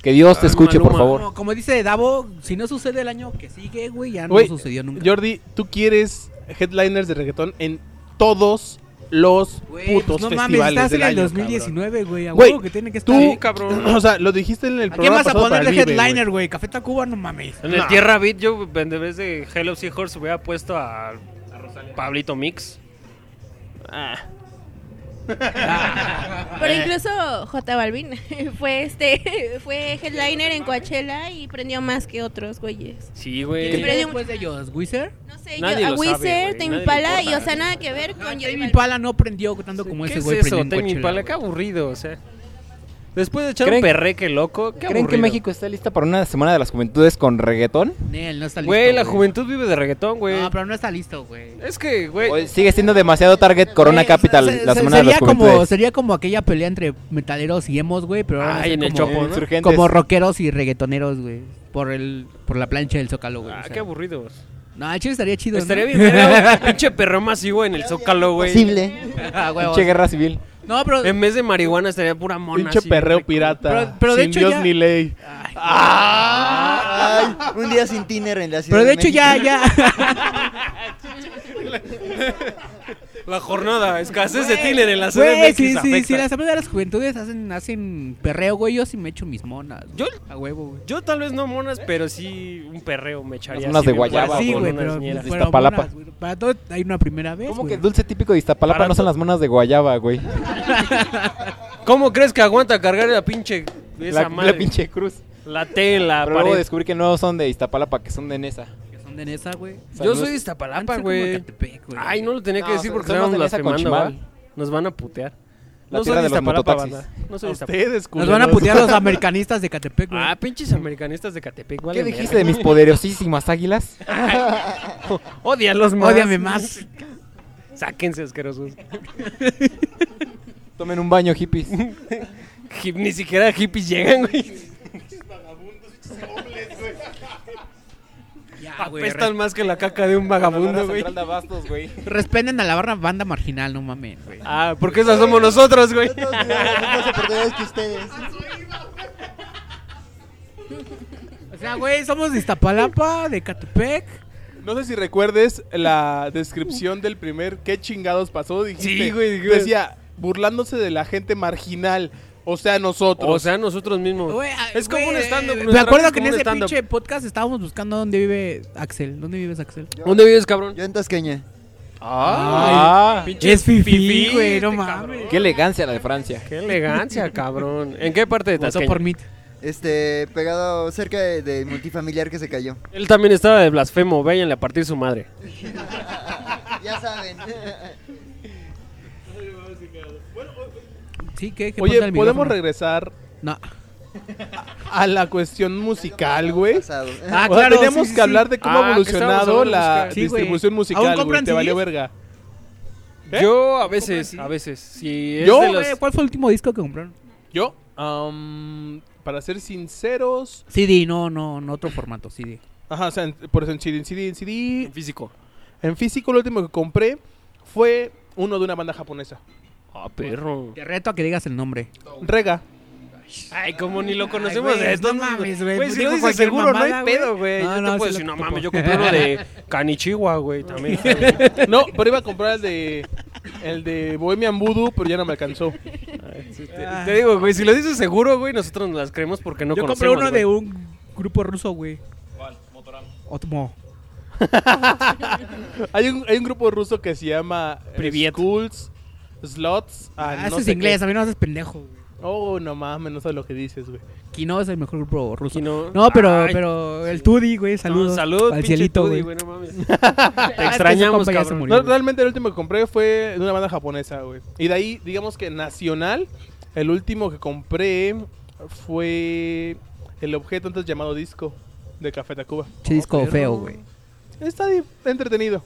S8: Que Dios te
S4: Ay,
S8: escuche, por
S4: Maluma.
S8: favor.
S5: Bueno, como dice Davo, si no sucede el año que sigue, güey, ya no
S7: Güey,
S5: sucedió nunca.
S7: Jordi, tú quieres headliners de reggaetón en todos los
S5: Güey, pues
S7: putos
S5: no
S7: festivales
S5: mames, estás
S7: del
S5: en el
S7: año,
S5: 2019, güey. A
S7: Güey,
S5: huevo que tiene que estar.
S7: cabrón. Tú,
S5: ahí.
S7: cabrón. <clears throat> O sea, lo dijiste en el
S5: ¿A quién
S7: programa
S5: vas a
S7: pasado para
S5: ponerle
S7: el Vive, güey.
S5: headliner, güey? Café Tacuba, no mames.
S4: En el Tierra Beat, yo en vez de Hello Seahorse hubiera puesto a, Pablito Mix.
S9: Pero incluso J Balvin <laughs> fue este <laughs> fue headliner en Coachella y prendió más que otros güeyes.
S4: Sí,
S5: ¿Quién
S9: Sí,
S4: güey.
S9: pero-
S5: viene después de ellos? ¿Wizard?
S9: No sé,
S4: Nadie
S9: yo, a
S4: lo sabe,
S9: Wizard,
S4: güey,
S9: Tame
S4: nadie le
S9: Impala y
S4: importa.
S9: o sea, nada que ver con J
S5: Jamie
S9: Balvin.
S5: Pala no prendió tanto como
S4: ¿Qué
S5: ese
S4: es
S5: güey
S4: eso,
S5: prendió en
S4: Tame
S5: Coachella,
S4: Impala? Qué
S5: güey.
S4: aburrido, o sea. Después de echar un
S8: ¿Creen-
S4: perreque loco, qué
S8: ¿Creen
S4: aburrido.
S8: que México está lista para una semana de las juventudes con reggaetón?
S5: Nel, no está listo. Ah,
S4: Güey, la juventud vive de reggaetón, güey.
S5: No, pero no está listo, güey.
S4: Es que, güey.
S10: Pues,
S8: O Sigue siendo demasiado target Corona
S5: Güey,
S8: Capital
S5: se-
S8: la
S5: se-
S8: semana de las
S5: sería como,
S8: juventudes.
S5: sería como aquella pelea entre metaleros y emos, güey, pero ahora van a
S4: Ay,
S5: ser
S4: en el
S5: como,
S4: chopo, ¿no?
S8: Insurgentes.
S5: como rockeros y reggaetoneros, güey, por el por la plancha del Zócalo, güey.
S4: Ah,
S5: o sea.
S4: qué aburrido.
S5: No, el chile estaría chido. ¿no?
S4: Estaría bien,
S5: <laughs>
S4: verga, un <laughs> pinche perro masivo en el zócalo, güey.
S6: Posible.
S5: Ah, huevos.
S8: Pinche guerra civil.
S5: No, pero
S4: En vez de marihuana estaría pura mona.
S7: Pinche
S4: así,
S7: perreo
S4: rico.
S7: pirata.
S5: Pero- pero de
S7: sin
S5: hecho
S7: Dios
S5: ya-
S7: ni ley.
S6: Ay, un día sin Tiner en la ciudad.
S5: pero de hecho
S8: <laughs>
S5: ya ya
S4: La jornada, escasez de tiner en la
S5: Güey,
S4: CDMX
S5: sí, sí,
S4: afecta.
S5: sí, las Asambleas de las Juventudes hacen, hacen perreo, güey. Yo sí me echo mis monas. güey,
S4: Yo-
S5: a huevo, güey.
S4: Yo tal vez no monas, pero sí un perreo me echaría.
S8: Las monas
S4: así
S8: de
S4: bien
S8: guayaba,
S4: bravo
S5: Pues sí,
S4: con
S5: güey,
S4: unas
S5: pero
S4: ñeras.
S5: fueron
S8: Iztapalapa.
S5: monas, güey. Para todo hay una primera vez.
S8: ¿Cómo
S5: güey.
S8: que el dulce típico de Iztapalapa
S4: Barato.
S8: no son las monas de guayaba, güey?
S4: ¿Cómo crees que aguanta cargar la pinche esa
S8: La,
S4: madre?
S8: la pinche cruz.
S4: La tela,
S8: Pero luego
S4: pared.
S8: descubrí que no son de Iztapalapa, que son de Nesa.
S5: Que son de Nesa, güey. Ah,
S4: Yo
S8: Saludos.
S4: soy de
S5: Antes
S4: Iztapalapa,
S5: era como
S4: güey.
S5: Ecatepec, güey.
S4: Ay, no lo tenía que
S8: No,
S4: decir porque
S8: somos
S4: estábamos
S8: de Nesa
S4: blasfemando,
S8: Cochimal.
S4: güey. Nos van a putear.
S8: La
S4: no soy
S8: tierra
S4: de
S8: de los
S4: Iztapalapa,
S8: mototaxis.
S4: banda. No soy de Iztapalapa.
S7: Ustedes,
S5: Nos van a
S7: culeros.
S5: putear los americanistas de Catepec, güey.
S4: Ah, pinches americanistas de Catepec, vale
S8: ¿Qué
S4: verga.
S8: dijiste de mis poderosísimas águilas?
S4: Ódialos más.
S5: Ódiame más.
S4: Sáquense, asquerosos.
S8: Tomen un baño, hippies.
S4: Hip- Ni siquiera hippies llegan, güey.
S8: Ah,
S5: Ya, güey,
S4: pues, Apestan más que la caca de un vagabundo, güey.
S8: Central de Abastos, güey.
S5: res- Respeten a la barra banda marginal, no mames, güey.
S4: Ah, porque esas somos nosotros, güey.
S6: Nosotros tuvimos las mismas oportunidades que ustedes.
S5: O sea, güey, somos de Iztapalapa, de Catepec.
S7: No sé si recuerdes la descripción del primer ¿Qué chingados pasó? Dijiste,
S4: Sí, güey, güey.
S7: Decía, burlándose de la gente marginal, o sea, nosotros.
S4: O sea, nosotros mismos.
S5: Güey, ah,
S4: es como
S5: güey,
S4: un stand-up.
S5: Me
S4: nuestra vida
S5: acuerdo
S4: es
S5: que en
S4: como un
S5: ese
S4: stand-up.
S5: pinche podcast estábamos buscando dónde vive Axel. ¿Dónde vives, Axel?
S4: ¿Dónde vives, cabrón?
S6: Yo en Tasqueña.
S8: Ah,
S5: Es fifí,
S4: fifí,
S5: güey, no
S4: este
S5: mames.
S8: qué elegancia la de Francia.
S4: Qué elegancia, cabrón. ¿En qué parte de
S5: Votó
S4: Tasqueña?
S5: por mí.
S6: Este, pegado cerca de- del multifamiliar que se cayó.
S4: Él también estaba de blasfemo. Váyanle a partir su madre.
S6: Ya saben.
S5: Sí, ¿qué? ¿Qué
S7: Oye,
S5: ponte el
S7: ¿podemos
S5: micrófono?
S7: regresar
S5: No.
S7: a la cuestión musical, güey?
S6: Pasado.
S5: Ah,
S7: o sea,
S5: claro,
S7: tenemos
S5: sí, sí,
S7: que hablar
S5: sí.
S7: de cómo
S4: Ah,
S7: ha
S4: que
S7: evolucionado
S4: estábamos hablando de
S7: la
S4: música.
S5: Sí, güey.
S7: distribución
S5: ¿Aún
S7: musical, güey.
S5: compran
S7: Te valió
S5: CDs?
S7: verga. ¿Eh?
S4: Yo a veces,
S5: sí?
S4: a veces. Si es
S7: ¿Yo?
S4: de
S5: Güey,
S4: los-
S5: Eh, ¿Cuál fue el último disco que compraron?
S7: Yo,
S4: um,
S7: am, para ser sinceros,
S5: CD, no, no, no otro formato, CD.
S7: ajá, o sea, en- por eso en CD, en CD, en CD,
S4: físico.
S7: en físico lo último que compré fue uno de una banda japonesa.
S4: Ah, perro.
S5: Te reto a que digas el nombre.
S7: Rega.
S4: Ay, como ni lo conocemos
S5: güey,
S4: de esto.
S5: no mames, güey.
S4: si
S5: Digo
S4: lo dices
S5: cualquier
S4: seguro,
S5: mamada,
S4: no hay pedo,
S5: güey.
S4: güey.
S5: No,
S4: Yo
S5: no,
S4: te puedo
S5: sí
S4: decir,
S5: lo
S4: no
S5: ocupo.
S4: mames, yo compré uno de
S5: <laughs>
S4: Canichihua, güey, también.
S7: No, pero iba a comprar el de el de Bohemian Voodoo, pero ya no me alcanzó.
S4: Te- Te digo, güey, si lo dices seguro, güey, nosotros nos las creemos porque no
S5: Ah. Yo compré
S4: conocemos,
S5: uno de
S4: güey.
S5: un grupo ruso, güey. Otmo.
S7: Hay un, hay un grupo ruso que se llama eh,
S4: Privet.
S7: Skulls, Slots. ah,
S5: Ah,
S7: no
S5: eso es
S7: sé
S5: inglés,
S7: qué.
S5: a mí no haces pendejo, güey.
S7: Oh, no mames, no sabes lo que dices, güey.
S5: Kino es el mejor grupo ruso.
S4: Kino.
S5: No, pero,
S4: Ay,
S5: pero el Tudi, güey, saludos.
S4: No, salud,
S5: al
S4: pinche
S5: cielito,
S4: Tudi,
S5: güey. Ah,
S4: güey, no
S5: <laughs>
S4: mames.
S5: que
S4: Te
S5: ese
S4: extrañamos,
S5: compa ya se
S4: cabrón.
S5: murió.
S7: No, realmente el último que compré fue de una banda japonesa, güey. Y de ahí, digamos que nacional, el último que compré fue el objeto antes llamado disco de Café Tacuba.
S5: Che disco feo, güey.
S7: Está di- entretenido.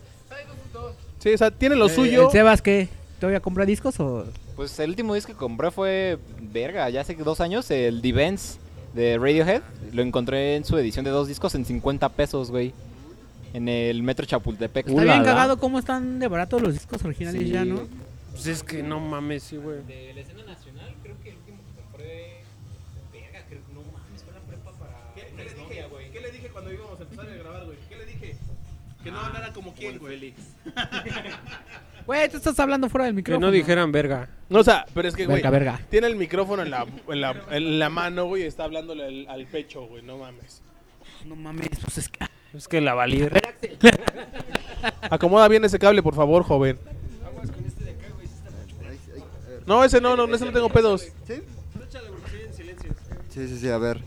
S7: Sí, o sea, tiene
S5: Eh,
S7: lo suyo.
S5: ¿El Sebas qué? ¿Todavía compra discos o...?
S8: Pues el último disco que compré fue, verga, ya hace dos años, el Divens de Radiohead. Lo encontré en su edición de dos discos en 50 pesos, güey. En el Metro Chapultepec.
S5: Está bien
S4: Ulala.
S5: cagado cómo están de barato los discos originales
S8: Sí.
S5: ya, ¿no?
S4: Pues es que no mames, sí, güey.
S11: De la escena nacional, creo que el último que compré. Verga, creo que no mames, fue la prepa para.
S7: ¿Qué le dije cuando íbamos a empezar a grabar, güey? ¿Qué le dije? Que no
S11: Ah,
S7: hablara como quien, güey.
S5: Güey, tú estás hablando fuera del
S4: Que
S5: micrófono.
S4: no dijeran verga.
S7: No, o sea, pero es que, güey,
S5: Verga, verga.
S7: tiene el micrófono en la, en la, en la mano, güey, y está hablándole al, al pecho, güey, no mames.
S5: No mames, pues es que...
S4: Es que la valida.
S7: Acomoda bien ese cable, por favor, joven. No, ese no, no, ese no tengo pedos.
S6: ¿Sí? Sí, sí, sí, a ver.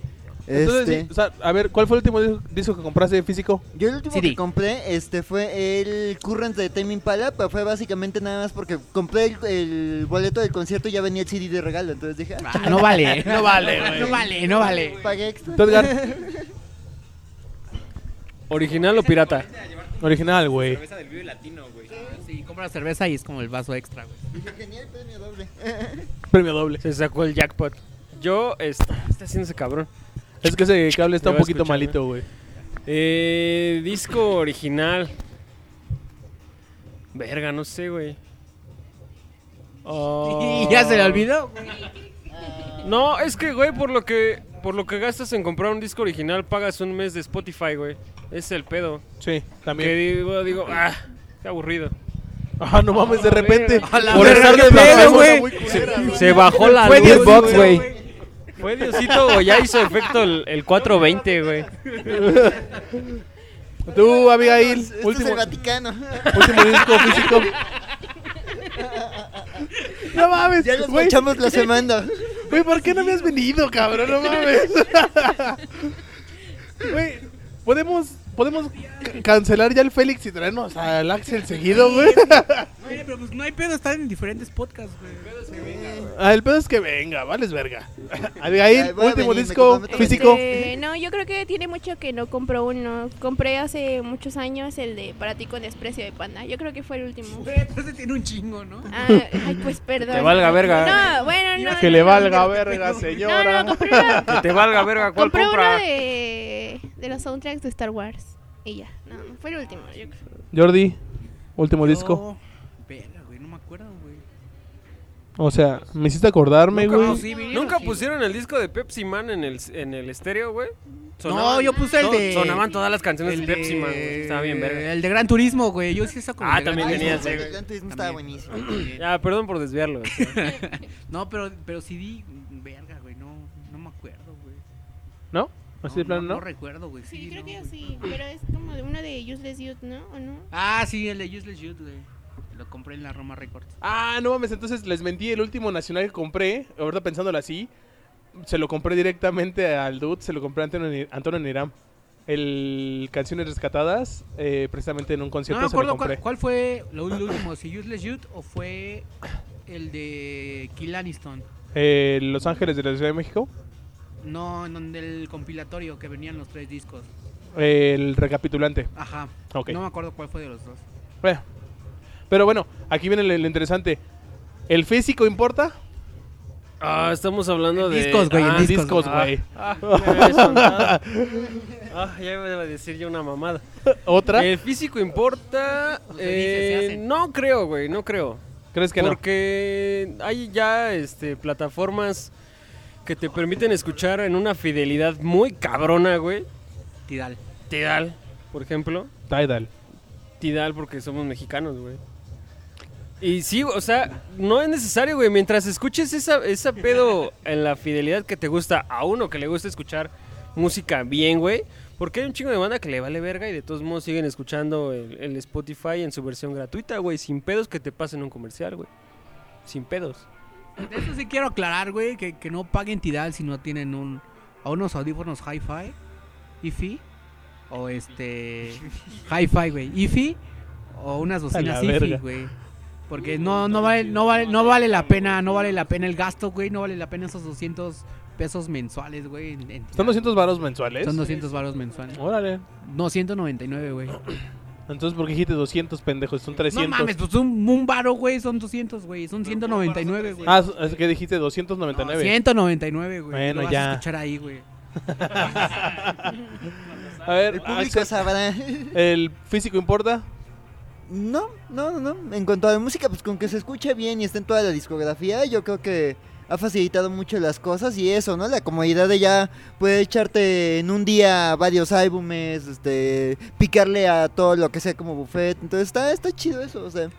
S7: Entonces,
S6: Este,
S7: sí, o sea, a ver, ¿cuál fue el último disco- disco que compraste físico?
S6: yo el último
S5: CD.
S6: que compré este fue el Current de Tame Impala, pero fue básicamente nada más porque compré el, el boleto del concierto y ya venía el CD de regalo, entonces dije, ah,
S5: <laughs> Ah, no vale. <laughs> no vale, güey. No vale, no
S4: Ah.
S5: vale.
S6: pagué extra. <laughs> Este
S7: Tú, Edgar,
S4: ¿Original o pirata?
S7: original, güey.
S5: Sí, compra cerveza y es como el vaso extra, güey.
S6: Dije, genial, premio doble.
S7: Premio doble.
S4: Se sacó el jackpot. Yo, este, ¿qué está haciendo ese cabrón?
S7: Es que ese cable
S4: Te
S7: está un
S4: va a
S7: poquito
S4: escuchar,
S7: malito, güey.
S4: Eh, disco original. Verga, no
S5: <laughs>
S4: sé, güey. Ah.
S5: ¿Ya se le olvidó?
S4: No, es que, güey, por lo que por lo que gastas en comprar un disco original, pagas un mes de Spotify, güey. Es el pedo.
S7: Sí,
S4: Que
S7: también.
S4: digo, digo, ah, qué aburrido.
S7: Ah, no mames, de repente.
S5: la
S7: Por
S5: verga,
S7: estar
S5: qué
S7: de
S5: pedo,
S7: blasfemo,
S5: güey.
S7: muy culera, güey.
S4: Se bajó la
S8: Fue
S4: luz,
S8: Diosbox, güey.
S4: Fue Diosito o ya hizo efecto el, el 420, güey.
S7: Tú, Abigail,
S6: Esto es
S7: último,
S6: el Vaticano.
S7: último disco físico. No mames,
S6: Ya lo
S7: güey.
S6: <laughs> escuchamos la semana.
S7: Güey, ¿por qué no me has venido, cabrón? No mames. Güey, podemos, podemos ca- cancelar ya el Félix y traernos al Axel seguido, güey.
S5: Oye, pero pues no hay pedo, están en diferentes podcasts, güey.
S7: Ah, el pedo es que venga, vales
S6: <laughs>
S7: verga. Abigail,
S6: Ay, voy a
S7: último
S6: venir, me
S7: disco
S6: comprometo a
S7: físico.
S9: Este, no, yo creo que tiene mucho que no compro uno. Compré hace muchos años el de Para ti con desprecio de panda. Yo creo que fue el último.
S5: Güey, pues se tiene un chingo, ¿no?
S9: Ah, ay, pues perdón.
S4: te valga verga.
S9: No, bueno, no.
S7: Que le
S9: no,
S7: valga
S9: no,
S7: verga,
S9: No,
S7: señora.
S9: no, compré
S7: <laughs>
S9: uno,
S4: Que te valga verga cuál
S9: compré
S4: compra.
S9: uno de, de los soundtracks de Star Wars. Y ya, no, fue el último. Yo creo.
S7: Jordi, último disco.
S5: Yo- Verga, güey, no me acuerdo, güey.
S7: O sea, me hiciste acordarme,
S4: Nunca-
S7: güey.
S5: No, sí, vinieron,
S4: ¿Nunca
S5: sí,
S4: pusieron el disco de Pepsi Man en el, en el estéreo, güey?
S5: No, yo puse el
S4: to-
S5: de.
S4: Sonaban todas las canciones
S5: el
S4: de Pepsi Man, güey. Estaba bien verga.
S5: El de Gran Turismo, güey. Yo sí esa como
S4: Ah,
S5: de Gran
S4: también
S5: Turismo.
S4: <laughs> tenía, sí,
S6: el
S4: güey. Ah,
S6: Gran Turismo estaba
S5: También.
S6: buenísimo.
S4: Ya, perdón por desviarlo.
S5: No, pero, pero sí vi. Verga, güey. No, no me acuerdo, güey.
S7: ¿No? Así de
S5: no,
S7: plano,
S5: no
S7: ¿no?
S5: recuerdo, güey.
S9: Sí,
S5: Sí,
S9: creo
S5: no,
S9: que
S5: güey.
S9: sí. Pero es como de uno de Useless Youth, ¿no? ¿O no?
S5: Ah, sí, el de Useless Youth, güey. Lo compré en la Roma Records.
S7: Ah, no mames, entonces les mentí el último nacional que compré, ahorita pensándolo así, se lo compré directamente al dude, se lo compré a Antonio, Ni- Antonio Niram. El Canciones Rescatadas, eh, precisamente en un
S5: No
S7: concierto
S5: me
S7: se lo
S5: acuerdo
S7: compré.
S5: cuál, cuál fue lo lo último, si Useless Youth o fue el de Kill Aniston.
S7: Eh, Los Ángeles de la Ciudad de México,
S5: No, en donde el compilatorio que venían los tres discos.
S7: eh, el recapitulante.
S5: Ajá.
S7: Ok.
S5: No me acuerdo cuál fue de los dos.
S7: Bueno. Pero bueno, aquí viene lo, lo interesante. ¿El físico importa?
S4: Ah, estamos hablando de.
S5: Discos, güey,
S4: Ah,
S5: en discos,
S7: Discos, güey.
S4: Ah, ya
S5: <laughs>
S4: me habías contado. Ah, ya iba a decir yo una mamada.
S7: ¿Otra?
S4: ¿El físico importa?
S5: Se dice, se
S4: eh,
S5: hace.
S4: no creo, güey, no creo.
S7: ¿Crees que no?
S4: Porque hay ya este, plataformas que te permiten escuchar en una fidelidad muy cabrona, güey.
S5: Tidal.
S4: Tidal, por ejemplo.
S7: Tidal.
S4: Tidal porque somos mexicanos, güey. Y sí, o sea, no es necesario, güey. Mientras escuches esa, esa pedo en la fidelidad que te gusta a uno que le gusta escuchar música bien, güey. Porque hay un chingo de banda que le vale verga y de todos modos siguen escuchando el, el Spotify en su versión gratuita, güey. Sin pedos que te pasen un comercial, güey. Sin pedos.
S5: De eso sí quiero aclarar, güey, que, que no paguen Tidal si no tienen un a unos audífonos hi-fi, ifi o este hi-fi, güey, ifi o unas
S7: A
S5: bocinas
S7: la
S5: ifi,
S7: verga.
S5: güey. Porque no no vale no vale no vale la pena, no vale la pena el gasto, güey, no vale la pena esos 200 pesos mensuales, güey. en- en
S7: ¿Son Oh.
S5: Tidal.
S7: 200 varos mensuales?
S5: Son 200 varos mensuales.
S7: Órale.
S5: No, 199, güey.
S7: Entonces, ¿por qué dijiste 200, pendejos? Son 300.
S5: No mames, pues un, un varo, güey, son 200, güey. Son 199, güey.
S7: Ah, es que dijiste
S5: No,
S7: 299.
S5: 199, güey.
S7: Bueno,
S5: Lo vas
S7: ya.
S5: a escuchar ahí, güey.
S7: A ver,
S6: El público
S7: Axel,
S6: sabrá.
S7: ¿el físico importa?
S6: No, no, no, no. En cuanto a la música, pues con que se escuche bien y esté en toda la discografía, yo creo que ha facilitado mucho las cosas y eso, ¿no? La comodidad de ya poder echarte en un día varios álbumes, este, picarle a todo lo que sea como buffet. Entonces está, está chido eso, o sea.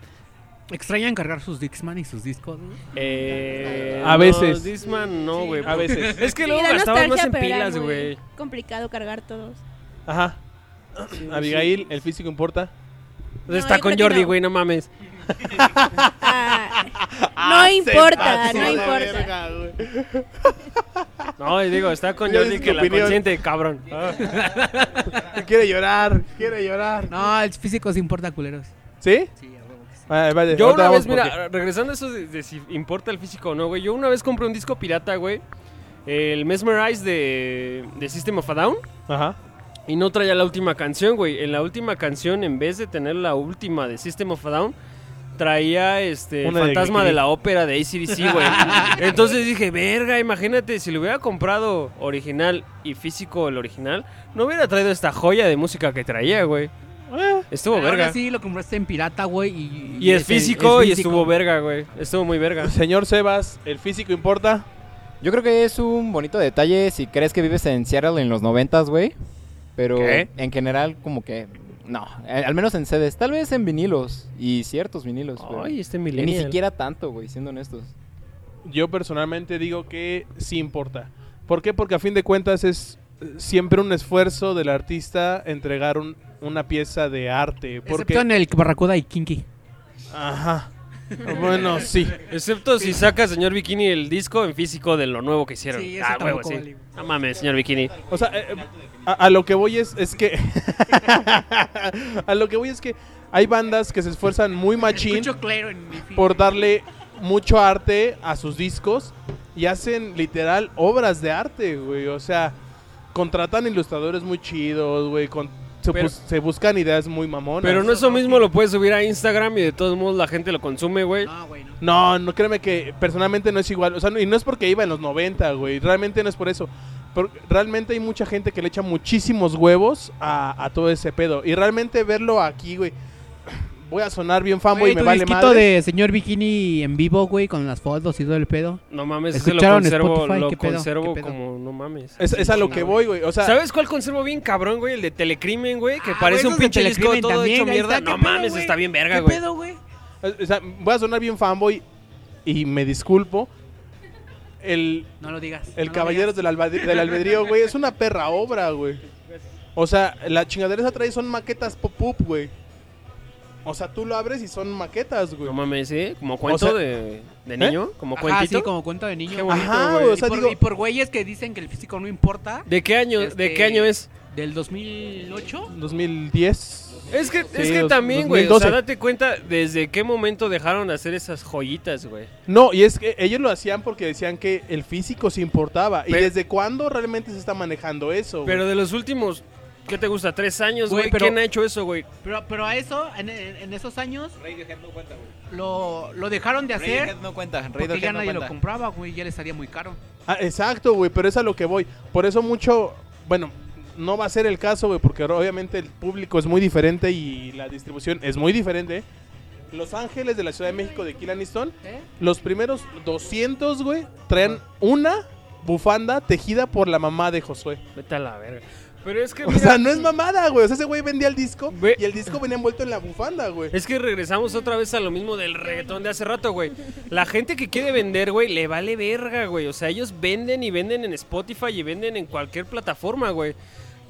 S5: ¿Extrañan cargar sus Dixman y sus discos? güey?
S4: Eh,
S7: A
S4: no,
S7: veces.
S4: Discman no, güey.
S7: A veces.
S4: <laughs> Es que
S9: Sí,
S4: luego
S9: da
S4: gastabas más
S9: nostalgia,
S4: en
S9: pero era
S4: pilas,
S9: muy
S4: güey.
S9: Complicado cargar <laughs> todos.
S7: Ajá. Abigail, ¿el físico importa?
S9: No,
S4: Está
S9: yo
S4: con
S9: creo que
S4: Jordi,
S9: no.
S4: güey, no mames.
S9: Ah, no importa, no importa. <laughs>
S4: No, y digo, está con
S7: Ya
S4: Jordi
S7: dices
S4: que
S7: tu
S4: la
S7: opinión.
S4: consiente, cabrón.
S7: Quiere llorar, quiere llorar.
S5: No, el físico se importa, culeros.
S7: ¿Sí?
S5: Sí, a huevo que sí.
S7: Ah, vale,
S4: Yo
S7: ahorita
S4: una
S7: vamos
S4: vez,
S7: porque-
S4: mira, regresando a eso de, de si importa el físico o no, güey. Yo una vez compré un disco pirata, güey. El Mesmerize de, de System of a Down.
S7: Ajá.
S4: Y no traía la última canción, güey. En la última canción, en vez de tener la última de System of a Down, traía este el
S7: Una de
S4: fantasma de,
S7: Green Day.
S4: la ópera de ACDC,
S7: <laughs>
S4: güey. Entonces dije, verga, imagínate, si lo hubiera comprado original y físico el original, no hubiera traído esta joya de música que traía, güey.
S7: Eh.
S4: Estuvo
S5: Ahora
S4: verga.
S5: sí, lo compraste en pirata, güey. Y,
S4: Y es
S5: ese-
S4: físico,
S5: es
S4: y estuvo verga, güey. Estuvo muy verga.
S7: Señor Sebas, ¿el físico importa?
S8: Yo creo que es un bonito detalle si crees que vives en Seattle en los noventas, güey. Pero
S4: ¿Qué?
S8: en general, como que. No, eh, al menos en sedes. Tal vez en vinilos y ciertos vinilos. pero-
S4: Ay, este
S8: y ni
S4: millennial.
S8: siquiera tanto, güey, siendo honestos.
S7: Yo personalmente digo que sí importa. ¿Por qué? Porque a fin de cuentas es eh, siempre un esfuerzo del artista entregar un- una pieza de arte.
S5: Excepto
S7: Porque...
S5: en el Barracuda y Kinky.
S7: Ajá. Bueno, sí.
S4: Excepto si saca Señor Bikini el disco en físico de lo nuevo que hicieron.
S5: Sí, ese
S4: ah, huevo,
S5: tampoco
S4: sí.
S5: vale.
S4: No mames, Señor Bikini.
S7: O sea, eh, eh, a, a lo que voy es, es que. <laughs> a lo que voy es que hay bandas que se esfuerzan muy machín
S5: Escucho claro en mi fin.
S7: por darle mucho arte a sus discos y hacen literal obras de arte, güey. O sea, contratan ilustradores muy chidos, güey. con- se,
S4: Pero-
S7: bus- se buscan ideas muy mamonas.
S4: Pero no eso mismo lo puedes subir a Instagram y de todos modos la gente lo consume, güey.
S5: No, güey, no.
S7: No, no, créeme que personalmente no es igual. O sea, no- y no es porque iba en los 90, güey. Realmente no es por eso. Por- realmente hay mucha gente que le echa muchísimos huevos a, a todo ese pedo. Y realmente verlo aquí, güey. Voy a sonar bien fanboy y
S5: Güey,
S7: me
S5: tu
S7: vale
S5: disquito
S7: madre.
S5: de señor Bikini en vivo, güey, con las fotos y todo el pedo.
S4: No mames, ese lo
S5: ¿Escucharon
S4: conservo,
S5: Spotify?
S4: lo
S5: ¿Qué pedo?
S4: conservo
S5: ¿Qué pedo?
S4: como no mames.
S7: Es, es a lo que voy, güey. O sea,
S4: ¿Sabes cuál conservo bien cabrón, güey? El de Telecrimen, güey, que
S5: Ah,
S4: parece
S5: güey,
S4: un
S5: esos de
S4: pinche disco
S5: Telecrimen
S4: todo
S5: también,
S4: hecho
S5: ahí
S4: mierda.
S5: está, ¿qué
S4: No
S5: pedo,
S4: mames,
S5: güey?
S4: está bien verga,
S5: ¿Qué
S4: güey.
S5: pedo, güey?
S7: Eh, o sea, voy a sonar bien fanboy y me disculpo. El,
S5: No lo digas.
S7: El
S5: no lo
S7: Caballeros
S5: digas.
S7: del, Alba- del Albedrío, güey, es una perra obra, güey. O sea, la chingadera esa trae son maquetas pop-up, güey. O sea, tú lo abres y son maquetas, güey.
S4: No mames, ¿eh? Como cuento
S7: sea-
S4: de, de niño, como
S5: ¿Eh? Ajá,
S4: cuentito.
S5: sí, como cuento de niño.
S4: Qué
S5: güey.
S4: bonito,
S7: Ajá,
S4: güey.
S7: güey, o
S5: y,
S7: sea,
S5: por,
S7: digo,
S5: y por güeyes que dicen que el físico no importa,
S4: ¿De qué año? ¿De
S5: Este-
S4: qué año es?
S5: del 2008.
S7: 2010.
S4: Es que, es
S7: Sí,
S4: que
S7: dos-
S4: también, güey, o sea,
S7: 2012.
S4: date cuenta desde qué momento dejaron de hacer esas joyitas, güey.
S7: No, y es que ellos lo hacían porque decían que el físico se importaba. ¿Y
S4: Pero-
S7: desde cuándo realmente se está manejando eso? güey?
S4: Pero de los últimos, ¿qué te gusta? ¿Tres años,
S5: Güey,
S4: güey?
S5: pero-
S4: ¿Quién ha hecho eso, güey?
S5: Pero, pero a eso, en, en- en esos años,
S11: Radiohead no cuenta, güey.
S5: lo, lo dejaron de hacer
S8: Radiohead no cuenta.
S5: porque
S8: Radiohead
S5: ya
S8: no
S5: nadie lo
S8: cuenta.
S5: compraba, güey, ya le salía muy caro.
S7: Ah, exacto, güey, pero es a lo que voy. Por eso mucho, bueno, no va a ser el caso, güey, porque obviamente el público es muy diferente y la distribución es muy diferente. Los Ángeles de la Ciudad de México de Kill Aniston,
S5: ¿Eh?
S7: los primeros 200, güey, traen una bufanda tejida por la mamá de Josué.
S4: Vete a la verga. Pero es que,
S7: <laughs> O
S4: mira,
S7: sea, no es mamada, güey. O sea, ese güey vendía el disco
S4: Ve-
S7: y el disco venía envuelto en la bufanda, güey.
S4: es que regresamos otra vez a lo mismo del reggaetón de hace rato, güey. La gente que quiere vender, güey, le vale verga, güey. O sea, ellos venden y venden en Spotify y venden en cualquier plataforma, güey.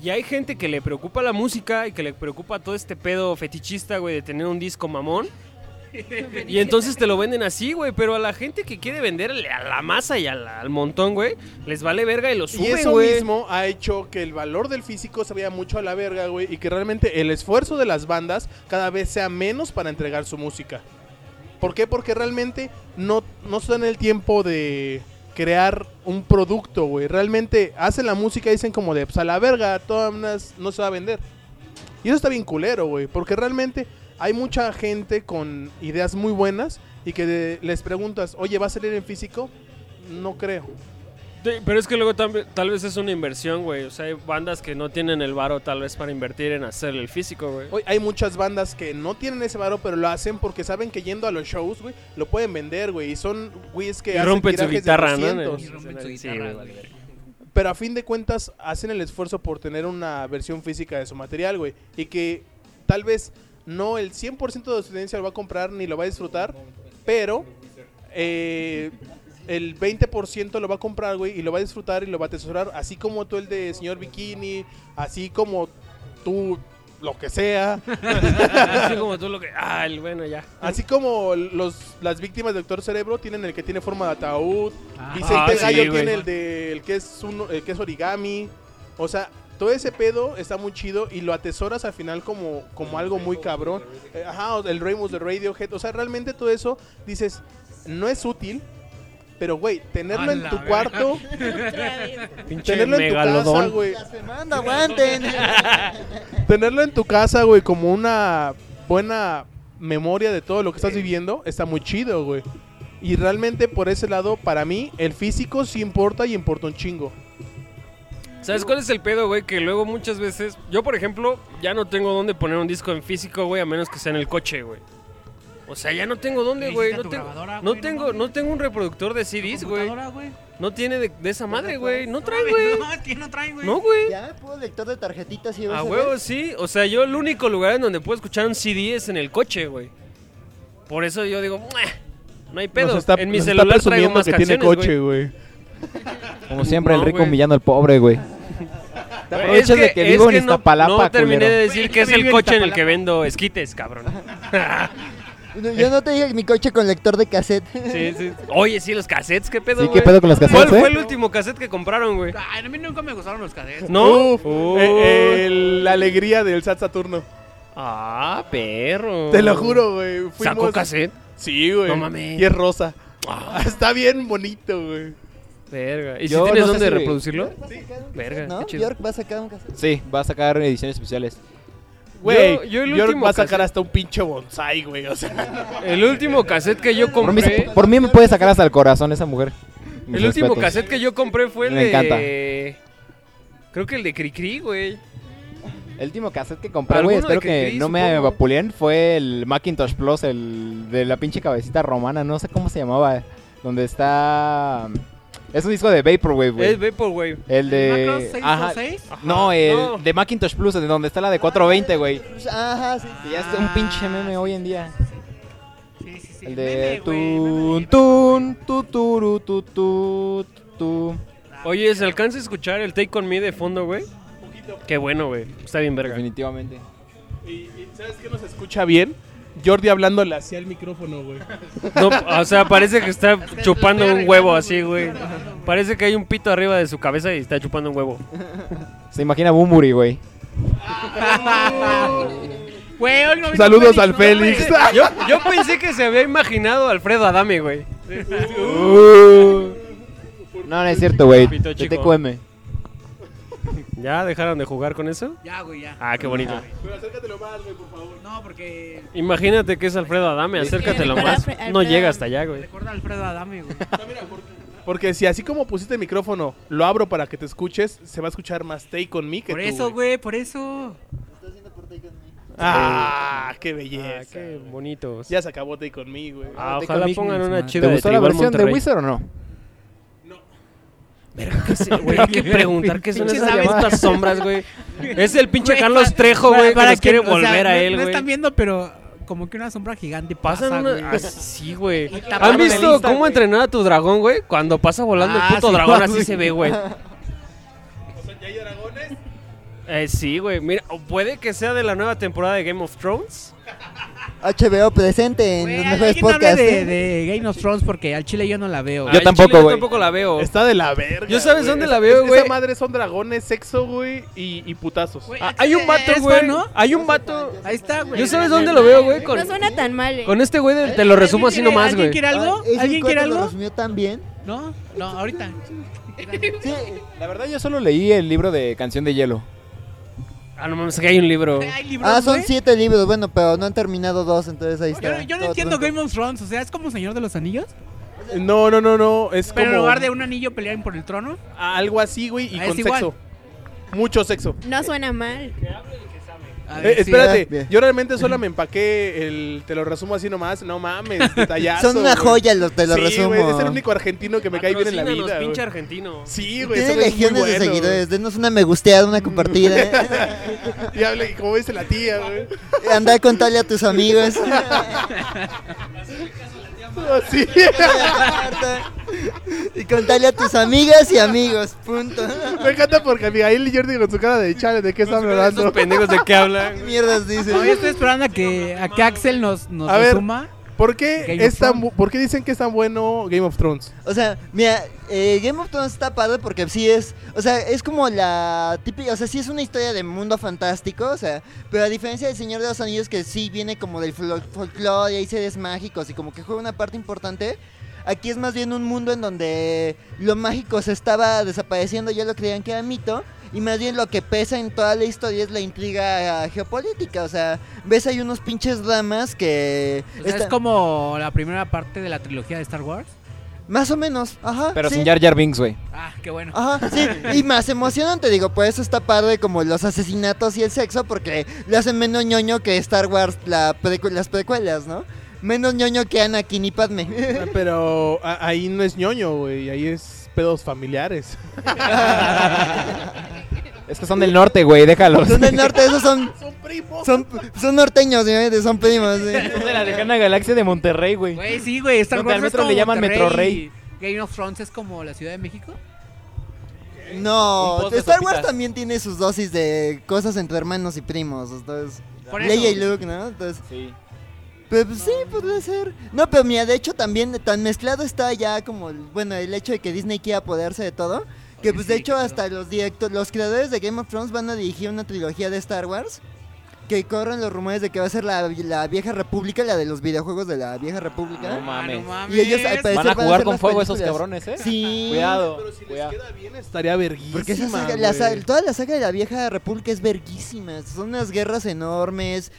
S4: Y hay gente que le preocupa la música y que le preocupa todo este pedo fetichista, güey, de tener un disco mamón. Y entonces te lo venden así, güey. Pero a la gente que quiere venderle a la masa y a la- al montón, güey, les vale verga y lo
S7: Y
S4: suben,
S7: eso
S4: güey.
S7: mismo ha hecho que el valor del físico se vaya mucho a la verga, güey, y que realmente el esfuerzo de las bandas cada vez sea menos para entregar su música. ¿Por qué? Porque realmente no, no se dan el tiempo de crear un producto, güey. Realmente hacen la música y dicen como de, pues a la verga, todas no se va a vender. Y eso está bien culero, güey, porque realmente hay mucha gente con ideas muy buenas y que de- les preguntas, oye, ¿va a salir en físico? No creo.
S4: Sí, pero es que luego tam- tal vez es una inversión, güey. O sea, hay bandas que no tienen el varo tal vez para invertir en hacer el físico, güey.
S7: Hoy hay muchas bandas que no tienen ese varo, pero lo hacen porque saben que yendo a los shows, güey, lo pueden vender, güey. Y son güeyes que
S4: Y
S7: hacen
S4: rompen su
S7: tirajes de
S4: guitarra, ¿no?
S7: 200.
S4: Sí,
S5: Y rompen su
S4: sí,
S5: guitarra,
S4: güey.
S5: güey.
S7: Pero a fin de cuentas hacen el esfuerzo por tener una versión física de su material, güey. Y que tal vez no el 100% de su audiencia lo va a comprar ni lo va a disfrutar, pero eh, el 20% lo va a comprar, güey, y lo va a disfrutar y lo va a atesorar. Así como tú el de Señor Bikini, así como tú lo que sea.
S4: <laughs> Así como tú lo que. Ah, el- bueno, ya.
S7: Así como los, las víctimas de Doctor Cerebro tienen el que tiene forma de ataúd,
S4: Ah,
S7: Vicente
S4: sí,
S7: Gallo
S4: güey.
S7: tiene el de el que es un, el que es origami. O sea, todo ese pedo está muy chido y lo atesoras al final como, como algo muy cabrón. Eh, Ajá, o el Rainbows de Radiohead. O sea, realmente todo eso dices, no es útil, pero güey, tenerlo
S5: A
S7: en
S5: la
S7: tu
S5: verga.
S7: cuarto,
S4: Pinche
S7: tenerlo en tu casa,
S4: megalodón.
S7: güey.
S6: Las demandas,
S4: <laughs>
S6: aguanten.
S7: Tenerlo en tu casa, güey, como una buena memoria de todo lo que estás viviendo, está muy chido, güey. Y realmente por ese lado, para mí, el físico sí importa y importa un chingo.
S4: ¿Sabes cuál es el pedo, güey? Que luego muchas veces. Yo, por ejemplo, ya no tengo dónde poner un disco en físico, güey, a menos que sea en el coche, güey. O sea, ya no tengo dónde,
S5: Necesita
S4: güey. No
S5: tu
S4: tengo,
S5: grabadora,
S4: no,
S5: güey, no
S4: tengo,
S5: mames.
S4: no tengo un reproductor de CDs, güey.
S5: Computadora, güey.
S4: No tiene de, de esa madre, güey. No trae,
S5: mames,
S4: güey.
S5: No, es que no trae, güey.
S4: No, güey.
S6: ya, puedo lector de tarjetitas y
S4: A
S6: USB.
S4: huevo, sí. O sea, yo el único lugar en donde puedo escuchar un CD es en el coche, güey. Por eso yo digo, "Mueh, no hay pedo.
S7: Nos está-
S4: en mi
S7: nos está
S4: celular traigo
S7: presumiendo
S4: más
S7: que
S4: canciones,
S7: tiene coche, güey.
S10: Como siempre,
S4: No,
S10: el rico
S4: güey.
S10: humillando al pobre, güey. Te
S4: güey.
S10: aprovechas de que
S4: es
S10: vivo en
S4: no-
S10: Iztapalapa,
S4: No terminé
S10: culero.
S4: de decir
S5: Güey,
S4: que
S5: yo
S4: es el
S5: vivo en
S4: coche en el que
S5: Iztapalapa.
S4: vendo esquites, cabrón.
S6: No, Yo no te dije mi coche con lector de cassette.
S4: <laughs> Sí, sí. Oye, sí, los cassettes, ¿qué pedo,
S10: Sí, ¿qué
S4: güey?
S10: pedo con los cassettes,
S4: ¿Cuál
S10: eh?
S4: fue el último cassette que compraron, güey?
S5: a mí nunca me gustaron los cassettes.
S4: ¿No?
S7: Eh, eh, la alegría del SAT Saturno.
S4: Ah, perro.
S7: Te lo juro, güey.
S4: ¿Sacó
S7: Fuimos-
S4: cassette?
S7: Sí, güey.
S4: No mames. Ah.
S7: Y es rosa. <laughs> Está bien bonito, güey.
S4: Verga. ¿Y
S8: Yo
S4: si tienes
S8: no sé
S4: dónde
S8: si-
S4: reproducirlo?
S6: Sí. <laughs>
S4: Verga,
S6: ¿No?
S4: qué chido.
S6: Bjork va a sacar un cassette.
S8: Sí, va a sacar ediciones especiales.
S7: Güey,
S4: yo el
S7: Bjork
S4: último
S7: va a sacar
S4: cassette-
S7: hasta un pinche bonsai, güey. O sea,
S4: El último cassette que yo
S10: Por mí, se-
S4: compré.
S10: por mí me puede sacar hasta el corazón esa mujer. Mis
S4: El último
S10: respetos.
S4: cassette que yo compré fue el
S10: Me
S4: de. Creo que el de Cricri, güey.
S10: El último cassette que compré, güey,
S4: Alguno de
S10: espero que
S4: Cricri,
S10: no me
S4: supongo.
S10: vapuleen, fue el Macintosh Plus, el de la pinche cabecita romana, no sé cómo se llamaba, donde está... mm, Es un disco de Vaporwave,
S4: Es
S10: güey.
S4: Vaporwave.
S10: El
S5: Macro
S10: de... Ajá. Ah.
S5: 626.
S10: No, el
S4: no.
S10: de Macintosh Plus, de donde está la de 420, güey.
S6: Ajá, sí.
S10: Que ya es un pinche meme hoy en día.
S5: Sí, sí, sí.
S10: El
S5: Meme,
S10: de...
S5: güey,
S10: Tun,
S5: meme.
S10: tun, tu, turu, tu, tu, tu.
S4: Oye, ¿se alcanza a escuchar el Take On Me de fondo, güey? Qué bueno, güey. Está bien, verga.
S8: Definitivamente.
S7: y, y ¿sabes qué nos escucha bien? Jordi hablándole hacia el micrófono, güey.
S4: No, o sea, parece que está chupando un huevo así, güey. Parece que hay un pito arriba de su cabeza y está chupando un huevo.
S10: Se imagina Bumburi, güey.
S5: Ah. Güey, hoy no vino
S7: Saludos
S5: Félix,
S7: al
S5: no,
S7: Félix.
S5: güey.
S4: Yo, yo pensé que se había imaginado a Alfredo Adame, güey.
S10: Uh. No, no es cierto, güey.
S4: Pito
S10: De
S4: chico.
S10: TQM.
S4: ¿Ya dejaron de jugar con eso?
S5: <laughs> Ya, güey, ya.
S4: Ah, qué bonito.
S7: Pero <laughs> acércatelo más, güey, por favor.
S5: No, porque
S4: Imagínate que es Alfredo Adame, acércatelo más. No llega hasta allá, güey.
S5: recuerda a Alfredo Adame, güey.
S7: Porque si así como pusiste el micrófono, lo abro para que te escuches, se va a escuchar más Take On Me que
S5: Por
S7: tú,
S5: eso, güey, por eso.
S7: Ah, qué belleza.
S4: Ah, qué bonito.
S7: Ya se acabó Take On Me, güey.
S4: Ah,
S5: Take
S4: ojalá
S5: on me,
S4: pongan una
S5: man.
S10: ¿Te
S4: chida de
S10: gustó la
S4: Tribal
S10: versión de
S4: Monterrey.
S10: Wizard o no?
S5: <laughs>
S4: Güey, hay que preguntar qué son
S10: Pinches
S4: esas
S10: llamadas.
S4: estas sombras, güey. Es el pinche
S5: Güey,
S4: Carlos
S5: para-
S4: Trejo,
S5: para-
S4: güey, que
S5: para
S4: nos quiere
S5: quien- o sea,
S4: volver a
S5: no-
S4: él,
S5: No
S4: güey.
S5: están viendo, pero como que una sombra gigigante pasa,
S4: Pasan
S5: güey.
S4: una... así, güey.
S5: taparon
S4: ¿Han
S5: el
S4: visto
S5: Insta,
S4: cómo
S5: güey.
S4: entrenar a tu dragón, güey? Cuando pasa volando
S5: Ah,
S4: el puto
S5: sí,
S4: dragón,
S5: no,
S4: así
S5: sí.
S4: se ve, güey.
S7: ¿Ya hay dragones?
S4: Eh, sí, güey. Mira, o puede que sea de la nueva temporada de Game of Thrones.
S6: HBO presente en
S5: Güey,
S6: los mejores
S5: alguien hable
S6: podcasts.
S5: de,
S6: ¿eh?
S5: de Game of Thrones porque al chile yo no la veo.
S10: Yo
S4: Al
S10: tampoco,
S4: chile Yo
S10: güey.
S4: tampoco la veo.
S7: Está de la verga.
S4: ¿Yo sabes
S7: güey.
S4: dónde
S7: Es-
S4: la veo,
S7: es-
S4: güey?
S7: Esa madre son dragones, sexo, güey, y, y putazos.
S5: Güey,
S4: Ah,
S5: al
S4: hay
S5: chile
S4: un vato,
S5: eres
S4: güey.
S5: fan, ¿no?
S4: Hay un vato.
S5: Ahí está, güey.
S4: ¿Yo sabes dónde lo veo, güey? Con,
S9: No suena tan mal, eh.
S4: con este güey, del- te lo resumo así
S5: ¿Alguien quiere-
S4: nomás,
S5: ¿Alguien
S4: güey.
S5: quiere algo?
S6: Ah, ese
S5: ¿Alguien quiere
S6: cuate lo
S5: algo?
S6: resumió tan bien.
S5: No, no, ahorita.
S6: Sí,
S10: La verdad, yo solo leí el libro de Canción de Hielo.
S4: Ah, no mames, que hay un libro.
S5: Hay libros,
S6: Ah, son
S5: güey.
S6: siete libros, bueno, pero no han terminado dos, entonces ahí
S5: Yo,
S6: está.
S5: no- yo no
S6: todo
S5: entiendo
S6: trunco.
S5: Game of Thrones, o sea, es como Señor de los Anillos,
S7: No, no, no, no. Es
S5: pero en
S7: como
S5: lugar de un anillo pelean por el trono.
S7: algo así, güey, y
S5: Ah, es
S7: con
S5: igual.
S7: sexo. Mucho sexo.
S9: No suena mal.
S5: A
S7: Eh,
S5: ver, sí.
S7: espérate,
S6: Bien.
S7: yo realmente solo me empaqué el. Te lo resumo así nomás. No mames, detallazo.
S6: <laughs> Son una
S7: güey.
S6: joya, los, te lo
S7: sí,
S6: resumo.
S7: güey, es el único argentino que <laughs> me cae bien en la
S4: Patrocínanos,
S7: vida.
S4: pinche
S7: güey.
S4: argentino.
S7: Sí, güey.
S6: Tiene
S7: ese güey es muy
S6: legiones de
S7: bueno, güey.
S6: seguidores, denos una me gusteada, una compartida. ¿eh?
S7: <laughs> Y habla, y como dice la tía, güey. <laughs>
S6: Anda a contarle a tus amigos. <laughs>
S7: Así.
S6: y contarle a tus amigas y amigos, punto.
S7: <laughs> Me encanta porque Miguel y Jordi con su cara de chale, ¿de qué están hablando?
S4: Esos pendejos de qué
S6: ¿Qué
S4: hablan.
S6: mierdas dices?
S7: este
S5: Todavía estoy esperando a que, a que Axel nos, nos
S7: A ver.
S5: resuma.
S7: <laughs> ¿Por qué,
S5: Game
S7: es
S5: of
S7: tan
S5: Thrones.
S7: bu- ¿Por qué dicen que es tan bueno Game of Thrones?
S6: O sea, mira, eh, Game of Thrones está padre porque sí es, o sea, es como la típica, o sea, sí es una historia de mundo fantástico, o sea, pero a diferencia del Señor de los Anillos que sí viene como del fol- folclore y hay seres mágicos y como que juega una parte importante, aquí es más bien un mundo en donde lo mágico se estaba desapareciendo, ya lo creían que era mito. Y más bien lo que pesa en toda la historia es la intriga ah, geopolítica. O sea, ves hay unos pinches dramas que...
S5: O sea, es
S6: están-
S5: como la primera parte de la trilogía de Star Wars.
S6: Más o menos, ajá.
S10: Pero
S6: sí.
S10: sin Jar Jar Binks, güey.
S5: Ah, qué bueno.
S6: Ajá, sí, y más emocionante, digo, por eso está padre como los asesinatos y el sexo, porque le hacen menos ñoño que Star Wars, la precu- las precuelas, ¿no? Menos ñoño que Anakin y
S8: <laughs>
S6: Padme.
S7: Ah, Pero a- ahí no es ñoño, güey. Ahí es pedos familiares.
S10: <laughs> Es que son del norte, güey, déjalos.
S6: Son del norte, esos son,
S7: Son primos.
S6: son, son norteños, señores, son primos. ¿eh? sí.
S10: Son de la lejana galaxia de Monterrey, güey.
S5: Güey, sí, güey, Star
S10: Donde
S5: Wars
S10: al
S5: es
S10: metro
S5: como
S10: le llaman
S5: Monterrey
S10: Metro Rey.
S5: y Game of Thrones es como la Ciudad de México.
S8: Un
S6: No,
S8: post de
S6: Star
S8: sopitas.
S6: Wars también tiene sus dosis de cosas entre hermanos y primos, entonces...
S5: Por
S6: Leia y
S5: eso.
S6: Luke, ¿no? Entonces,
S8: Sí.
S6: Pero pues, sí, podría ser. No, pero mira, de hecho también tan mezclado está ya como, el- bueno, el hecho de que Disney quiera apoderarse de todo. Que pues de hecho hasta los directos, los creadores de Game of Thrones van a dirigir una trilogía de Star Wars. Que corren los rumores de que va a ser la, la vieja república, la de los videojuegos de la vieja república.
S5: Ah,
S8: No mames.
S6: Y ellos al parecer
S8: Van a
S6: van a
S8: jugar
S6: hacer
S8: con
S6: las
S8: fuego esos
S6: películas.
S8: cabrones, ¿eh?
S6: Sí.
S8: Cuidado. cuidado.
S7: Estaría verguísima.
S6: Porque esa saga- la sa- toda la saga de la vieja república es verguísima. Son unas guerras enormes.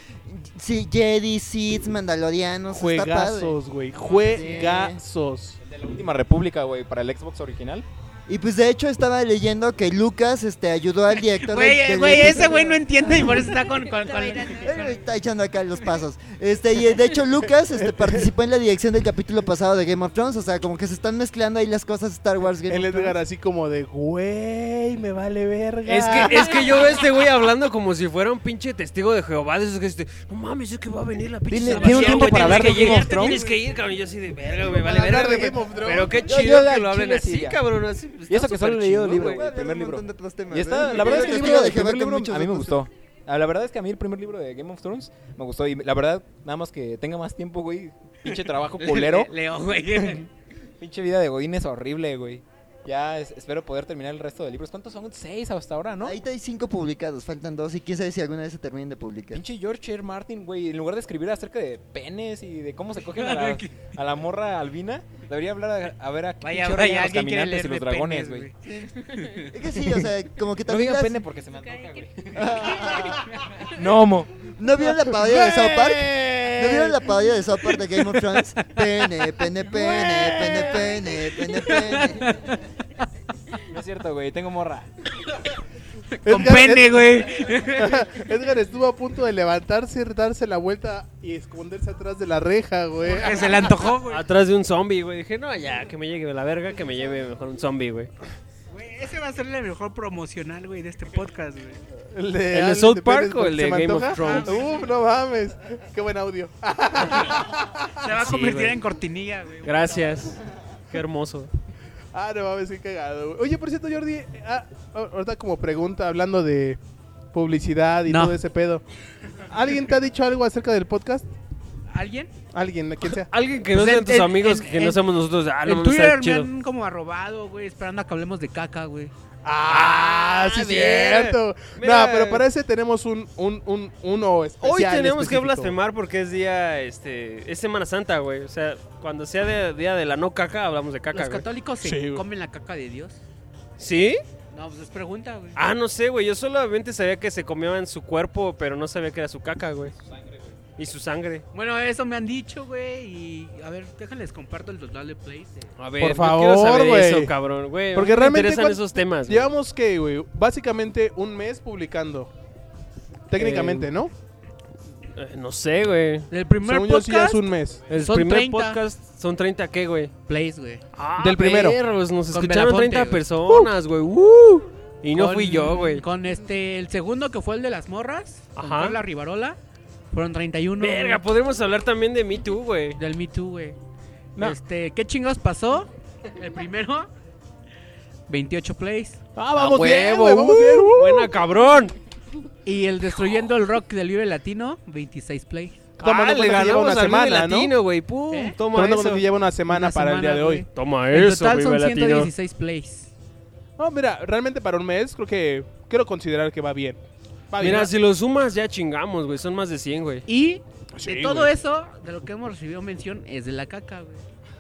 S6: Sí, Jedi, Sith, Mandalorianos. está padre.
S7: Juegazos, güey.
S6: Juegazos.
S7: Juegazos.
S10: El de la última república, güey, para el Xbox original.
S6: Y pues de hecho estaba leyendo que Lucas este, ayudó al director.
S5: Güey,
S6: del-
S5: eh,
S6: del
S5: güey,
S6: episodio-
S5: ese güey no entiende y por eso está con... con, con-
S6: Está echando acá los pasos. Este, y de hecho Lucas este, participó en la dirección del capítulo pasado de Game of Thrones. O sea, como que se están mezclando ahí las cosas Star Wars Game
S7: El
S6: of
S7: Edgar
S6: Thrones.
S7: así como de, güey, me vale verga.
S4: Es que,
S7: <laughs>
S4: es que yo veo a este güey hablando como si fuera un pinche testigo de Jehová. De esos que este, no mames, es que va a venir la pinche
S10: Dile,
S4: salvación,
S10: ¿tiene un tiempo
S4: güey,
S10: para
S4: tienes
S10: hablar de
S4: que
S10: Game
S4: llegar,
S10: of
S4: te
S10: Thrones?
S4: Tienes que ir, cabrón. Yo así de verga, güey, vale verga.
S7: hablar de
S4: güey.
S7: Ah, Game of Thrones.
S4: Pero qué
S6: Yo-
S4: chido
S6: yo
S4: que
S6: al
S4: lo hablen
S6: chile
S4: así,
S6: sí, ya.
S4: cabrón. Así,
S10: Y eso que solo he leído el libro,
S4: güey.
S10: güey, el primer libro. Y
S6: ¿verdad?
S10: está, la verdad es que el
S6: Yo
S10: libro,
S6: creo
S10: el
S6: que va
S10: primer
S6: con
S10: libro
S6: muchos
S10: a mí me
S6: otros
S10: gustó. Ah, La verdad es que a mí el primer libro de Game of Thrones me gustó. Y la verdad, nada más que tenga más tiempo, güey. Pinche
S6: <laughs>
S10: trabajo
S4: <laughs>
S10: culero.
S5: Leo, güey.
S10: pinche vida de Godines horrible, güey. Ya es- espero poder terminar el resto de libros. ¿Cuántos son? Seis hasta ahora, ¿no?
S6: Ahorita hay cinco publicados, faltan dos y quién sabe si alguna vez se terminen de publicar.
S10: Pinche George R. Martin, güey, en lugar de escribir acerca de penes y de cómo se
S5: <laughs>
S10: cogen a la, a la morra albina, debería hablar a, a ver a qué
S5: Vaya, vaya,
S10: pinche rayan los
S5: alguien quiere
S10: caminantes y
S5: leer
S10: los dragones, güey.
S6: Es que sí, o sea, como que
S10: No
S6: también
S10: digan
S6: las-
S10: pene porque se me antoja, <laughs> güey. Nomo.
S6: ¿No vieron
S10: <laughs>
S6: la parodia de South Park? ¿No vieron la parodia de South Park de Game of Thrones? Pene, pene, pene, pene, pene, pene, pene.
S10: No es cierto, güey, tengo morra.
S5: Con pene,
S6: <laughs>
S5: güey.
S7: <laughs> Edgar estuvo a punto de levantarse, darse la vuelta y esconderse atrás de la reja, güey.
S5: Que se le antojó,
S6: Ah.
S5: güey.
S4: Atrás de un zombie, güey. Dije, no, ya, que me llegue la verga, que me lleve mejor un zombie, güey.
S5: Güey, Ese va a ser el mejor promocional, güey, de este podcast, güey.
S7: ¿El
S4: ¿El de
S7: Alex
S4: South Park
S7: Pérez,
S4: o el
S7: ¿se
S4: de
S7: me
S4: Game of
S7: antoja? Ah,
S4: Thrones?
S7: Uf, no mames. Qué buen audio. <laughs>
S5: Se va a
S4: Sí,
S5: convertir
S4: güey.
S5: en cortinilla, güey.
S4: Gracias. Qué hermoso.
S7: Ah, no mames, qué cagado. güey. Oye, por cierto, Jordi, eh, ah, ahor- ahorita como pregunta, hablando de publicidad y
S5: No.
S7: todo ese pedo. ¿Alguien te ha dicho algo acerca del podcast?
S5: ¿Alguien?
S7: Alguien,
S4: <laughs>
S7: quien sea.
S4: Alguien que
S5: Pues
S4: no
S5: en-
S4: sean tus
S5: en-
S4: amigos,
S5: en-
S4: que no
S5: en-
S4: seamos nosotros. Ah, no
S5: en
S4: mames, está
S5: Twitter me
S4: chido.
S5: han como arrobado, güey, esperando a que hablemos de caca, güey.
S7: Ah, sí,
S4: bien.
S7: cierto.
S4: Mira.
S7: No, pero para ese tenemos un, un, un, uno especial.
S4: Hoy tenemos que
S7: específico.
S4: blasfemar porque es día, este, es Semana Santa, güey. O sea, cuando sea de- día de la no caca, hablamos de caca,
S5: ¿Los
S4: güey.
S5: católicos se
S7: Sí, güey.
S5: comen la caca de Dios?
S4: ¿Sí?
S5: No, pues es pregunta, güey.
S4: Ah, no sé, güey. Yo solamente sabía que se comían su cuerpo, pero no sabía que era su caca, güey. Y su sangre.
S5: Bueno, eso me han dicho, güey, y a ver, déjales comparto el total de plays. eh.
S4: A ver,
S7: Por
S4: yo quiero
S7: favor,
S4: saber
S7: güey.
S4: eso, cabrón, güey.
S7: Porque
S4: Porque realmente
S7: realmente
S4: me interesan
S7: cuan-
S4: esos temas. güey.
S7: Llevamos que, güey, básicamente un mes publicando. Técnicamente, ¿no?
S4: Eh, no sé, güey.
S5: Del primer
S7: Según yo sí
S5: podcast,
S7: es un mes.
S4: El
S5: Son
S4: primer
S5: 30.
S4: podcast son 30 qué, güey.
S5: plays, güey.
S4: Ah,
S7: Del primero.
S4: perros, nos
S5: Con
S4: escucharon
S5: Belafonte,
S4: 30
S5: güey.
S4: personas, güey. ¡Uh! y no
S5: Con-
S4: fui yo, güey.
S5: Con este, el segundo que fue el de las morras, con
S4: Ajá.
S5: Carla Rivarola, fueron 31.
S4: Verga, pues.
S5: güey,
S4: podremos hablar también de Me Too, güey.
S5: Del Me Too, güey.
S4: No.
S5: Este, ¿qué chingados pasó? El primero, 28 plays.
S7: Ah, vamos
S4: ¡A
S7: bien,
S4: huevo!
S7: güey, vamos
S4: ¡Uh!
S7: bien. ¡uh!
S4: Buena, cabrón.
S5: Y el Destruyendo el Rock del Libre Latino, 26 plays.
S7: Tomando
S4: ah,
S7: cuenta
S4: le
S7: que lleva
S4: ganamos
S7: una
S4: al Vive
S7: semana, ¿no?
S4: Latino, güey. Pum,
S5: ¿Eh?
S4: toma
S7: Tomando
S4: eso.
S7: cuenta que lleva una semana
S5: Una
S7: para el día
S5: semana,
S7: de
S5: güey.
S7: hoy.
S4: Toma
S5: En
S4: eso,
S5: total
S4: Vive
S5: son
S4: Latino.
S5: 116 plays.
S7: No, mira, realmente para un mes creo que quiero considerar que va bien. Va bien.
S4: Mira, si lo sumas ya chingamos, güey. Son más de 100, güey.
S5: Y
S7: Sí,
S5: de todo
S7: güey.
S5: eso, de lo que hemos recibido mención, es de la caca, güey.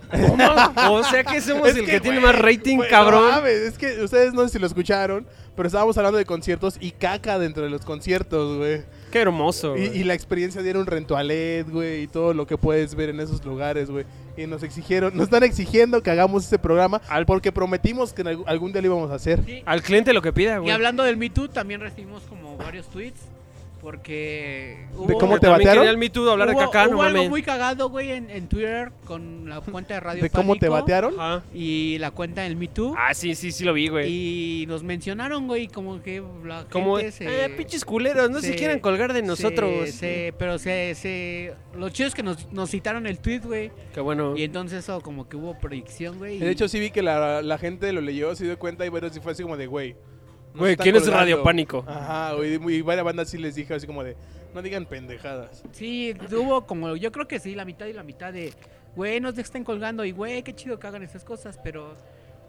S4: <laughs> o sea que somos
S7: Es
S4: el que,
S7: que,
S4: tiene
S7: güey,
S4: más rating,
S7: Güey, no
S4: cabrón.
S7: mames, es que ustedes no sé si lo escucharon, pero estábamos hablando de conciertos y caca dentro de los conciertos, güey.
S4: Qué hermoso.
S7: Y,
S4: güey.
S7: y la experiencia de ir a un rentualet, güey, y todo lo que puedes ver en esos lugares, güey. Y nos exigieron, nos están exigiendo que hagamos ese programa al porque prometimos que en alg- algún día lo íbamos a hacer.
S4: Al cliente lo que pida,
S5: Y
S4: güey.
S5: hablando del Me Too, también recibimos como varios tweets. Porque hubo,
S7: ¿De cómo
S4: Yo
S7: te
S4: también
S7: batearon?
S4: quería el Me Too hablar
S5: hubo-
S4: de caca, no
S5: hubo algo
S4: mames.
S5: muy cagado, güey, en, en Twitter con la cuenta
S4: <laughs>
S5: de Radio
S7: ¿De cómo te
S5: Pánico
S7: batearon?
S4: Ajá.
S5: Y la cuenta del Me Too.
S4: Ah, sí, sí, sí lo vi, güey.
S5: y nos mencionaron, güey, como que la
S4: Como,
S5: gente se...
S4: eh, pinches culeros, no se,
S5: se-
S4: quieran colgar de
S5: se-
S4: nosotros.
S5: se- pero se, se... Lo chido es que nos, nos citaron el tweet, güey.
S4: Qué bueno.
S5: Y entonces eso como que hubo predicción, güey.
S7: De
S5: y-
S7: hecho, sí vi que la, la gente lo leyó, se dio cuenta y bueno, sí fue así como de, güey, nos
S4: Güey,
S7: están
S4: ¿quién es
S7: colgando.
S4: Radio Pánico?
S7: Ajá, güey. Y varias bandas sí les dije así como de, no digan pendejadas.
S5: Sí, hubo como, yo creo que sí, la mitad y la mitad de, güey, nos estén colgando y, güey, qué chido que hagan esas cosas, pero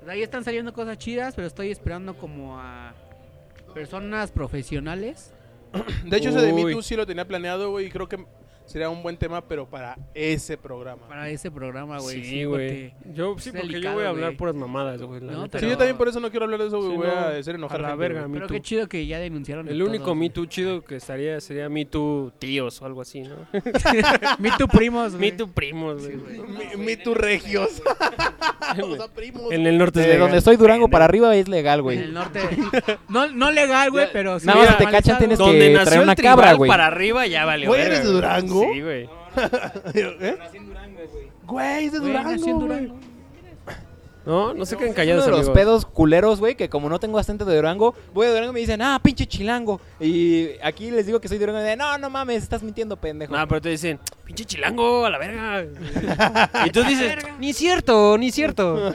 S5: de ahí están saliendo cosas chidas, pero estoy esperando como a personas profesionales.
S7: De hecho, ese de
S5: Uy.
S7: Me Too sí lo tenía planeado, güey, y creo que sería un buen tema, pero para ese programa.
S5: Para ese programa, Ah, güey.
S4: Sí, güey.
S5: porque
S4: Yo sí,
S5: es
S4: porque yo
S5: delicado,
S4: voy a hablar
S5: güey.
S4: puras mamadas, güey. la
S5: No,
S4: neta.
S7: Sí, yo también por eso no quiero hablar de eso, güey.
S4: este Sí,
S7: voy
S4: no,
S7: a hacer enojar
S4: a la
S7: gente,
S4: verga,
S7: güey.
S4: Me
S5: Pero
S4: Too.
S5: qué chido que ya denunciaron. de
S4: El único
S5: todos,
S4: Me
S5: güey.
S4: Too chido que estaría sería Me Too tíos o algo así, ¿no?
S5: <laughs> Me Too primos,
S4: Me
S5: güey.
S4: Too primos, güey.
S7: Me, me Too regios. o sea, primos.
S4: en el norte es
S10: De
S4: legal.
S10: donde estoy Durango para arriba es legal,
S5: En
S10: güey.
S5: el norte. No, no legal, güey, pero sí.
S10: Nada más si te
S5: normalizado.
S10: cachan tienes
S4: Donde
S10: que
S4: nació
S10: traer
S4: el
S10: una
S4: tribal
S10: cabra, güey.
S4: para arriba ya valió.
S7: Güey,
S4: verga,
S7: ¿eres de Durango?
S4: Sí, güey.
S7: ¿Eh? Güey, es de
S5: Güey, nació en
S7: Durango, güey.
S5: Durango.
S4: No, no se queden
S10: Uno
S4: callados,
S10: de los
S4: amigos.
S10: pedos culeros, güey, que como no tengo acento de Durango, voy a Durango y me dicen, ah, pinche chilango. Y aquí les digo que soy de Durango y me dicen, <laughs> no, no mames, estás mintiendo, pendejo.
S4: No, pero te dicen, pinche chilango, a la verga.
S7: <laughs>
S4: y tú dices, ni cierto, ni cierto.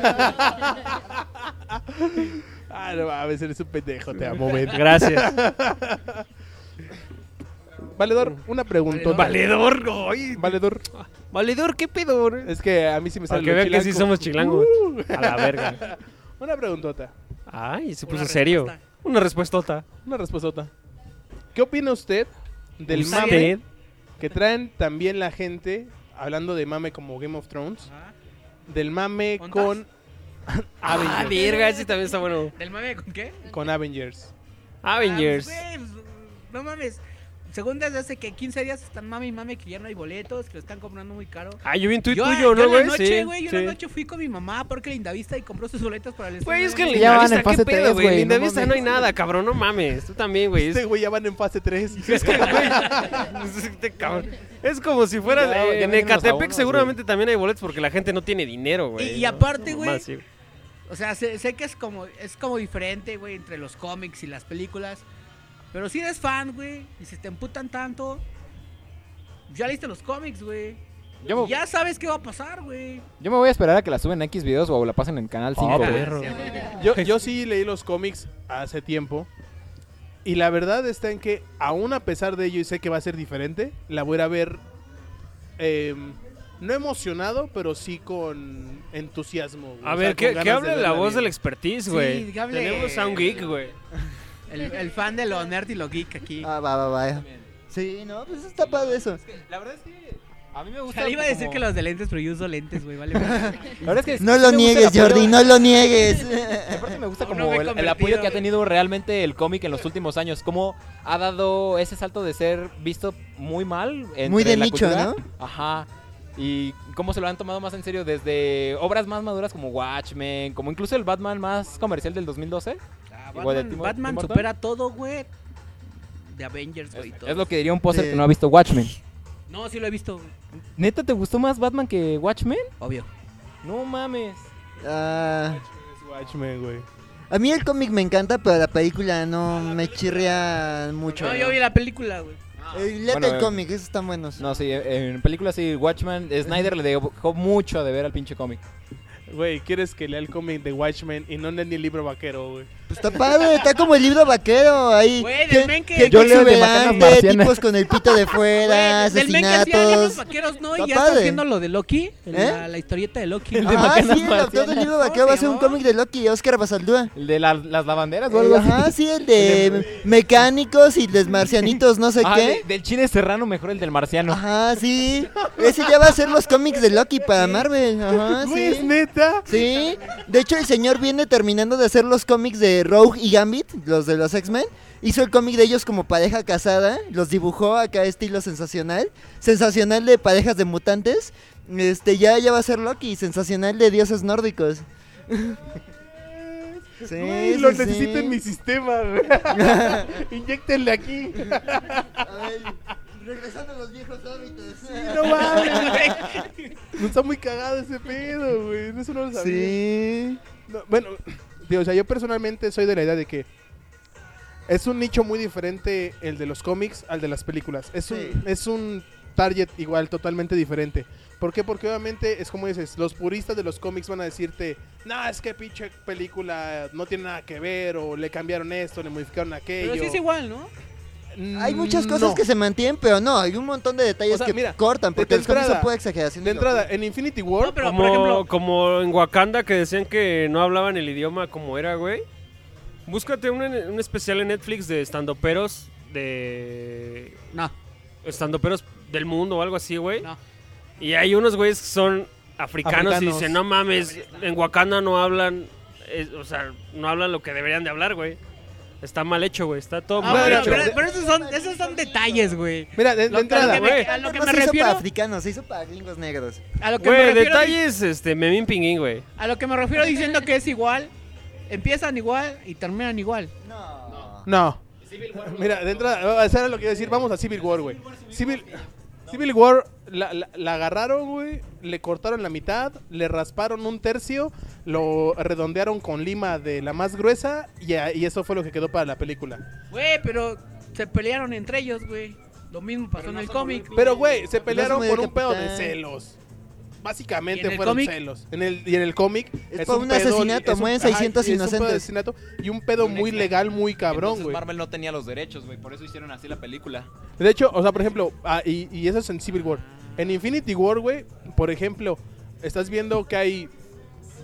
S7: Ah, no mames, eres un pendejo, te amo,
S4: <laughs>
S7: güey.
S4: Gracias.
S7: Valedor, una pregunta.
S4: Valedor,
S7: <laughs>
S4: güey.
S7: Valedor,
S4: Valedor, qué pedo, güey?
S7: es que a mí sí me
S4: Para
S7: sale
S4: que
S7: lo
S4: vean que sí
S7: chilango. Uh.
S4: somos chilangos. A la verga.
S7: Una preguntota,
S4: Ay, se
S5: Una
S4: puso serio.
S5: respuesta.
S4: Una respuestota.
S7: una respostota. ¿Qué opina usted del
S4: Usted-
S7: mame que traen también la gente, hablando de mame como Game of Thrones,
S5: Ajá.
S7: del mame
S5: ¿Ondas?
S7: con,
S4: Ah, verga, ese también está bueno.
S5: ¿Del mame con qué?
S7: con Avengers?
S4: Avengers.
S5: Ah, pues, güey, pues, no mames. Según desde hace que 15 días están mami y mami que ya no hay boletos, que lo están comprando muy caro.
S4: Ah, yo vi un tuit
S5: yo,
S4: tuyo,
S5: yo
S4: ¿no,
S5: en la
S4: güey?
S5: noche, güey, yo en
S4: sí.
S5: la noche fui con mi mamá porque Lindavista y compró sus boletos para el
S4: Güey,
S5: estreno
S4: es que
S5: de-
S4: en
S10: Ya van
S4: Lindavista,
S10: en
S4: ¿qué
S10: fase tres,
S4: pedo, güey? En
S10: güey, no
S4: Lindavista no hay
S10: mames.
S4: nada, cabrón, no mames. Tú también, güey.
S7: <laughs>
S4: Es-
S7: Este güey ya van en fase 3.
S4: Es que, güey, <laughs> este cabrón. Es como si fuera
S10: Ya,
S4: eh,
S10: ya
S4: en
S10: me dieron los
S4: Ecatepec
S10: abonos,
S4: seguramente también hay boletos porque la gente no tiene dinero,
S5: Y-
S4: güey.
S5: y
S4: ¿no?
S5: aparte, güey,
S4: Más, sí.
S5: O sea, sé, sé que es como, es como diferente, güey, entre los cómics y las películas. Pero si eres fan, güey, y si te emputan tanto, ya leíste los cómics, güey.
S10: Yo
S5: Y
S10: me,
S5: Ya sabes qué va a pasar, güey. Ah,
S10: yo me voy a esperar a que la suben a X videos o la pasen en Canal 5, güey.
S4: Ah, perro.
S7: Yo, yo sí leí los cómics hace tiempo. Y la verdad está en que, aún a pesar de ello, y sé que va a ser diferente, la voy a ir a ver. eh, no emocionado, pero sí con entusiasmo. güey.
S4: A
S7: O sea,
S4: ver,
S7: con
S4: que,
S7: ganas
S4: que hable
S7: de
S4: la
S7: verla
S4: voz
S7: bien.
S4: del expertise,
S5: Sí,
S4: güey.
S5: que hable-
S4: Tenemos a un geek, güey.
S5: El, el fan de lo nerd y lo geek aquí.
S6: Ah, va, va, va. Sí, no, pues está padre eso.
S8: La verdad es que a mí me
S5: O
S8: gusta.
S5: sea, le iba a decir
S8: como-
S5: que los de lentes, pero yo uso lentes, güey, Ah, vale. madre.
S10: La verdad es que sí
S6: No
S10: me
S6: lo
S10: gusta el
S6: niegues,
S10: apoyo-
S6: Jordi, no lo niegues. <laughs>
S10: Aparte me gusta
S5: Aún
S10: como
S5: no me he
S10: el, el
S5: convertido,
S10: apoyo que ha
S5: güey.
S10: tenido realmente el cómic en los últimos años. Cómo ha dado ese salto de ser visto muy mal. entre
S6: Muy de
S10: la
S6: nicho,
S10: cultura.
S6: ¿no?
S10: Ajá. Y cómo se lo han tomado más en serio desde obras más maduras como Watchmen, como incluso el Batman más comercial del 2012.
S5: Ah,
S10: Igual de
S5: Batman,
S10: Tim-
S5: Batman
S10: Tim Burton.
S5: supera todo, güey. De Avengers, güey. y todo.
S10: Es lo que diría un póster
S6: Sí.
S10: que no ha visto Watchmen.
S5: No, sí lo he visto, güey.
S10: ¿Neta te gustó más Batman que Watchmen?
S5: obvio.
S10: No mames.
S6: Ah,
S7: Watchmen, güey.
S6: a mí el cómic me encanta, pero la película no me chirría mucho.
S5: No, yo vi la película, güey.
S6: Eh, léete
S10: Bueno,
S6: el cómic, esos están buenos.
S10: No, sí, en en películas sí, Watchmen, Snyder le dejó mucho de ver al pinche cómic.
S7: Güey, ¿quieres que lea el cómic de Watchmen y no lea ni el libro vaquero, güey?
S6: Pues está padre, está como el libro vaquero ahí.
S5: Güey, del
S6: Gen-
S5: Menke.
S6: gente
S10: Yo leo el de
S6: exuberante,
S10: Bacanas Marcianas.
S6: tipos con el pito de fuera,
S5: Güey, del men que hacía los
S6: asesinatos.
S5: vaqueros, ¿no? Y
S6: Está
S5: ya está
S6: padre.
S5: haciendo lo de Loki, en
S6: ¿Eh?
S5: la, la historieta de Loki.
S6: <laughs>
S5: ¿no?
S6: Ah, sí, el autor del libro
S5: ¿Cómo
S6: vaquero va a
S5: se
S6: ser un
S5: llamaba?
S6: cómic de Loki, Oscar Basaldúa.
S10: El de la- las lavanderas o algo
S6: Eh,
S10: así.
S6: Ajá, sí, el de mecánicos y los marcianitos, no
S7: <laughs>
S6: sé
S10: Ah,
S6: qué. Ah,
S10: de- del chile serrano, mejor el del marciano.
S6: Ajá, sí. Ese ya va a ser los cómics de Loki para Marvel. Ajá,
S7: Güey, es
S6: sí.
S7: neta.
S6: Sí. De hecho, el señor viene terminando de hacer los cómics de Rogue y Gambit, los de los X-Men. Hizo el cómic de ellos como pareja casada. Los dibujó acá estilo sensacional. Sensacional de parejas de mutantes. Este, ya, ya va a ser Loki. Sensacional de dioses
S7: <laughs>
S6: nórdicos. Sí,
S7: Güey, lo
S6: sí, sí.
S7: necesito en mi sistema,
S6: <laughs>
S7: güey. Inyéctenle aquí.
S6: A ver, regresando a los viejos hábitos.
S7: No mames, No está muy cagado ese pedo, güey. Eso no lo sabía.
S6: Sí.
S7: No, bueno, digo, o sea, yo personalmente soy de la idea de que es un nicho muy diferente el de los cómics al de las películas. Es un,
S6: Sí.
S7: es un target igual, totalmente diferente. ¿Por qué? Porque obviamente es como dices, los puristas de los cómics van a decirte, no, es que pinche película no tiene nada que ver, o le cambiaron esto, le modificaron aquello.
S5: Pero sí es igual, ¿no?
S6: Hay muchas cosas que se mantienen, pero no, hay un montón de detalles
S7: O sea,
S6: que
S7: mira,
S6: cortan, porque
S7: de
S6: los cómics son
S7: entrada-
S6: pura exageración.
S7: De
S6: y locura.
S7: entrada, en Infinity War,
S4: como, como en Wakanda que decían que no hablaban el idioma como era, güey. Búscate un, un especial en Netflix de estandoperos de.
S5: No.
S4: Estandoperos del mundo o algo así, güey. Y hay unos güeyes que son africanos, y
S7: Africanos.
S4: dicen, no mames, en Wakanda no hablan. eh, o sea, no hablan lo que deberían de hablar, güey. Está mal hecho, güey. Está todo
S5: Ah,
S4: mal
S5: bueno,
S4: hecho.
S5: pero, pero esos, son, esos son detalles, güey.
S7: Mira, de,
S4: de entrada, Ah, güey.
S5: A lo que
S6: no
S5: me
S6: se hizo para
S5: refiero.
S6: africanos, se hizo para gringos negros.
S5: A lo que me
S4: Güey,
S5: refiero
S4: detalles, este, memín pinguín, güey.
S5: A lo que me refiero diciendo que es igual, empiezan igual y terminan igual.
S7: No. Mira, de entrada, eh, eso era lo que iba a decir. Vamos a Civil War, güey. Civil, Civil War la, la- la agarraron, güey. Le cortaron la mitad, le rasparon un tercio, lo redondearon con lima de la más gruesa y, a- y eso fue lo que quedó para la película.
S5: Güey, pero se pelearon entre ellos, güey. Lo mismo pasó en el cómic.
S7: Pero, güey, se pelearon
S6: me
S7: por
S6: dio
S7: un pedo de
S6: capitán.
S7: celos.
S5: ¿Y en
S7: Básicamente
S5: el
S7: fueron
S5: cómic?
S7: celos. En el, y en el cómic
S6: Es por un asesinato,
S7: es un-
S6: mueren
S7: ajá,
S6: 600
S7: es un pedo de
S6: inocentes.
S7: asesinato y un pedo muy legal, muy cabrón,
S12: Entonces,
S7: güey.
S12: Marvel no tenía los derechos, güey. Por eso hicieron así la película.
S7: De hecho, o sea, por ejemplo, ah, y, y eso es en Civil War. En Infinity War, güey, por ejemplo, estás viendo que hay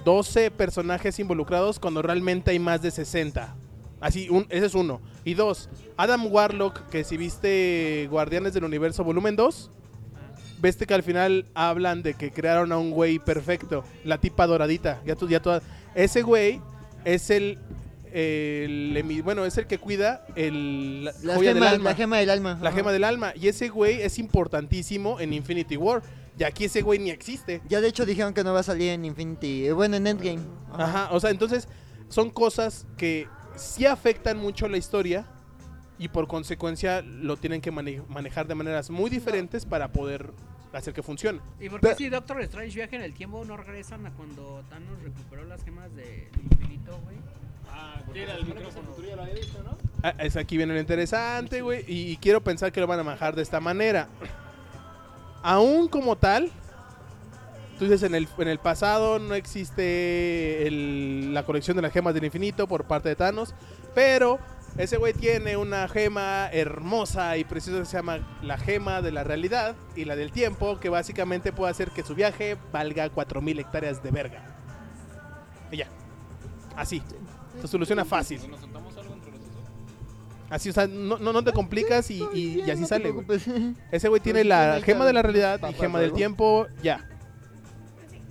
S7: 12 personajes involucrados cuando realmente hay más de 60. Así, un- ese es uno. Y dos, Adam Warlock, que si viste Guardianes del Universo volumen 2, viste que al final hablan de que crearon a un güey perfecto, la tipa doradita, ya, tú- ya toda... Ese güey es el... el emi- bueno, es el que cuida el, la,
S6: La
S7: joya del
S6: gema,
S7: alma.
S6: la gema del alma.
S7: La
S6: ajá.
S7: gema del alma. Y ese güey es importantísimo en Infinity War. Y aquí ese güey ni existe.
S6: Ya de hecho dijeron que no va a salir en Infinity. eh, Bueno, en Endgame.
S7: Ajá. O sea, entonces son cosas que sí afectan mucho la historia. Y por consecuencia lo tienen que mane- manejar de maneras muy diferentes para poder hacer que funcione.
S5: ¿Y por qué
S7: Pero-
S5: si Doctor Strange viaja en el tiempo no regresan a cuando Thanos recuperó las gemas del infinito, güey? Ah,
S7: Ah, es aquí viene lo interesante, güey. Y, y quiero pensar que lo van a manejar de esta manera. Aún como tal, tú dices, en el, en el pasado no existe el- la colección de las gemas del infinito por parte de Thanos. Pero ese güey tiene una gema hermosa y preciosa que se llama la gema de la realidad y la del tiempo, que básicamente puede hacer que su viaje valga 4.000 hectáreas de verga. Y ya. Así. Se soluciona fácil. Así, o sea, no, no, no te complicas y, y- y así sale. güey. Ese güey tiene
S6: Pues,
S7: la
S6: bueno,
S7: gema de la
S6: ahí está,
S7: realidad y
S6: papá,
S7: gema del
S6: huevo.
S7: tiempo, ya.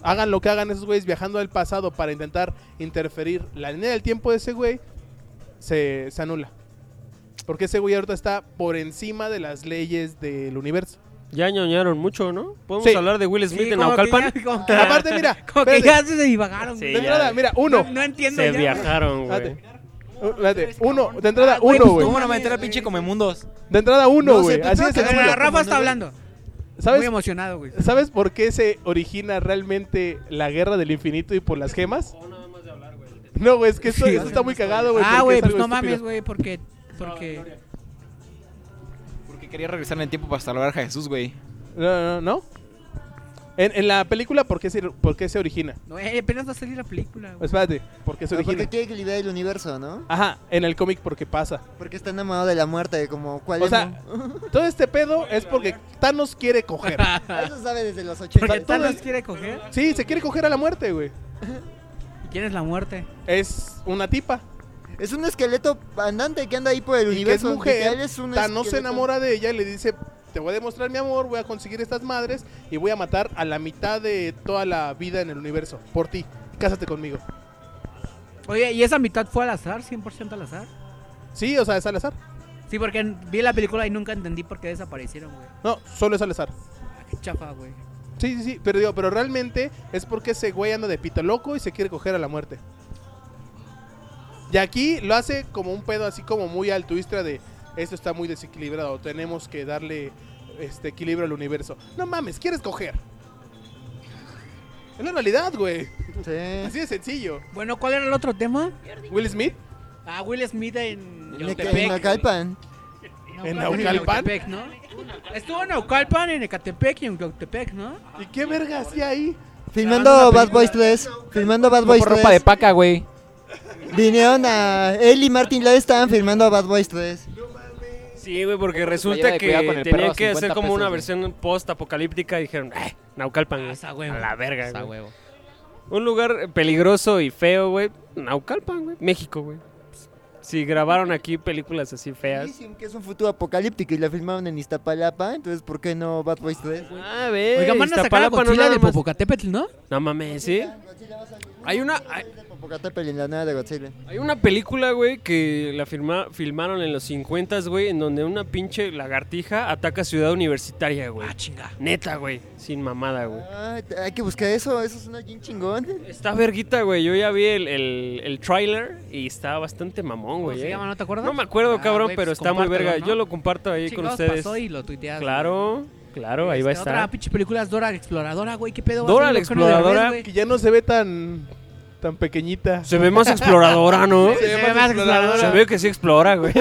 S7: Hagan lo que hagan esos güeyes viajando al pasado para intentar interferir la línea del tiempo de ese güey, se, se anula. Porque ese güey ahorita está por encima de las leyes del universo.
S4: Ya ñoñaron mucho, ¿no? ¿Podemos
S7: Sí.
S4: hablar de Will
S5: Sí,
S4: Smith en
S5: como que
S4: Naucalpan?
S5: ya- como que ya-
S7: Aparte, mira,
S5: Ah, <laughs> Como que
S7: espérate.
S5: ya se divagaron.
S4: Sí,
S7: de
S4: ya.
S7: entrada, mira, uno.
S5: No, no entiendo.
S4: Se
S5: ya. <laughs>
S4: viajaron, güey.
S7: Espérate. Uh, espérate, uno, de entrada
S5: pues,
S7: uno, güey.
S12: ¿Cómo no meter a pinche Comemundos?
S7: De entrada uno,
S6: No,
S7: güey.
S6: se te
S7: Así
S6: trata
S7: es.
S5: A ver,
S7: sencillo.
S5: Rafa está hablando. Muy
S7: ¿Sabes
S5: emocionado, güey.
S7: ¿Sabes por qué se origina realmente la guerra del infinito y por las gemas? No, güey, es que esto,
S5: Sí,
S7: esto
S5: güey.
S7: está muy cagado, güey.
S5: Ah,
S7: porque
S5: güey,
S7: es
S5: pues
S7: algo
S5: no
S7: estúpido.
S5: mames, güey, porque... porque...
S12: Porque quería regresar en el tiempo para salvar a Jesús, güey.
S7: No, no, no. En, en la película, ¿por qué se, por qué se origina?
S5: No, eh, apenas va a salir la película, güey.
S7: Espérate, ¿por qué se
S5: Ah,
S6: No, porque
S7: origina?
S6: quiere equilibrar el universo, ¿no?
S7: Ajá, en el cómic, ¿por qué pasa?
S6: Porque está enamorado de la muerte, como cuál
S7: O
S6: emo.
S7: sea, <laughs> todo este pedo es porque Thanos
S5: <laughs>
S7: quiere coger.
S6: Eso sabe desde los 80.
S5: Porque
S7: todo
S5: Thanos
S7: es-
S5: quiere coger.
S7: Sí, se quiere coger a la muerte, güey.
S5: ¿Y quién es la muerte?
S7: Es una tipa.
S6: Es un esqueleto andante que anda ahí por el
S7: y que es
S6: universo.
S7: mujer,
S6: literal, es un
S7: Thanos se
S6: esqueleto.
S7: enamora de ella y le dice, te voy a demostrar mi amor, voy a conseguir estas madres y voy a matar a la mitad de toda la vida en el universo, por ti, cásate conmigo.
S5: Oye, ¿y esa mitad fue al azar? ¿100% al azar?
S7: Sí, o sea, es al azar.
S5: Sí, porque vi la película y nunca entendí por qué desaparecieron, güey.
S7: No, solo es al azar.
S5: Ah, Qué chafa, güey.
S7: Sí, sí, sí, pero digo, pero realmente es porque ese güey anda de pito loco y se quiere coger a la muerte. Y aquí lo hace como un pedo así como muy altruista de esto está muy desequilibrado, tenemos que darle este equilibrio al universo. No mames, quieres coger. Es la realidad, güey.
S6: Sí.
S7: Así de sencillo.
S5: Bueno, ¿cuál era el otro tema?
S7: Will Smith
S5: Ah, Will Smith en
S6: En Acalpan.
S5: No,
S7: en
S5: ¿cuál era?
S7: Naucalpan.
S5: pues, Yautepec, ¿no? Estuvo en Naucalpan, en Ecatepec y en Cloctepec, ¿no?
S7: ¿Y qué verga hacía ahí?
S6: Filmando Bad Boys 3. Filmando Bad
S2: Fue
S6: Boys
S2: por
S6: 3.
S2: ropa de paca, güey.
S6: Vinieron a. Él y Martin Lai estaban filmando a Bad Boys 3.
S4: Sí, güey, porque
S6: playera
S4: resulta
S6: de
S4: que
S6: cuidado con el
S4: tenían
S6: perro,
S4: que hacer
S6: 50
S4: como
S6: pesos,
S4: una
S6: güey.
S4: versión post-apocalíptica y dijeron, "Eh, Naucalpan,
S5: Ah,
S4: güey, a la verga,
S13: Esa
S4: güey.
S13: huevo.
S4: Un lugar peligroso y feo, güey, Naucalpan, güey, México, güey. Si grabaron aquí películas así feas.
S6: Que es un futuro apocalíptico y la filmaron en Iztapalapa. Entonces, ¿por qué no Bad Boys 3?
S5: Ah,
S4: A ver.
S5: Oigan, van a sacar a
S4: Eh, Iztapalapa no
S5: Godzilla
S4: nada
S5: de
S4: más.
S5: Popocatépetl, ¿no?
S4: No mames, ¿sí? Hay una, hay,
S6: Popocatépetl en la nueva de Godzilla.
S4: hay una película, güey, que la firma, filmaron en los 50, güey, en donde una pinche lagartija ataca Ciudad Universitaria, güey. Ah,
S5: chinga.
S4: Neta, güey, sin mamada, güey.
S6: Ah, hay que buscar eso. Eso suena bien chingón.
S4: <laughs> Está verguita, güey. Yo ya vi el, el, el trailer y está bastante mamón, güey.
S5: se
S4: eh.
S5: llama? ¿No te acuerdas?
S4: No me acuerdo,
S5: Ah,
S4: cabrón,
S5: güey,
S4: pero
S5: pues
S4: está muy
S5: compártelo,
S4: verga.
S5: ¿no?
S4: Yo lo comparto ahí con
S5: Chingados
S4: ustedes.
S5: pasó y lo tuiteas,
S4: Claro, claro, ahí va a
S5: Esta Este, otra
S4: estar.
S5: pinche película es Dora la Exploradora, güey. ¿Qué pedo? va a
S4: Dora
S5: ser
S4: la
S5: el Ocarina de la Vez,
S4: Exploradora.
S5: güey?
S7: Que ya no se ve tan tan pequeñita.
S4: Se ve más exploradora, ¿no?
S7: Se ve más exploradora.
S4: Se ve que sí explora, güey.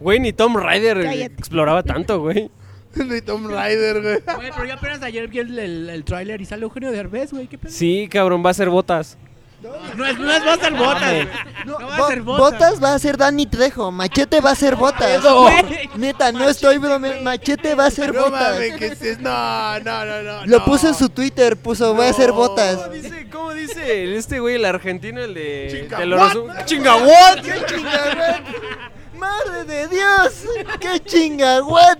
S4: Güey, ni Tom Rider exploraba tanto, güey.
S7: <laughs> Ni Tom Rider, güey.
S5: Güey, pero yo apenas ayer vi el, el, el tráiler y sale Eugenio Derbez, güey. ¿Qué pedo?
S4: Sí, cabrón, va a ser botas.
S5: No es, no es, va a ser botas, güey. No, va a ser
S6: Bo-
S5: botas.
S6: Botas va a ser Danny Trejo, Machete va a ser Botas.
S7: Güey.
S6: Neta, no estoy bromeando, Machete va a ser
S7: No
S6: Botas.
S7: mames, que se- No, no, no, no.
S6: Lo
S7: no.
S6: puso en su Twitter, puso voy a ser Botas.
S4: ¿Cómo dice, cómo dice el- este güey, el argentino, el de...
S6: Chinga,
S4: de
S6: what?
S4: Lorosu- ¡Chinga, what?
S6: ¡Qué chinga, what? ¡Madre de Dios! ¡Qué chinga, what?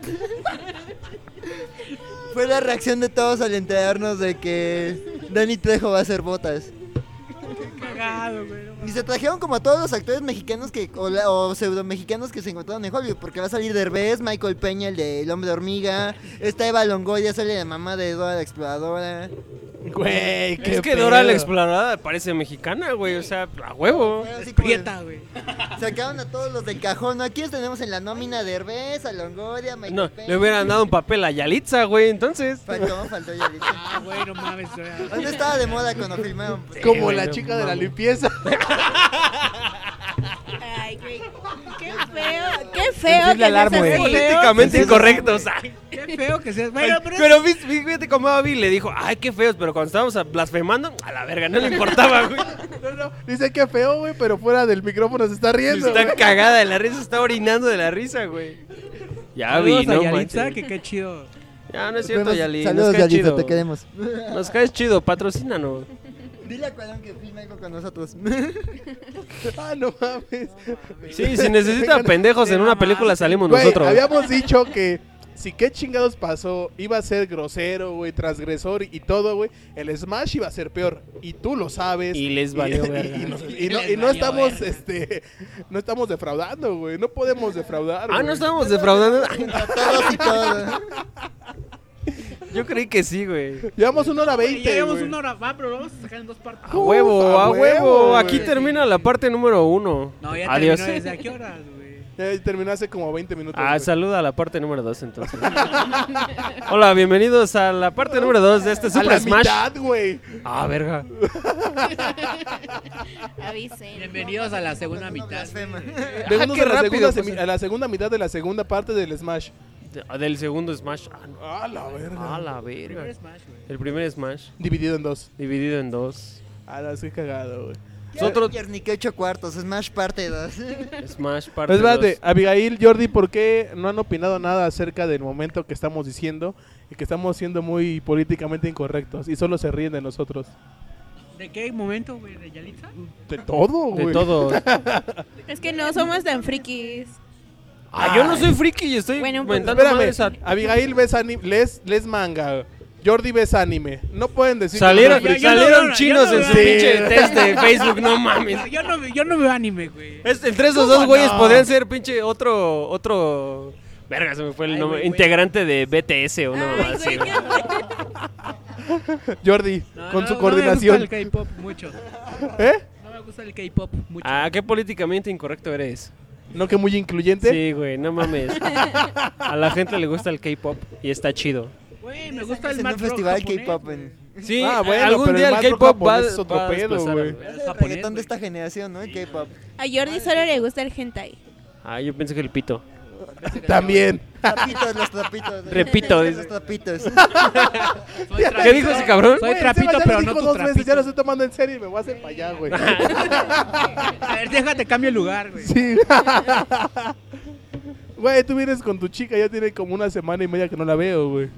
S6: Fue la reacción de todos al enterarnos de que Danny Trejo va a ser Botas.
S5: Cagado, güey.
S6: Y se trajeron como a todos los actores mexicanos que o, la- o pseudo mexicanos que se encontraron en Hollywood, porque va a salir Derbez, Michael Peña, el de El Hombre Hormiga, está Eva Longoria, sale la mamá de Dora la Exploradora.
S7: Güey,
S4: Es que Dora la Exploradora parece mexicana, güey. O sea, a huevo.
S5: Prieta, güey.
S6: Sacaron a todos los del cajón. ¿no? Aquí los tenemos en la nómina Derbez, a Longoria, Michael
S4: No,
S6: Peña.
S4: le hubieran dado un papel a Yalitza, güey, entonces.
S6: Faltó, faltó ya. Ah,
S5: güey, no mames.
S6: ¿Dónde estaba de moda cuando pues. filmaron?
S7: Como la chica de la limpieza. <laughs>
S9: Ay, güey. Qué feo, qué feo que
S4: alarma,
S9: seas
S4: güey.
S9: así.
S4: Políticamente incorrectos. Ah.
S5: Qué feo que seas. Bueno, pero,
S4: Pero vis- vis- fíjate cómo Abby le dijo, ay, qué feos, pero cuando estábamos a- blasfemando, a la verga, no le importaba, güey.
S7: Dice que feo, güey, pero fuera del micrófono se está riendo.
S4: Está
S7: güey.
S4: cagada de la risa, está orinando de la risa, güey. Ya
S5: Saludos
S4: vi,
S5: a
S4: no
S5: Yalitza,
S4: manches.
S5: que qué chido.
S4: Ya, no es cierto,
S6: Saludos,
S4: Yali.
S6: saludos,
S4: nos caes
S6: Yalitza,
S4: chido.
S6: te queremos.
S4: Nos caes chido, patrocínanos.
S6: Dile a Cuadrón que filme algo con nosotros.
S7: <laughs>
S6: <laughs>
S7: ah, no mames. <laughs>
S4: Sí, si necesita
S7: Vengan.
S4: pendejos en una película, salimos
S7: Güey,
S4: nosotros.
S7: Habíamos dicho que si qué chingados pasó, iba a ser grosero, güey, transgresor y todo, güey. El Smash iba a ser peor. Y tú lo sabes.
S4: Y les valió
S7: y,
S4: verga.
S7: y nos-
S4: <laughs>
S7: y
S4: Y
S7: no,
S4: les
S7: y no
S4: valió
S7: estamos,
S4: verga.
S7: este, no estamos defraudando, güey. No podemos defraudar.
S4: Ah,
S7: güey.
S4: no estábamos defraudando.
S6: Todos ¿eh? y todas.
S4: Yo creí que sí, güey.
S7: Llevamos una hora veinte.
S5: Ya llevamos
S7: güey.
S5: una hora, va, pero lo vamos a sacar en dos partes.
S4: A huevo, a
S7: a
S4: huevo.
S7: huevo,
S4: Aquí
S7: güey.
S4: termina la parte número uno.
S5: No, ya
S4: Adiós.
S5: terminó desde a qué horas, güey.
S7: Ya terminó hace como 20 minutos.
S4: Ah,
S7: güey.
S4: saluda a la parte número dos entonces. Hola, bienvenidos a la parte número dos de este
S7: a
S4: Super
S7: la
S4: Smash.
S7: mitad, güey.
S4: Ah, verga.
S9: <laughs>
S5: <laughs>
S9: Avisen.
S5: Bienvenidos a la segunda mitad.
S7: Vémonos
S4: qué
S7: a, la
S4: rápido,
S7: segunda, semi-
S4: pues.
S7: a la segunda mitad de la segunda parte del Smash.
S4: De- Del segundo Smash. Ah, no.
S7: Ah, la verga.
S4: Ah, la verga.
S5: Smash, güey.
S4: El primer Smash,
S7: Dividido en dos.
S4: dividido en dos.
S7: Ah, no, estoy cagado, güey.
S4: <laughs> Nosotros-
S6: Ni que ocho cuartos, Smash parte 2.
S4: Smash parte
S7: Pero espérate,
S4: dos.
S7: Abigail, Jordi, ¿por qué no han opinado nada acerca del momento que estamos diciendo y que estamos siendo muy políticamente incorrectos y solo se ríen de nosotros?
S5: ¿De qué momento, güey? ¿De Yalitza?
S7: De todo,
S4: De
S7: güey.
S4: todo.
S9: Es que no somos tan frikis.
S4: Ah, yo no soy friki y estoy
S9: Bueno, un poco.
S4: inventando
S7: Espérame,
S4: madres a-
S7: Abigail ves anime, les, les manga, Jordi ves anime. No pueden decir que
S4: Salieron,
S7: no son
S5: yo no
S4: salieron
S5: veo- yo
S4: chinos
S5: no
S4: en su
S7: veo-
S4: pinche
S7: Sí.
S5: <laughs>
S4: test de Facebook, no mames. Eh,
S5: Yo no, yo no veo anime, güey.
S4: Es- entre esos dos güeyes podrían ser pinche otro, otro... Verga, se me fue el
S5: Ay,
S4: nombre.
S5: güey, güey.
S4: Integrante de BTS o no.
S9: Ay, güey, qué bueno.
S7: frikis. <laughs> Jordi,
S5: No,
S7: con
S5: no,
S7: su coordinación.
S5: No me gusta el K-pop mucho.
S7: ¿Eh?
S5: No me gusta el K-pop mucho.
S4: Ah, qué políticamente incorrecto eres.
S7: No que muy incluyente.
S4: Sí, güey, no mames. A la gente le gusta el K-pop y está chido.
S5: Güey, me gusta el
S6: En
S5: Mad
S6: un
S5: Rock
S6: festival
S5: japonés,
S6: K-pop.
S5: güey.
S6: en-
S4: Sí, eh,
S7: Ah, bueno,
S4: algún
S7: pero
S4: día
S7: el
S4: el
S7: más
S4: K-pop va,
S7: japonés es otro
S4: va a
S7: pedo,
S4: desplazar,
S7: güey.
S4: güey.
S6: Es
S5: japonés,
S6: el reggaetón de
S5: güey.
S6: esta generación, ¿no? El K-pop.
S9: A Jordi solo le gusta el hentai.
S4: Ah, yo pensé que el pito.
S7: <laughs> También.
S6: Tapitos, los tapitos.
S4: Repito, dice. <laughs>
S6: Los tapitos.
S4: ¿Qué dijo ese cabrón?
S7: Güey, ese vato lo dijo dos veces, ya lo estoy tomando en serio y me voy a hacer para allá,
S5: <laughs>
S4: <laughs>
S7: güey.
S5: A ver, déjate, cambio el lugar, güey.
S7: Sí. Güey, tú vienes con tu chica, ya tiene como una semana y media que no la veo, güey.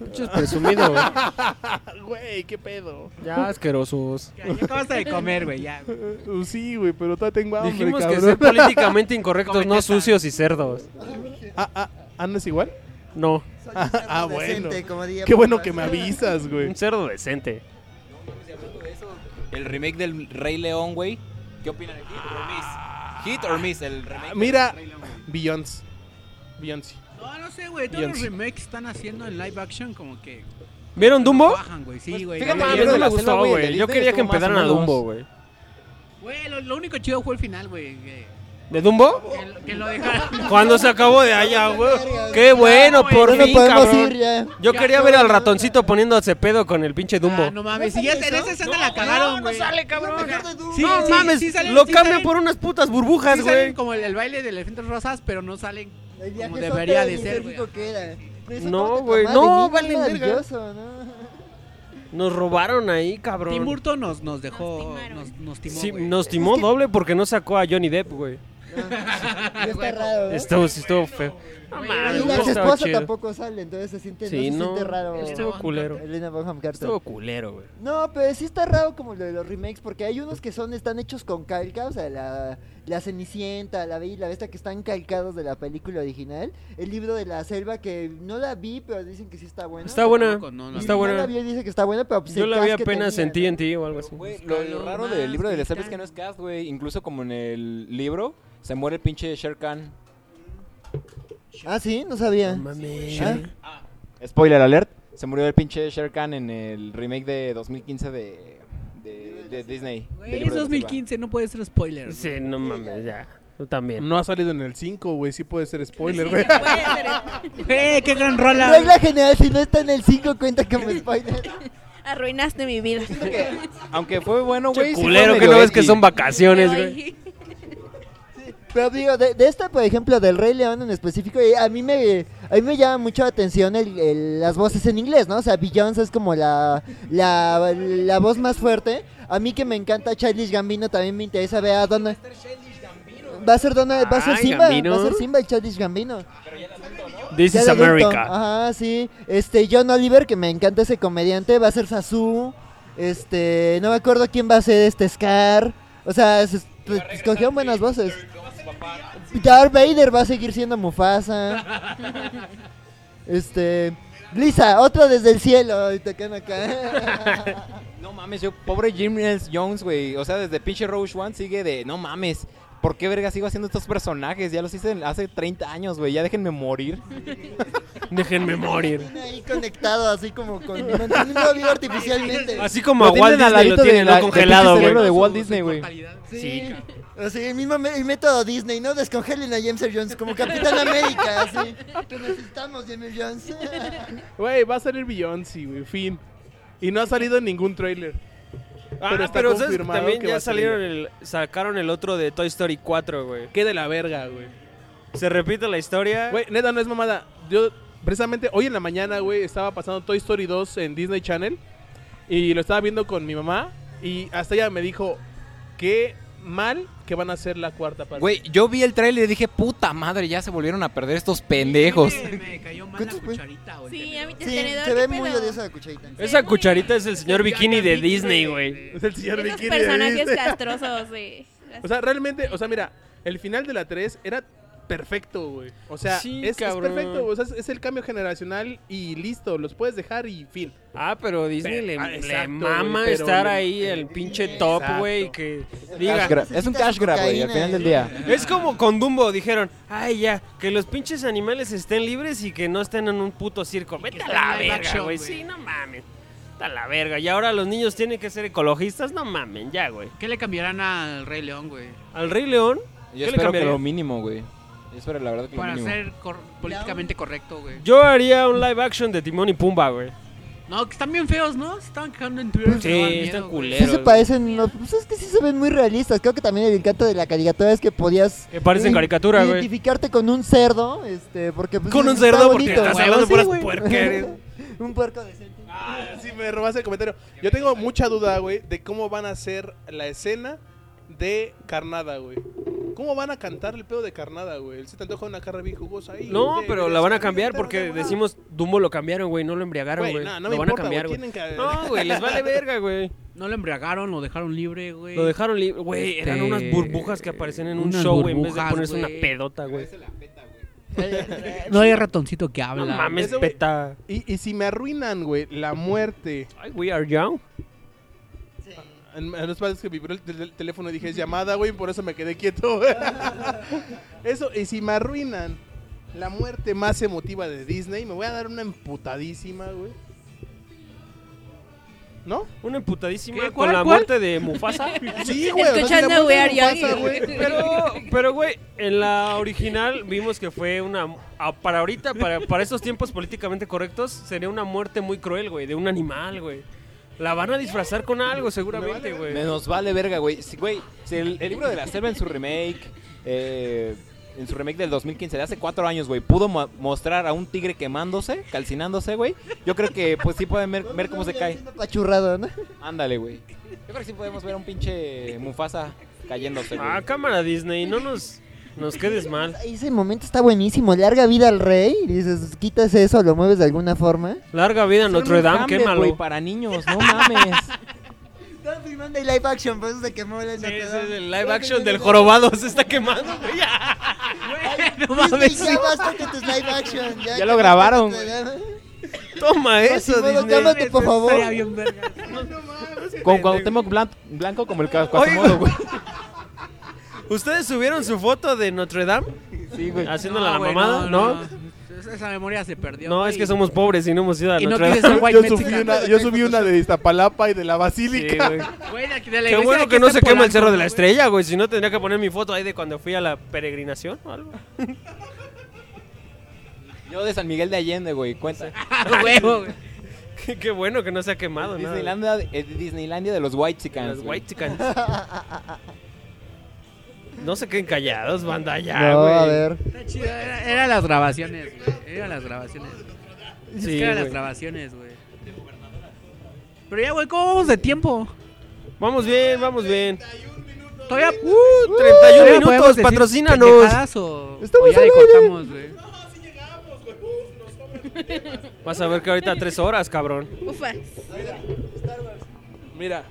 S4: Muchos presumido, güey.
S7: Güey, qué pedo.
S4: <laughs> Ya, asquerosos.
S5: Ya acabaste de comer, güey, ya.
S7: Uh, Sí, güey, pero todavía tengo hambre,
S4: Dijimos que
S7: cabrón.
S4: ser políticamente incorrectos, no sucios y cerdos.
S7: Ah, ah, ¿Andas igual?
S4: No.
S7: Ah, ah, bueno.
S6: decente, como diría
S7: Qué bueno
S6: Papas.
S7: que me avisas, güey.
S4: Un cerdo decente.
S10: El remake del Rey León, güey. ¿Qué opinan de Hit or Miss? Hit or Miss, el remake. del
S7: Mira,
S10: Rey León.
S7: Beyoncé. Beyoncé.
S5: No, no sé, güey. Todos los remakes están haciendo en live action como que
S4: ¿Vieron Dumbo?
S5: bajan, güey. Sí, güey.
S4: Pues, Fíjate,
S5: Ya-
S4: a
S5: ya-
S4: mí no me
S10: la selva,
S4: gustó,
S10: güey,
S4: güey.
S10: de
S4: Yo
S10: Disney
S4: quería que
S10: estuvo más o
S4: empezaran a
S10: menos.
S4: Dumbo, güey.
S5: Güey, lo, lo único chido fue el final, güey. Que,
S4: ¿De Dumbo?
S5: que- que lo
S4: <laughs>
S5: dejaron. Ah,
S4: Cuando se acabó de allá, güey. Qué bueno, por
S6: Bueno,
S4: fin,
S6: podemos ir
S4: cabrón.
S6: ya.
S4: Yo quería ver al ratoncito poniéndose pedo con el pinche Dumbo.
S5: Ah, no mames, si ya en esa escena la cagaron, güey.
S4: cabrón.
S5: Sí,
S4: no
S5: sí,
S4: mames,
S5: sí salen-
S4: lo
S5: sí
S4: cambian
S5: salen-
S4: por unas putas
S5: sí
S4: burbujas,
S5: salen
S4: güey.
S5: como el, el baile de elefantes rosas, pero no salen
S6: El viaje
S5: como
S6: es
S5: debería
S6: otro
S5: de
S6: y
S5: ser,
S6: qué
S5: güey.
S6: rico que era. Pero eso
S4: No,
S6: te
S4: güey,
S6: tomaba
S4: no,
S6: de niño,
S4: valen verga.
S6: maravilloso, ¿no? <laughs>
S4: Nos robaron ahí,
S5: Tim
S4: cabrón.
S5: Burton nos, nos dejó, nos, nos timó,
S4: Sí,
S5: güey.
S4: nos timó doble porque no sacó a Johnny Depp, güey.
S6: Ya está raro, ¿eh?
S4: Estuvo, sí, estuvo feo. Ah, No
S6: y
S4: mames,
S6: la
S4: estuvo
S6: esposa
S4: chido.
S6: tampoco sale, entonces se siente,
S4: Sí,
S6: no se
S4: no,
S6: siente raro.
S4: estuvo culero.
S6: Elena Bonham Carter.
S4: Estuvo culero, güey.
S6: No, pero sí está raro como lo de los remakes, porque hay unos que son, están hechos con calca, o sea, la, la Cenicienta, la Bella y la Bestia, que están calcados de la película original. El libro de la selva, que no la vi, pero dicen que sí está buena.
S4: Está buena.
S5: Tampoco, no, no.
S4: Está
S6: Mi mamá
S4: buena.
S6: la vio y dice que está buena, pero pues,
S4: Yo
S6: el
S4: la vi
S6: cast que
S4: apenas
S6: tenía,
S4: en ti,
S6: ¿no?
S4: en ti o algo así.
S10: Güey, lo, lo
S5: Buscalo
S10: raro del
S5: más,
S10: libro de la selva es
S5: capitán.
S10: que no es cast, güey. Incluso como en el libro, se muere el pinche Shere Khan.
S6: Ah, sí, no sabía.
S4: Mames.
S6: Ah,
S14: Spoiler alert. Se murió el pinche Shere Khan en el remake de 2015 de, de, de Disney. del
S5: Güey,
S14: libro
S5: es
S14: de la
S5: 2015, no puede ser spoiler. güey.
S4: Sí, no mames, ya. Tú también.
S7: No ha salido en el 5, güey. Sí puede ser spoiler,
S9: Sí,
S7: güey.
S9: se puede hacer.
S5: Güey, qué gran rola. güey.
S4: <laughs>
S6: Regla general, si no está en el 5 cuenta como spoiler.
S9: Arruinaste mi vida.
S14: selva. Aunque fue bueno,
S4: Che,
S14: güey. sí fue
S4: culero, que
S14: medio
S4: no ves que
S14: edgy.
S4: son vacaciones,
S9: Ay.
S4: güey.
S6: Pero digo, de, de esta, por ejemplo, del Rey León en específico, eh, a mí me, a mí me llama mucho la atención el- el- las voces en inglés, ¿no? O sea, Beyoncé es como la, la, la voz más fuerte. A mí que me encanta Childish Gambino, también me interesa ver a dónde... Va a ser Donna- va a ser
S4: Ay,
S6: Simba, va
S4: Gambino.
S6: a ser Simba el Childish Gambino.
S4: This
S6: Ya Ah.
S4: is
S6: de adulto.
S4: America.
S6: Ajá, sí. Este, John Oliver, que me encanta ese comediante, va a ser Sasu. Este, no me acuerdo quién va a ser este Scar. O sea, se- escogieron buenas voces. Darth Vader va a seguir siendo Mufasa. este, Lisa, otra desde el cielo. Y te caen acá.
S10: No mames, yo, pobre Jim Earl Jones, güey. O sea, desde pinche Rogue One sigue de, no mames. ¿Por qué verga sigo haciendo estos personajes? Ya los hice hace 30 años, güey. Ya déjenme morir.
S4: Déjenme morir.
S6: Ahí conectado, así como con. Manteniendo vivo artificialmente.
S4: Así como
S14: Lo
S4: a Walt
S14: tienen al
S4: Disney lo
S14: ladito
S4: tienen
S14: de
S4: no
S14: la- del
S4: congelado,
S14: pinche cerebro
S4: güey.
S14: de Walt Disney, güey.
S4: Sí,
S6: O sea, el mismo me- el método Disney, ¿no? Descongelen a James Earl Jones como Capitán América, así. Te necesitamos, James Earl Jones.
S7: Güey, va a salir Beyoncé, güey. Fin. Y no ha salido en ningún trailer.
S4: Ah,
S7: Pero
S4: pero,
S7: está
S4: ¿sabes que
S7: confirmado
S4: también
S7: que va
S4: ya
S7: a salir.
S4: salieron el, sacaron el otro de Toy Story 4, güey.
S7: Qué de la verga, güey.
S4: Se repite la historia.
S7: Güey, neta, no es mamada. Yo, precisamente hoy en la mañana, güey, estaba pasando Toy Story 2 en Disney Channel. Y lo estaba viendo con mi mamá. Y hasta ella me dijo, qué mal que van a hacer la cuarta parte.
S10: Güey, yo vi el trailer y dije, puta madre, ya se volvieron a perder estos pendejos.
S5: Me, me cayó mal la
S6: ¿Cuántos, güey?
S5: cucharita, güey.
S9: Sí, a mí te
S6: Sí,
S9: tenedor,
S6: se
S9: ¿qué
S6: ve
S9: pedo?
S6: muy odiosa la cucharita.
S4: Esa cucharita es el señor bikini de
S5: Gambito,
S4: Disney,
S5: güey.
S4: güey.
S7: Es el señor
S9: Esos
S7: Bikini,
S9: personajes
S7: ¿viste?
S9: castrosos, güey.
S7: O sea, realmente, o sea, mira, el final de la 3 era perfecto, güey. O sea,
S4: Sí,
S7: es, es
S4: cabrón.
S7: perfecto, güey. o sea, es, es el cambio generacional y listo, los puedes dejar y fin.
S4: Ah, pero Disney
S7: Pero-
S4: le,
S7: ah,
S4: le
S7: exacto,
S4: mama
S7: güey, pero
S4: estar
S7: le-
S4: ahí el pinche top,
S7: Exacto.
S4: güey, que
S14: Cash
S4: diga.
S14: grab. Es un cash grab, güey, al final del día.
S4: Es como con Dumbo, dijeron, ay ya, que los pinches animales estén libres y que no estén en un puto circo. Vete a
S5: estén
S4: la
S5: live
S4: verga,
S5: action,
S4: güey.
S5: güey.
S4: Sí, no mames. Vete a la verga. Y ahora los niños tienen que ser ecologistas, no mamen, ya, güey.
S5: ¿Qué le cambiarán al Rey León, güey?
S4: Al Rey León,
S10: Yo
S4: ¿qué le
S10: espero que
S4: cambiaría?
S10: lo mínimo, güey. Yo espero la verdad que lo
S5: Para
S10: mínimo.
S5: ser cor- políticamente correcto, güey.
S4: Yo haría un live action de Timón y Pumba, güey.
S5: No, que están bien feos, ¿no? Se estaban quejando en Twitter.
S4: Sí,
S5: que daban miedo,
S4: están
S5: güey.
S6: Sí
S4: culeros.
S6: se parecen, no, pues es que sí se ven muy realistas. Creo que también el encanto de la caricatura es que podías
S4: Que parecen
S6: i-
S4: caricatura, güey.
S6: identificarte con un cerdo, este, porque pues,
S15: Con un
S6: está
S15: cerdo, porque
S6: bonito.
S15: estás hablando de puras puerquerías.
S6: <laughs> un puerco decente.
S7: <laughs>
S15: Sí, me robaste el comentario.
S7: Yo tengo mucha duda, güey, de cómo van a hacer la escena de Carnada, güey. ¿Cómo van a cantar el pedo de Carnada, güey? Si te antoja una carne bien jugosa ahí.
S4: No,
S7: de-
S4: pero
S7: de-
S4: la van a
S7: de-
S4: cambiar
S7: de-
S4: porque
S7: de- de-
S4: decimos Dumbo lo cambiaron, güey, no lo embriagaron,
S7: Güey,
S4: güey.
S7: no, no
S4: lo
S7: me
S4: van
S7: importa,
S4: a cambiar,
S7: güey,
S4: güey.
S7: tienen que-
S4: No, güey, les vale verga, güey.
S5: No lo embriagaron, lo dejaron libre, güey.
S4: Lo dejaron libre, güey, eran
S5: Este,
S4: unas burbujas que aparecen en un
S5: unas
S4: show, güey, en vez de
S5: burbujas,
S4: ponerse una
S5: güey.
S4: pedota, güey.
S5: No hay ratoncito que habla.
S4: No mames,
S7: Eso, güey.
S4: peta.
S7: Y, y si me arruinan, güey, la muerte.
S4: Ay, we are young.
S7: En, en los padres que vibró el, tel- el teléfono dije, es llamada, güey, por eso me quedé quieto. <laughs> eso, y si me arruinan la muerte más emotiva de Disney, me voy a dar una emputadísima, güey. ¿No?
S4: Una emputadísima
S7: ¿Qué?
S4: con
S7: ¿Cuál,
S4: la
S7: cuál?
S4: muerte de Mufasa.
S7: <laughs> Sí, güey, o sea, si la
S9: Escuchando
S7: muerte
S9: We Are
S7: de Mufasa,
S9: Young.
S7: güey.
S4: Pero, pero güey, en la original vimos que fue una a- para ahorita, para, para estos tiempos políticamente correctos, sería una muerte muy cruel, güey, de un animal, güey. La van a disfrazar con algo, seguramente, güey.
S10: Me nos vale verga, güey. Si, güey, si el, el libro de la selva en su remake, eh, en su remake del 2015, de hace cuatro años, güey, pudo mo- mostrar a un tigre quemándose, calcinándose, güey. Yo creo que, pues sí pueden ver, ver cómo se cae.
S6: Pachurrado, ¿no?
S10: Ándale, güey. Yo creo que sí podemos ver a un pinche Mufasa cayéndose, güey.
S4: Ah, cámara Disney, no nos, nos quedes mal.
S6: Ese momento está buenísimo. Larga vida al rey. Y dices, quitas eso, lo mueves de alguna forma.
S4: Larga vida Notre Dame,
S10: Hamlet,
S4: quémalo.
S10: güey, para niños, no mames.
S6: Están filmando el live action, por eso se quemó el Notre Dame.
S4: El live action del jorobado se está quemando, güey.
S5: No
S6: Disney,
S5: mames,
S6: ya basta con tus live action. Ya,
S10: Ya lo grabaron,
S6: Notre Dame.
S4: Toma eso,
S6: Quasimodo,
S4: Disney.
S6: cálmate, por favor.
S5: Estaría <laughs> bien verga.
S10: Con Cuauhtémoc Blan- Blanco como el Ca- Quasimodo, güey.
S4: ¿Ustedes subieron su foto de Notre Dame?
S10: Sí, güey.
S4: Haciéndola la
S5: güey,
S4: mamada, ¿no? No,
S5: Esa- Esa memoria se perdió.
S4: es
S5: güey.
S4: que somos pobres y no hemos ido a
S5: Y no
S4: Notre <laughs>
S5: quieres
S4: Dame.
S5: ser white
S15: Yo
S5: mexican.
S15: subí, una, yo subí una de Iztapalapa y de la
S4: Sí,
S15: Basílica.
S4: güey.
S5: Güey, de aquí de la
S4: Qué
S5: iglesia
S4: bueno
S5: de
S4: que
S5: aquí
S4: no
S5: está
S4: se quema el Cerro de la
S5: Polanco,
S4: Estrella, güey. Si no, tendría que poner mi foto ahí de cuando fui a la peregrinación o algo. <laughs>
S10: Yo de San Miguel de Allende, güey, cuenta.
S5: güey. <laughs> A huevo, güey.
S4: Qué, qué bueno que no se ha quemado, nada.
S10: Disneylandia, de- eh, Disneylandia de los White Chickens.
S4: Los white chickens. No se queden callados, banda, ya,
S6: No,
S4: güey.
S6: a ver.
S5: Está chido, Era, era las grabaciones, güey. Era las grabaciones. es
S4: Sí,
S5: que eran las
S4: güey.
S5: grabaciones, güey. Pero ya, güey, ¿cómo vamos de tiempo?
S4: Vamos bien, vamos bien.
S5: Todavía.
S4: Uh,
S5: todavía
S4: 31
S5: podemos
S4: minutos,
S5: decir
S4: patrocínanos.
S5: pendejadas O,
S6: Estamos
S5: o ya le
S6: al aire.
S5: cortamos, güey.
S4: Vas a ver que ahorita tres horas, cabrón.
S9: Ufas.
S15: Mira,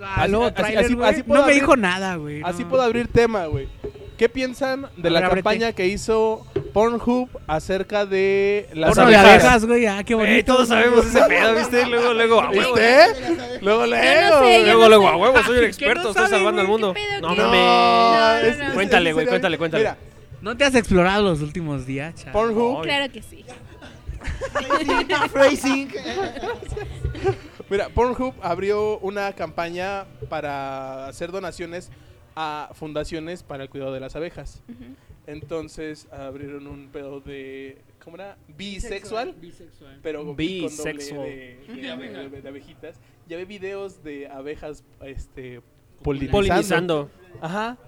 S5: Ah,
S15: Así-
S5: luego
S15: así-
S5: tráiler,
S15: así-
S5: güey.
S15: así puedo
S5: no me
S15: abrir-
S5: dijo nada, güey.
S15: así
S5: no.
S15: puedo abrir tema, güey. ¿Qué piensan de
S5: A
S15: la
S5: ver, ábrete.
S15: campaña que hizo Pornhub acerca de las
S5: Porno de
S15: abejas?
S5: abejas, güey. Ah, qué bonito.
S4: Ey, Eh, todos sabemos ese
S5: <laughs>
S4: pedo, ¿viste? Luego, luego, a huevo. eh.
S15: ¿Viste? Luego
S9: Yo no
S15: leo.
S9: sé, yo
S4: Luego,
S9: no
S4: luego, a
S9: sé.
S4: huevo, soy un
S5: ¿Qué
S4: experto,
S5: no
S4: estoy
S5: sabe,
S4: salvando al
S9: güey?
S4: mundo.
S9: ¿Qué pedo,
S4: No
S9: qué?
S4: mames.
S9: no,
S15: es-
S9: no.
S15: es-
S4: Cuéntale,
S15: en
S4: güey,
S15: serio,
S4: cuéntale, cuéntale.
S15: Mira,
S5: No te has explorado los últimos días, chaval.
S15: Pornhub
S9: Claro que sí.
S6: <laughs> Phrasing.
S15: Mira, Pornhub abrió una campaña para hacer donaciones a fundaciones para el cuidado de las abejas. Entonces abrieron un pedo de. ¿Cómo era? Bisexual. Pero con doble
S4: Bisexual.
S15: de, de abe- de- de abejitas. Ya ve videos de abejas este, polinizando.
S4: Polinizando.
S15: Ajá.
S9: <laughs>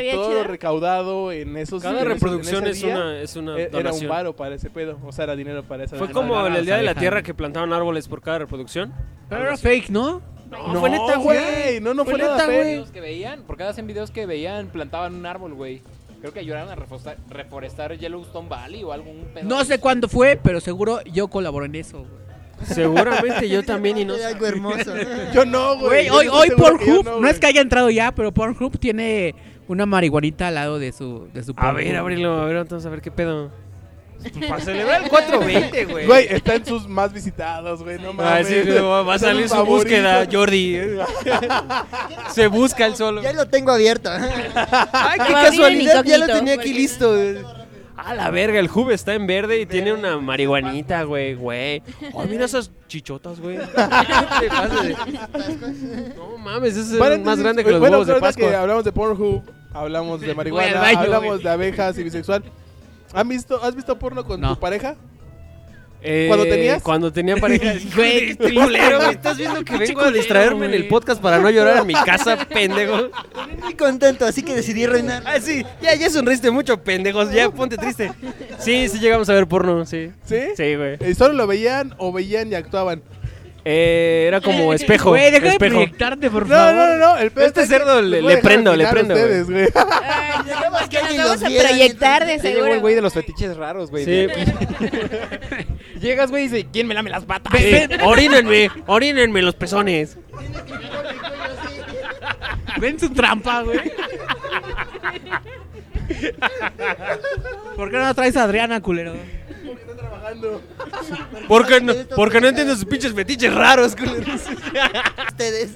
S15: Y
S9: veía
S15: todo
S9: chido.
S15: lo recaudado en esos.
S4: Cada
S15: en ese- en
S4: reproducción
S15: ese
S4: es
S15: día,
S4: una, es una
S15: e- Era un
S4: donación.
S15: varo para ese pedo. O sea, era dinero para esa
S4: Fue
S15: donación.
S4: como en el Día de la
S5: Abeja.
S4: Tierra que plantaban árboles por cada reproducción.
S5: Pero era fake, ¿no?
S15: No, fue neta, güey. No, no fue, neta, güey.
S8: videos que veían, por cada 100 videos que veían, plantaban un árbol, güey. Creo que ayudaron a reforestar, reforestar Yellowstone Valley o algún pedo.
S5: No sé cuándo fue, pero seguro yo colaboré en eso, güey.
S4: Seguramente yo también y
S6: <laughs>
S4: no.
S6: Era algo hermoso.
S15: Yo no, güey.
S5: Güey,
S15: Yo
S5: hoy,
S15: estoy
S5: hoy
S15: seguro que yo
S5: Pornhub, no,
S15: güey.
S5: es que haya entrado ya, pero Pornhub tiene una marihuanita al lado de su, de su
S4: A
S5: Pornhub. <laughs>
S4: ver, ábrelo, a ver, vamos a ver qué pedo. Para celebrar el 420, güey.
S15: Güey, está en sus más visitados, güey, no
S4: Ah,
S15: mames.
S4: sí, güey, va va a
S15: Está en
S4: salir
S15: sus
S4: su
S15: favoritos.
S4: búsqueda, <laughs> Jordi. Se busca el solo.
S6: Ya lo tengo abierto.
S4: Ay,
S6: <laughs>
S4: qué
S9: Lo abrí en
S4: casualidad.
S6: ya lo
S9: incógnito,
S6: tenía aquí
S9: porque-
S6: listo.
S4: A la verga, el Hub está en verde y tiene una marihuanita, güey, <laughs> güey. Oh, mira esas chichotas, <laughs> güey. ¿Qué te pasa de- No mames, ese es
S15: Bueno,
S4: más
S15: entonces,
S4: grande que los
S15: bueno,
S4: huevos de
S15: ahorita que
S4: Pascua.
S15: hablamos de Pornhub, hablamos de marihuana,
S5: al baño,
S15: hablamos
S5: güey.
S15: de abejas y bisexual. ¿Han visto, ¿Has visto porno con
S5: No.
S15: tu pareja?
S4: Eh,
S7: ¿Cuando tenías?
S4: Cuando tenía <laughs> pareja.
S7: Güey, qué
S4: este culero, güey.
S7: culero.
S4: Estás viendo que
S7: Qué
S4: vengo a
S7: culero,
S4: distraerme en el
S7: güey.
S4: podcast para no llorar en mi <laughs> casa, pendejo.
S6: Muy contento, así que decidí reinar.
S4: Ah, sí, ya, ya sonriste mucho, pendejos. Ya, ponte triste. Sí, sí llegamos a ver porno, sí.
S7: ¿Sí?
S4: Sí, güey.
S15: Eh,
S7: ¿Y solo lo veían o veían y actuaban?
S4: Eh, era como espejo.
S5: Güey, deja de
S4: espejo.
S5: proyectarte, por
S7: No,
S5: favor.
S7: no, no, no, el pedo
S4: Este
S7: está que
S4: cerdo
S7: los
S4: le-
S7: voy a
S4: le
S7: dejar
S4: prendo, le
S7: opinar
S4: prendo,
S7: ustedes, güey.
S6: Llegabas que alguien
S9: Nos
S6: los
S9: vamos a
S6: viera.
S9: proyectar de
S10: Ya llegó el
S9: seguro.
S10: güey de los fetiches raros, güey.
S4: Sí.
S10: Llegas, güey, y dice, ¿quién me lame las patas?
S4: Sí, orínenme, orínenme los pezones.
S5: Ven su trampa, güey. ¿Por qué no traes a Adriana, culero?
S4: Porque no, porque no entiendo sus pinches fetiches raros, culeros.
S6: Ustedes.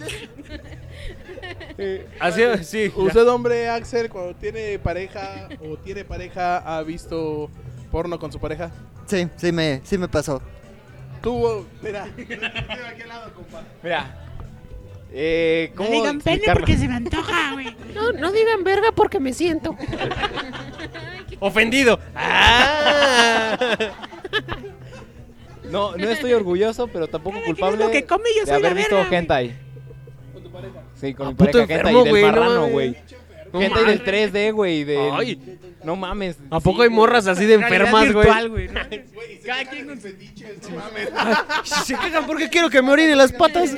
S4: Así, sí.
S7: ¿Usted, hombre, Axel, cuando tiene pareja o tiene pareja, ha visto porno con su pareja?
S6: Sí, sí me, sí me pasó.
S7: Tuvo, mira.
S10: Mira. Eh, ¿cómo explicarlo?
S5: se me antoja, güey.
S4: No, no digan verga porque me siento. Ofendido. Ah.
S5: <laughs>
S10: No, no estoy orgulloso, pero tampoco culpable
S5: lo que come, yo
S10: de
S5: soy la
S10: haber visto
S5: verga, güey. Ah,
S10: hentai. Sí, con mi
S4: puto
S10: pareja hentai
S4: enfermo,
S10: y del
S4: güey, no
S10: marrano,
S4: mames.
S10: güey.
S4: No
S10: hentai del
S4: mames.
S10: 3D, güey, del-
S4: Ay.
S10: No mames.
S4: ¿A poco hay morras así de enfermas, güey?
S5: Cada quien con su-
S4: Se cagan porque quiero que me orinen las patas.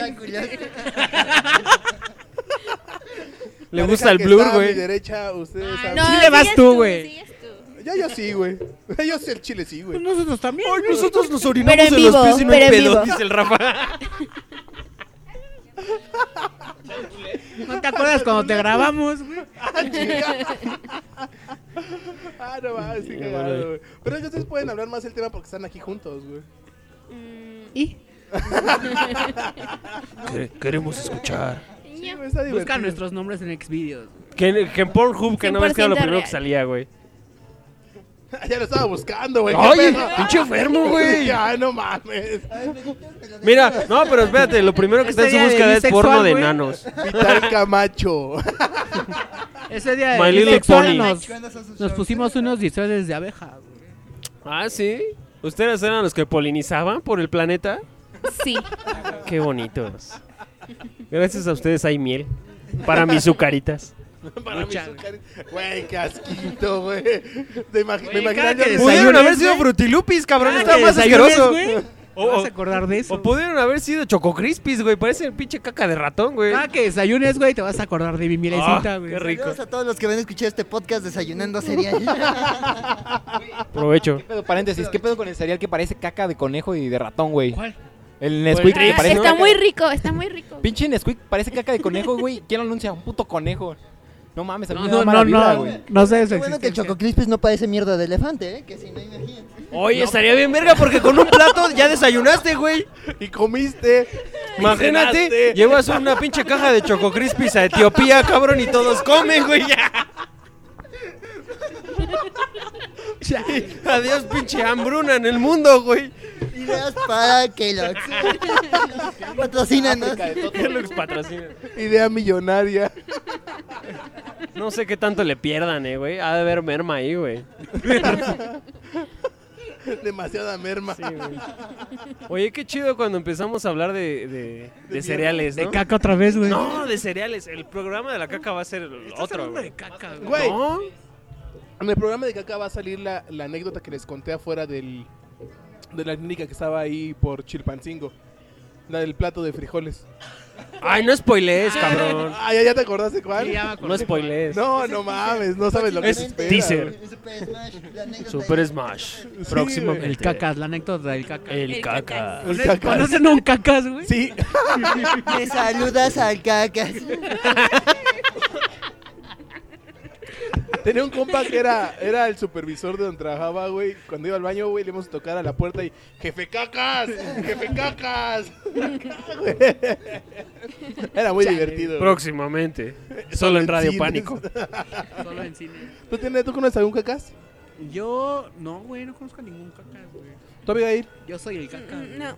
S4: Le gusta el
S7: que
S4: blur,
S7: está a mi
S4: güey.
S7: derecha, ustedes saben.
S9: No,
S5: Sí le vas
S9: sigues
S5: tú, güey.
S9: sigues tú.
S7: Ya yo sí, güey. <laughs> Yo sí, el chile sí, güey.
S5: Nosotros también. güey.
S4: Nosotros nos orinamos
S9: Pero en
S4: en los
S9: vivo,
S4: pies y no hay
S9: pero en
S4: pedo,
S9: vivo.
S4: dice el Rafa.
S5: ¿No te acuerdas cuando te grabamos, güey?
S7: <laughs> Ah, no va, sí, cagado, güey. Pero es que ustedes pueden hablar más del tema porque están aquí juntos, güey.
S5: Y
S4: Queremos escuchar.
S7: Sí, güey, está
S5: busca
S7: divertido.
S5: nuestros nombres en Xvideos.
S4: Que, que en Pornhub, que no ves que era lo
S9: 100%
S4: primero
S9: real.
S4: que salía, güey.
S7: <laughs> ya lo estaba buscando, güey.
S4: ¡Ay! ¡Pinche enfermo, güey!
S7: <laughs> güey! ¡Ah, no mames!
S4: Mira, no, pero espérate, lo primero que está en su
S5: Este día de
S4: búsqueda es
S5: bisexual,
S4: porno de
S5: güey.
S4: nanos.
S7: Vital Camacho. <laughs>
S5: Ese día de
S4: My Little
S5: bisexual
S4: Pony.
S5: nos, nos pusimos unos disfraces de abeja, güey.
S4: Ah, sí. ¿Ustedes eran los que polinizaban por el planeta?
S9: Sí.
S4: Qué bonitos. Gracias a ustedes hay miel. Para mis sucaritas.
S7: <laughs> Para mí, su cari- Güey, qué asquito, güey. Te imag-
S5: Güey,
S7: Me
S5: cada que desayuno-
S7: imagino yo-
S4: Pudieron
S5: Desayunes,
S4: haber sido
S5: güey.
S4: frutilupis, cabrón.
S5: Ah,
S4: Estaba
S5: que
S4: más
S5: desayunes,
S4: asqueroso.
S5: güey.
S4: O,
S5: Te
S4: o-
S5: vas a acordar de eso.
S4: o pudieron haber sido chococrispis, güey. Parecen pinche caca de ratón, güey.
S5: Cada Ah, que desayunes, güey, te vas a acordar de mi mirecita,
S4: Ah,
S5: güey.
S4: qué rico.
S6: Saludos a todos los que ven a escuchar este podcast desayunando cereal.
S4: Provecho.
S10: ¿Qué pedo, paréntesis? ¿Qué pedo con el cereal que parece caca de conejo y de ratón, güey?
S5: ¿Cuál?
S10: El
S8: Pues,
S10: Nesquik que
S9: Ah,
S10: parece...
S9: está muy rico, está muy rico.
S10: Pinche Nesquik parece caca de conejo, güey. ¿Quién lo anuncia? Un puto conejo. No mames, a mí
S5: No,
S10: me da
S5: no,
S10: mala
S5: no,
S10: vibra,
S5: no.
S10: güey.
S5: No sé eso.
S6: <laughs> Qué bueno que el Choco Crispis no parece mierda de elefante, ¿eh? Que si no, imagínate.
S4: Oye, estaría bien verga porque con un plato ya desayunaste, güey.
S7: Y comiste.
S4: Imagínate, llevas una pinche caja de Choco Crispis a Etiopía, cabrón, y todos comen, güey. <laughs> ya. Adiós, pinche hambruna en el mundo, güey.
S6: Ideas para Kellogg's. Patrocínanos.
S4: Kellogg's patrocina.
S7: Idea millonaria.
S4: No sé qué tanto le pierdan, eh, güey. Ha de haber merma ahí, güey.
S7: Demasiada merma.
S4: Oye, qué chido cuando empezamos a hablar de, de- de cereales, ¿no?
S5: De caca otra vez, güey.
S4: No, de cereales. El programa de la caca va a ser el otro,
S5: hablando de
S4: güey.
S5: caca, güey.
S7: <laughs> Güey,
S4: ¿No?
S7: en el programa de Caca va a salir la, la anécdota que les conté afuera del, de la clínica que estaba ahí por Chilpancingo. La del plato de frijoles.
S4: Ay, no spoilees,
S7: <laughs>
S4: cabrón.
S7: Ah, ¿ya, ya te acordaste cuál?
S5: Sí, ya me acordé.
S4: No spoilees.
S7: No, no mames, no sabes lo que
S4: Es
S7: te espera,
S4: teaser.
S7: güey.
S6: Super Smash, la anécdota
S4: Super Smash.
S7: güey.
S4: Próximamente.
S5: El cacas, la anécdota del cacas.
S4: Este, El caca.
S7: El Cacas.
S5: ¿Conocen a un cacas, güey?
S7: Sí,
S6: Me saludas al cacas.
S7: Tenía un compa que era, era el supervisor de donde trabajaba, güey. Cuando iba al baño, güey, le íbamos a tocar a la puerta y... ¡Jefe cacas! ¡Jefe
S15: <laughs>
S7: cacas! era muy divertido. güey.
S4: Próximamente. Solo en Radio Pánico.
S5: Solo en cine.
S7: ¿Tú, tienes, ¿Tú conoces algún cacas?
S5: Yo, no, güey, no conozco a ningún cacas, güey.
S7: ¿Tú, Abigail?
S5: Yo soy el cacas.
S9: Mm,
S5: güey.
S9: No.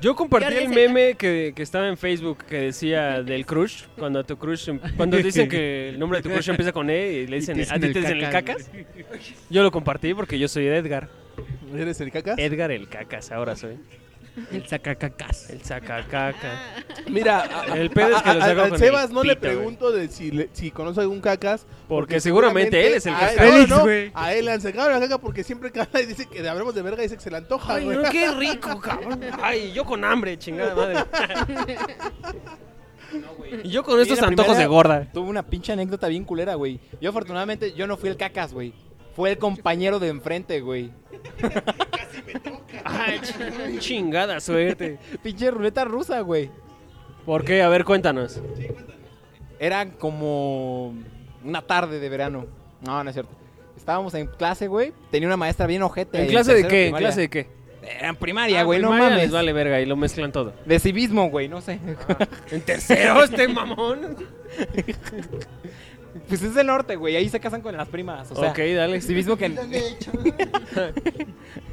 S4: Yo compartí
S9: Yo
S4: el
S9: les-
S4: meme que, que estaba en Facebook que decía del crush. Cuando tu crush. em-
S10: <laughs>
S4: Cuando dicen que el nombre de tu crush empieza con E y le dicen.
S5: te
S4: ¿A ti te dicen el cacas? Yo lo compartí porque yo soy Edgar.
S15: ¿Eres el
S10: Ah.
S15: cacas?
S4: Edgar el cacas, ahora soy.
S5: El sacacacas.
S4: El sacacaca. <laughs>
S15: Mira, a-
S4: el pedo es que
S15: a-
S4: lo
S15: a-
S4: saco
S15: al
S4: con
S15: Sebas
S4: el
S15: no le
S4: pito, güey.
S15: pregunto de si, le- si conoce algún cacas. Porque,
S4: seguramente él es el
S15: a
S4: cacas.
S15: él- no,
S4: Félix,
S15: no,
S4: güey.
S15: A él le han sacado la caca porque siempre que habla y dice que hablemos de verga dice que se le antoja,
S4: Ay,
S15: güey.
S4: no, qué rico, cabrón. Ay, yo con hambre, chingada madre. Y yo con
S10: Sí,
S4: estos
S10: la
S4: antojos
S10: primera
S4: de gorda.
S10: Tuve una pinche anécdota bien culera, güey. Yo afortunadamente yo no fui el cacas, güey. Fue el compañero de enfrente, güey.
S4: Ay, ch- chingada suerte.
S10: Pinche ruleta rusa, güey.
S4: ¿Por qué? A ver, cuéntanos.
S10: Eh, Era como una tarde de verano. No, no es cierto. Estábamos en clase, güey. Tenía una maestra bien ojete.
S4: ¿En clase de
S10: tercero
S4: qué? ¿En
S10: primaria.
S4: clase de qué?
S10: Era en primaria,
S4: Ah,
S10: güey. No
S4: primaria les
S10: mames.
S4: vale verga y lo mezclan todo.
S10: De civismo, güey. No sé. <laughs>
S4: En <laughs> tercero este mamón.
S10: Pues es del norte, güey. Ahí se casan con las primas. O sea,
S4: Ok, dale.
S10: Civismo que... <laughs>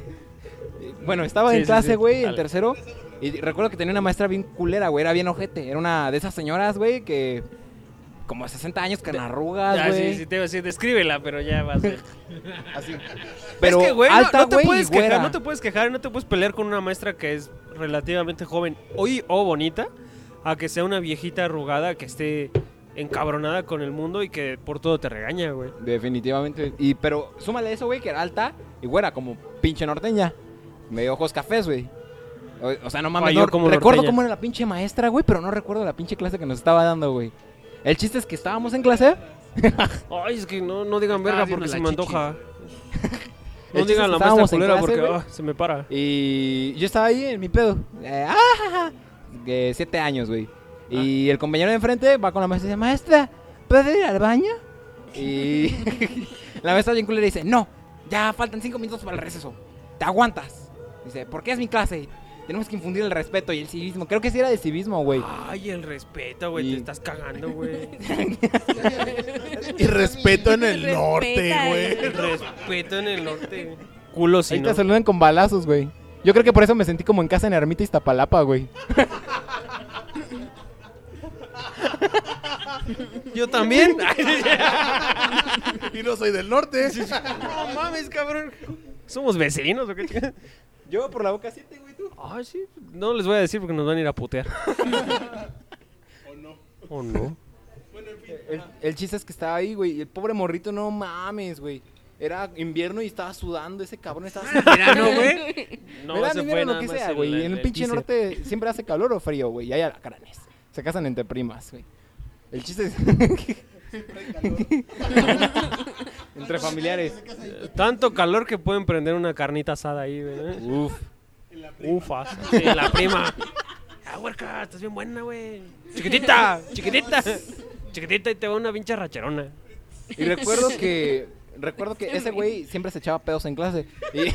S10: Bueno, estaba
S4: Sí,
S10: en
S4: sí,
S10: clase,
S4: sí.
S10: güey, en
S4: Dale.
S10: tercero. Y recuerdo que tenía una maestra bien culera, güey. Era bien ojete. Era una de esas señoras, güey, que. Como 60 años con arrugas,
S4: Ah, sí,
S10: güey.
S4: sí, te iba a decir, descríbela, pero ya vas. <laughs> güey.
S10: Así. Pero
S4: es que, güey, no-
S10: alta,
S4: no, te
S10: güey, y
S4: puedes quejar,
S10: güera.
S4: no te puedes quejar, no te puedes pelear con una maestra que es relativamente joven hoy o bonita, a que sea una viejita arrugada que esté encabronada con el mundo y que por todo te regaña, güey.
S10: Definitivamente. Y, pero súmale eso, güey, que era alta y güera, como pinche norteña. Medio ojos cafés, güey. O, o sea, no mames.
S4: Falló
S10: no-
S4: como
S10: recuerdo
S4: norteña.
S10: cómo era la pinche maestra, güey, pero no recuerdo la pinche clase que nos estaba dando, güey. El chiste es que estábamos en clase.
S4: Ay, es que no, no digan verga
S10: Estaba viendo
S4: porque se
S10: la
S4: me
S10: chichis.
S4: antoja.
S10: El
S4: No digan
S10: chiste es
S4: la
S10: que estábamos
S4: maestra
S10: en
S4: culera
S10: clase,
S4: porque
S10: güey.
S4: ah, se me para.
S10: Y yo estaba ahí en mi pedo. Eh, ah, ja, ja. De siete años, güey. Y el compañero de enfrente va con la maestra y dice, maestra, ¿puedo ir al baño? Y la maestra bien culera dice, no, ya faltan cinco minutos para el receso. Te aguantas. Dice, ¿por qué es mi clase? Tenemos que infundir el respeto y el civismo. Creo que sí era de civismo, güey.
S4: Ay, el respeto, güey,
S10: Y-
S4: te estás cagando, güey.
S15: Y respeto en el
S9: Respeta,
S15: norte, güey.
S9: güey.
S4: respeto en el norte. Culo
S10: Ahí
S4: si
S10: te
S4: no.
S10: saludan con balazos, güey. Yo creo que por eso me sentí como en casa en Ermita Iztapalapa, güey.
S4: Yo
S10: <laughs>
S4: también.
S15: Y no soy del norte.
S4: no mames, cabrón. Somos vecinos, ¿o qué? chingas?
S10: Yo por la boca siete, güey, tú.
S4: Ah, sí. No les voy a decir porque nos van a ir a
S10: <laughs>
S4: putear. ¿O no? ¿O no?
S10: El, el chiste es que estaba ahí, güey. y El pobre morrito, no mames, güey. Era invierno y estaba sudando. Ese cabrón estaba
S4: <laughs>
S10: sudando.
S4: Verano, güey. No,
S10: Verano,
S4: ese
S10: invierno,
S4: fue
S10: lo
S4: nada
S10: que
S4: más
S10: sea,
S4: el-
S10: güey. En el pinche
S4: teaser.
S10: norte siempre hace calor o frío, güey. Y hay alacranes. Se casan entre primas, güey. El chiste es. entre familiares.
S4: Tanto calor que pueden prender una carnita asada ahí, güey.
S10: Uf.
S4: Ufas. Sí, la prima. Ah, huerca, estás bien buena, güey. Chiquitita, chiquitita. Chiquitita y te va una pinche racherona.
S10: Y recuerdo que. Recuerdo que ese güey siempre se echaba pedos en clase.
S4: <laughs>
S10: Y.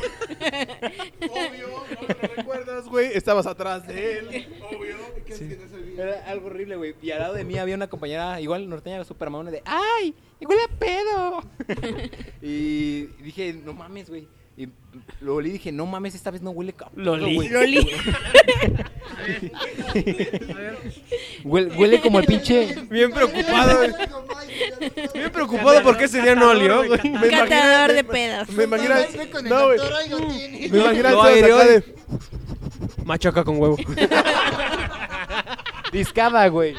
S15: Obvio, ¿cómo no lo recuerdas, güey? Estabas atrás de él. Obvio. ¿Qué es que no sabía?
S10: Era algo horrible, güey. Y al lado de mí había una compañera, igual norteña, super mamona, de ¡Ay! ¡Igual a pedo!
S4: <laughs>
S10: y dije, no mames, güey. Y lo olí y dije, no mames, esta vez no huele a pedo,
S4: Loli.
S10: güey. <laughs>
S15: <laughs>
S10: Huele, huele como el pinche.
S4: Bien preocupado, güey. Bien preocupado porque ese día no olió, güey.
S15: Me
S9: Catador
S15: imaginé-
S9: de pedos.
S15: Me imagino.
S6: con el
S15: No, güey.
S6: doctor algo tiene.
S15: Me imagino
S4: Lo
S15: al Sebas acá
S4: aireó.
S15: de-
S4: Machaca con huevo.
S10: Discada, güey.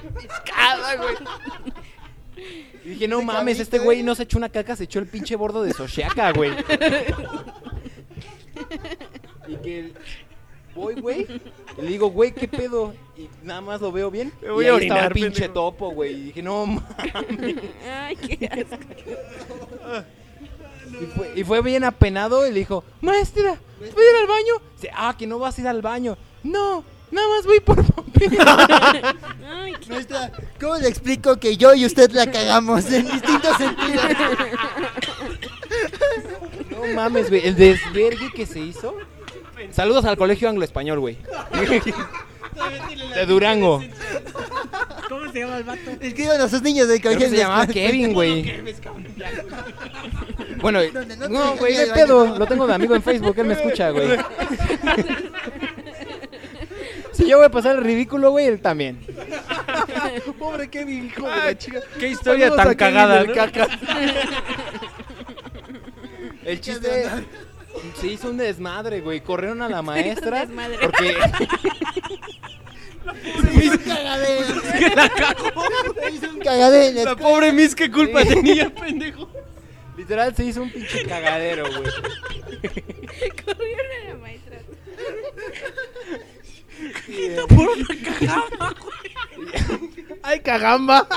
S10: Y dije, no mames, este güey no se echó una caca, se echó el pinche bordo de Soshiaka, güey. y que el- voy, güey. y Le digo, güey, ¿qué pedo? Y nada más lo veo bien.
S4: Me voy
S10: y
S4: a
S10: ahí
S4: orinar,
S10: estaba el pinche
S4: pendejo.
S10: topo, güey. Y dije, no mames.
S9: Ay, qué asco.
S10: Y fue, y fue bien apenado y le dijo, maestra, ¿puedo ir al baño? Dice, ah, que no vas a ir al baño. No, nada más voy por
S15: <laughs>
S10: papel.
S9: Ay, qué-
S6: Maestra, ¿cómo le explico que yo y usted la cagamos en distintos sentidos?
S10: No mames, güey. El desvergue que se hizo. Saludos al colegio anglo-español, güey. De Durango.
S5: ¿Cómo se llama el <laughs> vato?
S6: Escriban a sus niños del
S10: Creo
S6: colegio.
S10: que se llamaba Kevin, güey. Bueno,
S6: Donde no te
S10: no, güey,
S6: regañe
S10: no hay
S6: el
S10: pedo.
S6: baño.
S10: Lo tengo de amigo en Facebook, él me escucha, güey. Si yo voy a pasar el ridículo, güey, él también.
S15: Pobre Kevin, hijo de la chica.
S4: Qué historia
S15: Saludos a
S4: tan
S15: Kevin
S4: cagada,
S15: del
S4: ¿no?
S15: caca.
S10: El chiste, Se hizo un desmadre, güey. Corrieron a
S9: Se
S10: la
S9: hizo un
S10: maestra.
S9: desmadre.
S10: Porque.
S6: hizo un cagadero.
S4: que la cagó.
S6: Se hizo un cagadero. en la
S4: La pobre Miss, ¿qué culpa
S10: Sí.
S4: tenía, pendejo?
S10: Literal, se hizo un pinche cagadero, güey.
S9: Corrieron a la maestra.
S5: Por una cagada,
S15: ¡Ay, cagamba!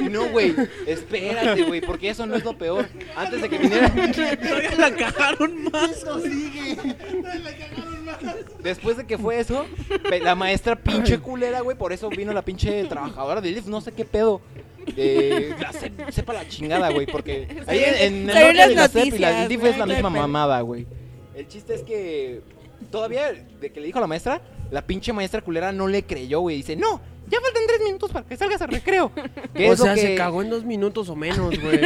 S10: Y no, güey. Espérate, güey. Porque eso no es lo peor. Antes de que viniera.
S5: Todavía la cagaron más.
S6: Esto sigue.
S10: Después de que fue eso, pe- la maestra pinche culera, güey, por eso vino la pinche trabajadora de IF, no sé qué pedo. Eh, la se- sepa la chingada, güey, porque ahí en, en
S9: Salió
S10: el
S9: las
S10: norte de la SEP y la
S9: noticias,
S10: DIF
S9: güey,
S10: es la
S9: qué
S10: misma
S9: pedo.
S10: mamada, güey. El chiste es que todavía de que le dijo la maestra, la pinche maestra culera no le creyó, güey, dice, "No, ya faltan tres minutos para que salgas al
S9: <laughs>
S10: recreo." ¿Qué
S4: O
S10: es lo
S4: sea,
S10: que-
S4: se cagó en dos minutos o menos, güey.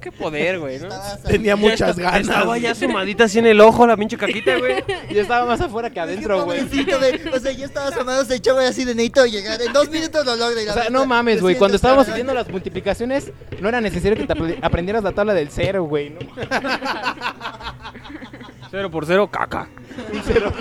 S4: Qué poder, güey, ¿no?
S15: Tenía muchas
S10: Ah,
S4: Ya Estaba
S15: ganas.
S4: ya sumadita así en el ojo la pinche caquita, güey.
S10: Y estaba más afuera que adentro, güey.
S6: Pobrecito de- O sea, yo estaba asomado, se echaba así de necesito llegar. En dos minutos lo logra. y la
S10: O sea,
S6: neta,
S10: no mames,
S6: me
S10: güey.
S6: siento
S10: Cuando estábamos
S6: cagado.
S10: haciendo las multiplicaciones, no era necesario que te apre- aprendieras la tabla del cero, güey. ¿no?
S4: Cero por cero, caca.
S10: Un cero.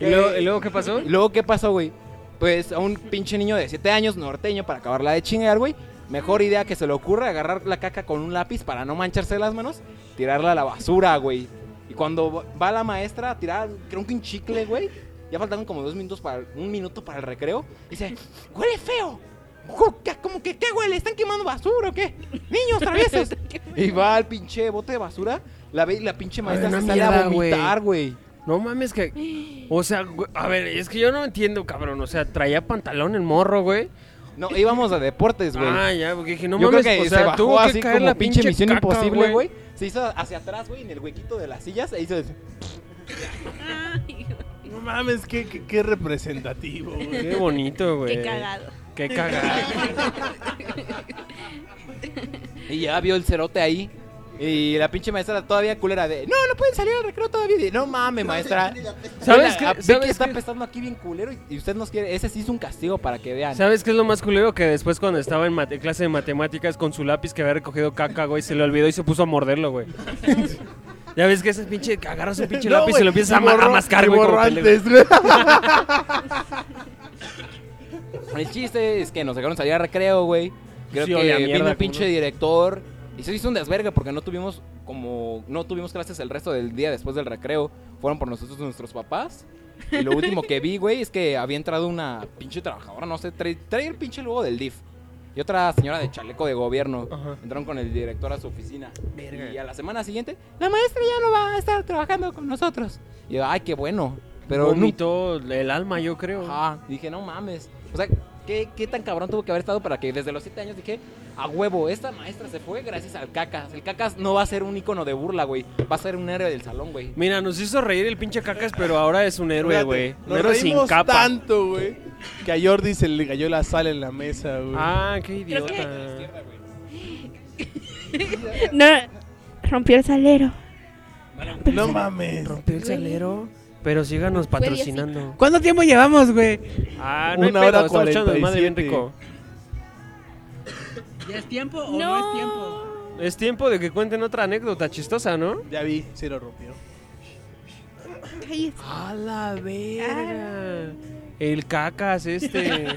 S4: ¿Y luego, y luego qué pasó?
S10: Y luego, ¿qué pasó, güey? Pues a un pinche niño de 7 años, norteño, para acabarla de chingar, güey. Mejor idea que se le ocurra agarrar la caca con un lápiz para no mancharse las manos, tirarla a la basura, güey. Y cuando va- va la maestra a tirar, creo que un chicle, güey. Ya faltaban como dos minutos para un minuto para el recreo. Dice, huele feo. Ju- ¿qué- ¿Cómo que qué huele? ¿Están quemando basura o qué? Niños, traviesos. y va al pinche bote de basura. La, ve- la pinche maestra
S4: una
S10: se sale a
S4: mierda, güey.
S10: vomitar, güey.
S4: No mames, que. O sea, güey, a ver, es que yo no entiendo, cabrón. O sea, traía pantalón el morro, güey.
S10: No, íbamos a deportes, güey.
S4: Ah, ya, porque dije, no
S10: Yo
S4: mames,
S10: creo que
S4: o sea,
S10: se bajó
S4: tuvo que
S10: así
S4: caer
S10: como
S4: la
S10: pinche misión
S4: caca,
S10: imposible, güey. Se hizo hacia atrás, güey, en el huequito de las sillas. Se hizo.
S9: Ay,
S15: No mames, qué, qué, qué representativo, güey.
S4: Qué bonito, güey.
S9: qué cagado.
S4: Qué cagado.
S10: Y ya vio el cerote ahí. Y la pinche maestra todavía culera de. No, no pueden salir al recreo todavía. Y de, no mames, maestra.
S4: ¿Sabes
S10: Mira, a
S4: qué?
S10: Vicky
S4: ¿Sabes
S10: está
S4: qué?
S10: pesando aquí bien culero y, y usted nos quiere. Ese sí es un castigo para que vean.
S4: ¿Sabes qué es lo más culero? Que después cuando estaba en mate- clase de matemáticas con su lápiz que había recogido caca, güey, se le olvidó y se puso a
S15: <laughs>
S4: morderlo, güey. ya ves que ese pinche, que agarras un pinche
S15: No,
S4: lápiz y
S15: güey,
S4: lo empiezas a,
S15: se
S4: ma- a
S15: borró-
S4: mascar,
S15: se
S4: güey. como
S15: borró
S4: pendejo.
S15: antes, güey.
S10: <laughs> El chiste es que nos dejaron salir al recreo, güey. Creo
S4: Sí,
S10: que
S4: oye,
S10: vino
S4: mierda,
S10: el pinche
S4: ¿cómo no?
S10: director. Y se hizo un desvergue porque no tuvimos como. No tuvimos clases el resto del día después del recreo. Fueron por nosotros nuestros papás. Y lo último que vi, güey, es que había entrado una pinche trabajadora, no sé, trae, trae el pinche logo del DIF. Y otra señora de chaleco de gobierno.
S4: Ajá.
S10: Entraron con el director a su oficina.
S4: Verga.
S10: Y a la semana siguiente, la maestra ya no va a estar trabajando con nosotros. Y yo, ay, qué bueno. Pero nu-
S4: Vomitó el alma, yo creo.
S10: Ajá, dije, no mames. O sea, ¿qué, qué tan cabrón tuvo que haber estado para que desde los 7 años dije, a huevo, esta maestra se fue gracias al cacas. El cacas no va a ser un icono de burla, güey. Va a ser un héroe del salón, güey.
S4: Mira, nos hizo reír el pinche cacas, pero ahora es un héroe,
S15: Fíjate,
S4: güey. Un
S15: Nos
S4: héroe sin
S15: reímos
S4: capa.
S15: tanto, güey, que a Jordi se le cayó la sal en la mesa, güey.
S4: Ah, qué idiota.
S9: No, rompió el salero.
S15: no mames.
S4: Rompió el salero. Pero síganos
S9: Güey, así.
S4: patrocinando.
S5: ¿Cuánto tiempo llevamos, güey?
S4: Ah, no
S15: Una
S4: hay
S15: hora
S4: pedo, estamos echando desmadre bien
S15: 47.
S4: rico.
S5: ¿Ya es tiempo o
S9: No,
S5: no, es tiempo?
S4: Es tiempo de que cuenten otra anécdota chistosa, ¿no?
S15: Ya vi, se lo rompió.
S9: Ay, es-
S4: A la verga. Ah. El cacas este.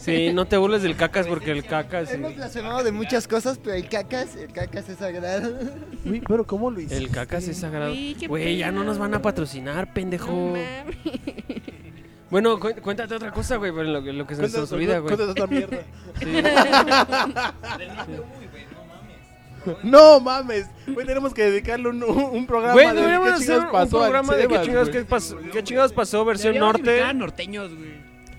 S4: Sí, no te burles del cacas
S9: Pues,
S4: porque el cacas. eh, sí.
S6: Hemos blasfemado de muchas cosas, pero el cacas, el cacas es sagrado.
S15: Uy, pero ¿cómo lo hiciste?
S4: El cacas es sagrado.
S9: Uy, qué
S4: Güey, ya no
S9: pena.
S4: nos van a patrocinar,
S9: no
S4: pendejo.
S9: mames.
S4: Bueno, cu- cuéntate otra cosa, güey, pero lo, lo que se
S15: Cuéntanos-
S4: nos olvida, güey.
S15: cuéntanos otra mierda.
S4: Sí.
S9: <laughs>
S15: No mames. Güey, tenemos que dedicarle un, un programa
S4: Güey,
S15: de
S4: deberíamos
S15: qué
S4: hacer
S15: chingados
S4: un
S15: pasó al
S4: programa de qué
S15: Sebas,
S4: chingados,
S15: güey.
S4: qué pasó, qué chingados pasó, versión
S5: Deberíamos
S4: norte.
S5: invitar a norteños, güey.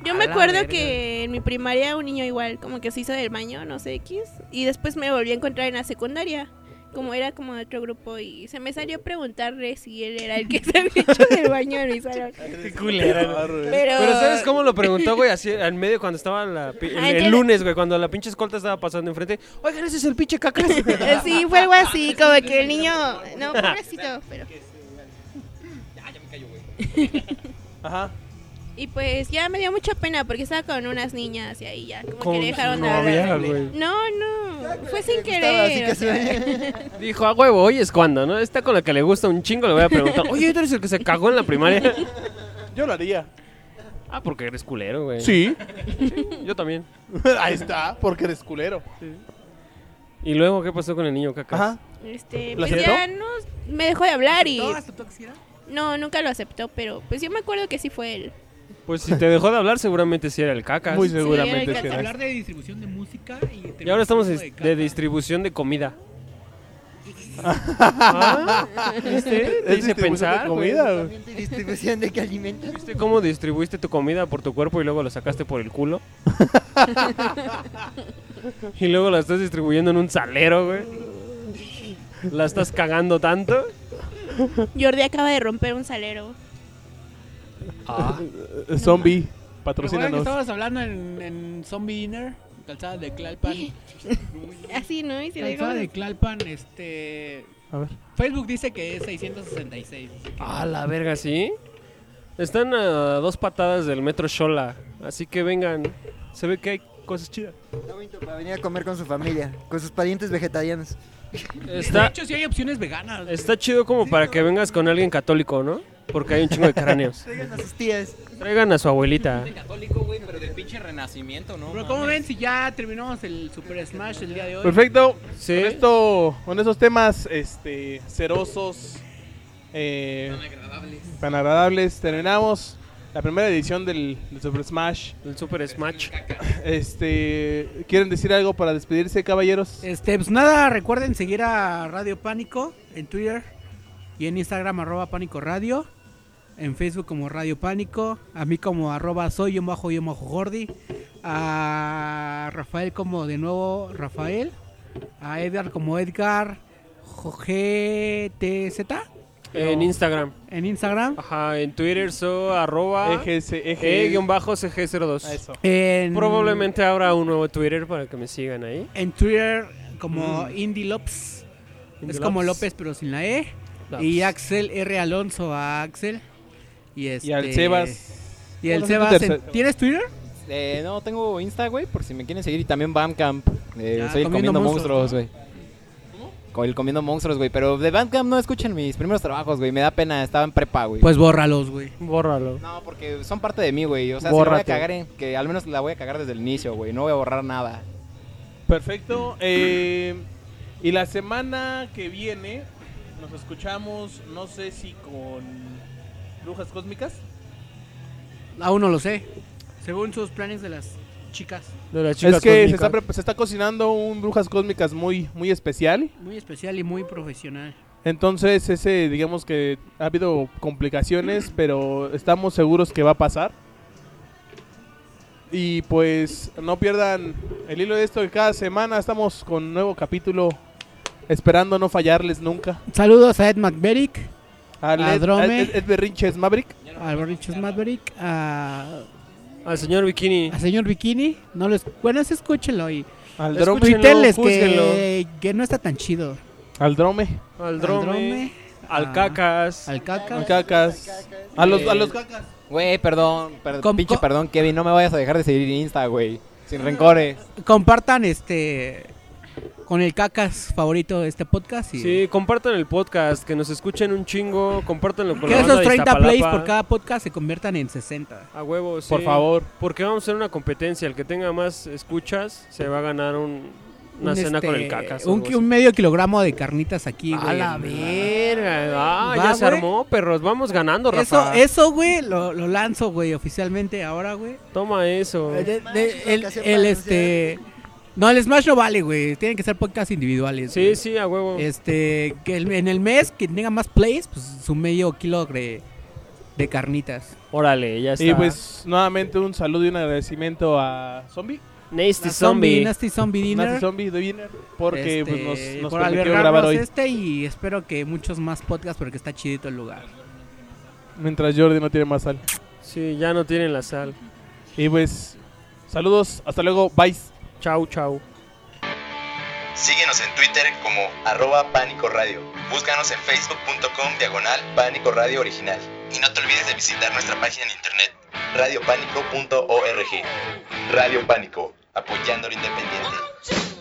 S9: Yo
S4: A
S9: me
S4: la
S9: acuerdo
S4: verga.
S9: que en mi primaria un niño igual, como que se hizo del baño, no sé X, y después me volví a encontrar en la secundaria, como era como de otro grupo, y se me salió a preguntarle si él era el que se había hecho del baño en
S4: <laughs>
S9: mi salón.
S4: Qué culera,
S7: Ah,
S4: güey.
S7: Eh,
S9: Pero,
S4: Pero ¿sabes cómo lo preguntó, güey? Así al medio cuando estaba la pi- el,
S9: Ah,
S4: el
S9: entonces-
S4: lunes, güey, cuando la pinche escolta estaba pasando enfrente. Oigan, ese es el pinche cacas.
S9: <laughs> Sí, fue algo así, como que el niño, no, pobrecito, pero...
S15: Ajá.
S9: Y pues ya me dio mucha pena porque estaba con unas niñas y ahí ya, como
S4: Con
S9: que le dejaron
S4: su
S9: de hablar.
S4: novia, güey.
S9: No, no, fue sin
S6: gustaba, así
S9: querer.
S6: que
S9: o sea.
S4: Dijo, a huevo, hoy es cuando, ¿no? Está con la que le gusta un chingo, le voy a preguntar, oye, ¿tú eres el que se cagó en la primaria?
S7: Yo lo haría.
S4: Ah, porque eres culero, güey.
S7: Sí. <laughs>
S4: Sí, Yo también.
S7: Ahí está, porque eres culero.
S4: ¿Y luego qué pasó con el niño cacas?
S6: <laughs>
S7: Ajá.
S9: Este,
S4: ¿Lo
S9: pues
S4: aceptó?
S9: ya no, me dejó de hablar y... No, nunca lo aceptó, pero pues yo me acuerdo que sí fue él.
S4: Pues si te dejó de hablar, seguramente sí era el cacas.
S7: Muy
S9: seguramente
S7: seguramente.
S9: era el
S7: será.
S5: Hablar de distribución de música y...
S4: Y ahora estamos de,
S5: de
S4: de distribución de
S7: <laughs>
S4: comida. Ah, ¿Viste?
S7: Eh, Es
S4: Te hice
S7: distribución
S4: pensar,
S7: de
S4: güey.
S7: comida, güey.
S6: También te distribución de que alimentas.
S4: ¿Viste cómo distribuiste tu comida por tu cuerpo y luego la sacaste por el culo? y luego la estás distribuyendo en un salero, güey. La estás cagando tanto.
S9: Jordi acaba de romper un salero.
S7: Eh, Zombie,
S5: ¿Recuerdan que
S7: patrocínanos.
S5: estabas hablando en, en Zombie Dinner? Calzada de Clalpan.
S9: Así, ¿no? Y se le dejó
S5: Calzada de Clalpan, este...
S7: A ver.
S5: Facebook dice que es 666.
S4: Ah, la verga, ¿sí? Están a dos patadas del metro Shola. Así que vengan. Se ve que hay cosas chidas.
S6: Está bonito para venir a comer con su familia, con sus parientes vegetarianos.
S5: De
S4: Está,
S5: hecho, sí hay opciones veganas.
S4: está chido como para que vengas con alguien católico, ¿no? Porque hay un chingo de cráneos.
S6: Traigan a sus tías.
S4: Traigan a su abuelita.
S10: Católico, güey, pero del pinche renacimiento, ¿no?
S5: Pero ¿cómo ven si ya terminamos el Super Smash el día de hoy?
S4: Pues
S7: Perfecto.
S4: Sí.
S7: Con esto, con esos temas, este, cerosos, eh, tan agradables, terminamos la primera edición del, del Super Smash.
S4: El Super Smash.
S7: Este, quieren decir algo para despedirse, caballeros.
S5: Este, pues nada, recuerden seguir a Radio Pánico en Twitter y en Instagram arroba Pánico Radio, en Facebook como Radio Pánico, a mí como arroba soy yo bajo yo bajo Jordi, a Rafael como de nuevo Rafael, a Edgar como Edgar GTZ
S4: En Instagram.
S5: en Instagram,
S4: Ajá, en Twitter so arroba
S7: EGS,
S4: Eh,
S7: EG.
S4: e-cg02.
S7: Ah, eso.
S5: en,
S4: Probablemente habrá un nuevo Twitter para que me sigan ahí.
S5: en Twitter como Indy Lops,
S4: Mm. Indy
S5: es como
S4: Lops.
S5: López pero sin la E.
S4: Lops.
S5: Y Axel R. Alonso a Axel. Y, este,
S7: Y al Sebas.
S5: Y el
S7: Bueno,
S5: Sebas.
S7: tercer-
S5: en- ¿Tienes Twitter?
S10: Eh, no, tengo Insta, güey, por si me quieren seguir. Y también Bandcamp. Eh,
S5: Ah,
S10: soy el
S5: Comiendo
S10: Comiendo
S5: Monstruos,
S10: Monstruos, güey. Con el Comiendo Monstruos, güey. Pero de Bandcamp no escuchen mis primeros trabajos, güey. Me da pena, estaba en prepa, güey.
S5: Pues bórralos, güey.
S4: Bórralo.
S10: No, porque son parte de mí, güey. O sea,
S4: Bórrate.
S10: si la voy a cagar, en- que al menos la voy a cagar desde el inicio, güey. No voy a borrar nada.
S7: Perfecto. eh, y la semana que viene nos escuchamos, no sé si con brujas cósmicas.
S5: Aún no lo sé. Según sus planes de las chicas.
S4: De las chicas
S7: es que se
S4: cósmicas.
S7: está, pre- se está cocinando un brujas cósmicas muy, muy especial.
S5: Muy especial y muy profesional.
S7: Entonces ese, digamos que ha habido complicaciones, pero estamos seguros que va a pasar. Y pues no pierdan el hilo de esto que cada semana estamos con un nuevo capítulo, esperando no fallarles nunca.
S5: Saludos a Ed McBerick,
S7: A Ed,
S5: Drome.
S7: Ed- Ed Berrinches Maverick.
S5: a Borrichos Maverick, a,
S4: Al señor Bikini.
S5: a señor Bikini. No los, bueno, sí, escúchenlo y
S7: Al
S4: Escucha.
S7: drome.
S5: tuítenles que,
S4: júzguenlo.
S5: que no está tan chido.
S7: Al drome.
S4: Al
S5: Al
S4: drone.
S5: Drome,
S4: Al
S5: a-
S4: cacas.
S5: Al
S7: Al
S5: caca.
S7: cacas. A los, a los
S10: Eh,
S7: cacas.
S10: Güey, perdón, per-
S5: Com-
S10: pinche
S5: co-
S10: perdón, Kevin. No me vayas a dejar de seguir en Insta, güey. Sin rencores.
S5: Compartan este con el cacas favorito de este podcast. Y
S4: Sí, compartan el podcast, que nos escuchen un chingo, compártanlo con
S5: que
S4: la banda
S5: esos
S4: de
S5: 30 plays
S4: Iztapalapa.
S5: por cada podcast se conviertan en 60.
S4: A huevo, sí.
S7: Por favor.
S4: Porque vamos a hacer una competencia, el que tenga más escuchas se va a ganar un- una
S5: un,
S4: cena con
S5: este,
S4: el cacas. o
S5: Un,
S4: algo
S5: ki-
S4: así.
S5: un medio kilogramo de carnitas aquí,
S4: A
S5: güey.
S4: la verga. Ah,
S5: Va,
S4: ya se
S5: güey.
S4: armó, perros. Vamos ganando,
S5: Eso,
S4: Rafa.
S5: eso, güey, lo, lo lanzo, güey, oficialmente ahora, güey.
S4: Toma eso.
S5: De- de-
S6: Smash es lo
S5: el,
S6: que hacía
S5: el,
S6: para
S5: este... No, el Smash no vale, güey. Tienen que ser podcasts individuales.
S4: Sí,
S5: güey.
S4: sí, a huevo.
S5: Este, que el- en el mes que tenga más plays, pues su medio kilo de, de carnitas.
S4: Órale, ya está.
S7: Y pues nuevamente un saludo y un agradecimiento a Zombie.
S4: Nasty
S5: Nasty
S4: Zombie.
S5: Nasty Zombie Dinner.
S7: Nazi Zombie de Wiener, Porque
S5: Este,
S7: pues, nos, nos
S5: por
S7: permitió
S5: albergarnos
S7: grabar hoy.
S5: este y espero que muchos más podcasts porque está chidito el lugar.
S7: Mientras Jordi no tiene más sal.
S4: Sí, ya no tienen la sal.
S7: Y pues, saludos, hasta luego, bye.
S4: Chau, chau.
S16: Síguenos en Twitter como arroba Pánico Radio. Búscanos en facebook.com diagonal Pánico Radio Original. Y no te olvides de visitar nuestra página en internet, radiopánico.org. Radio Pánico, apoyando lo independiente.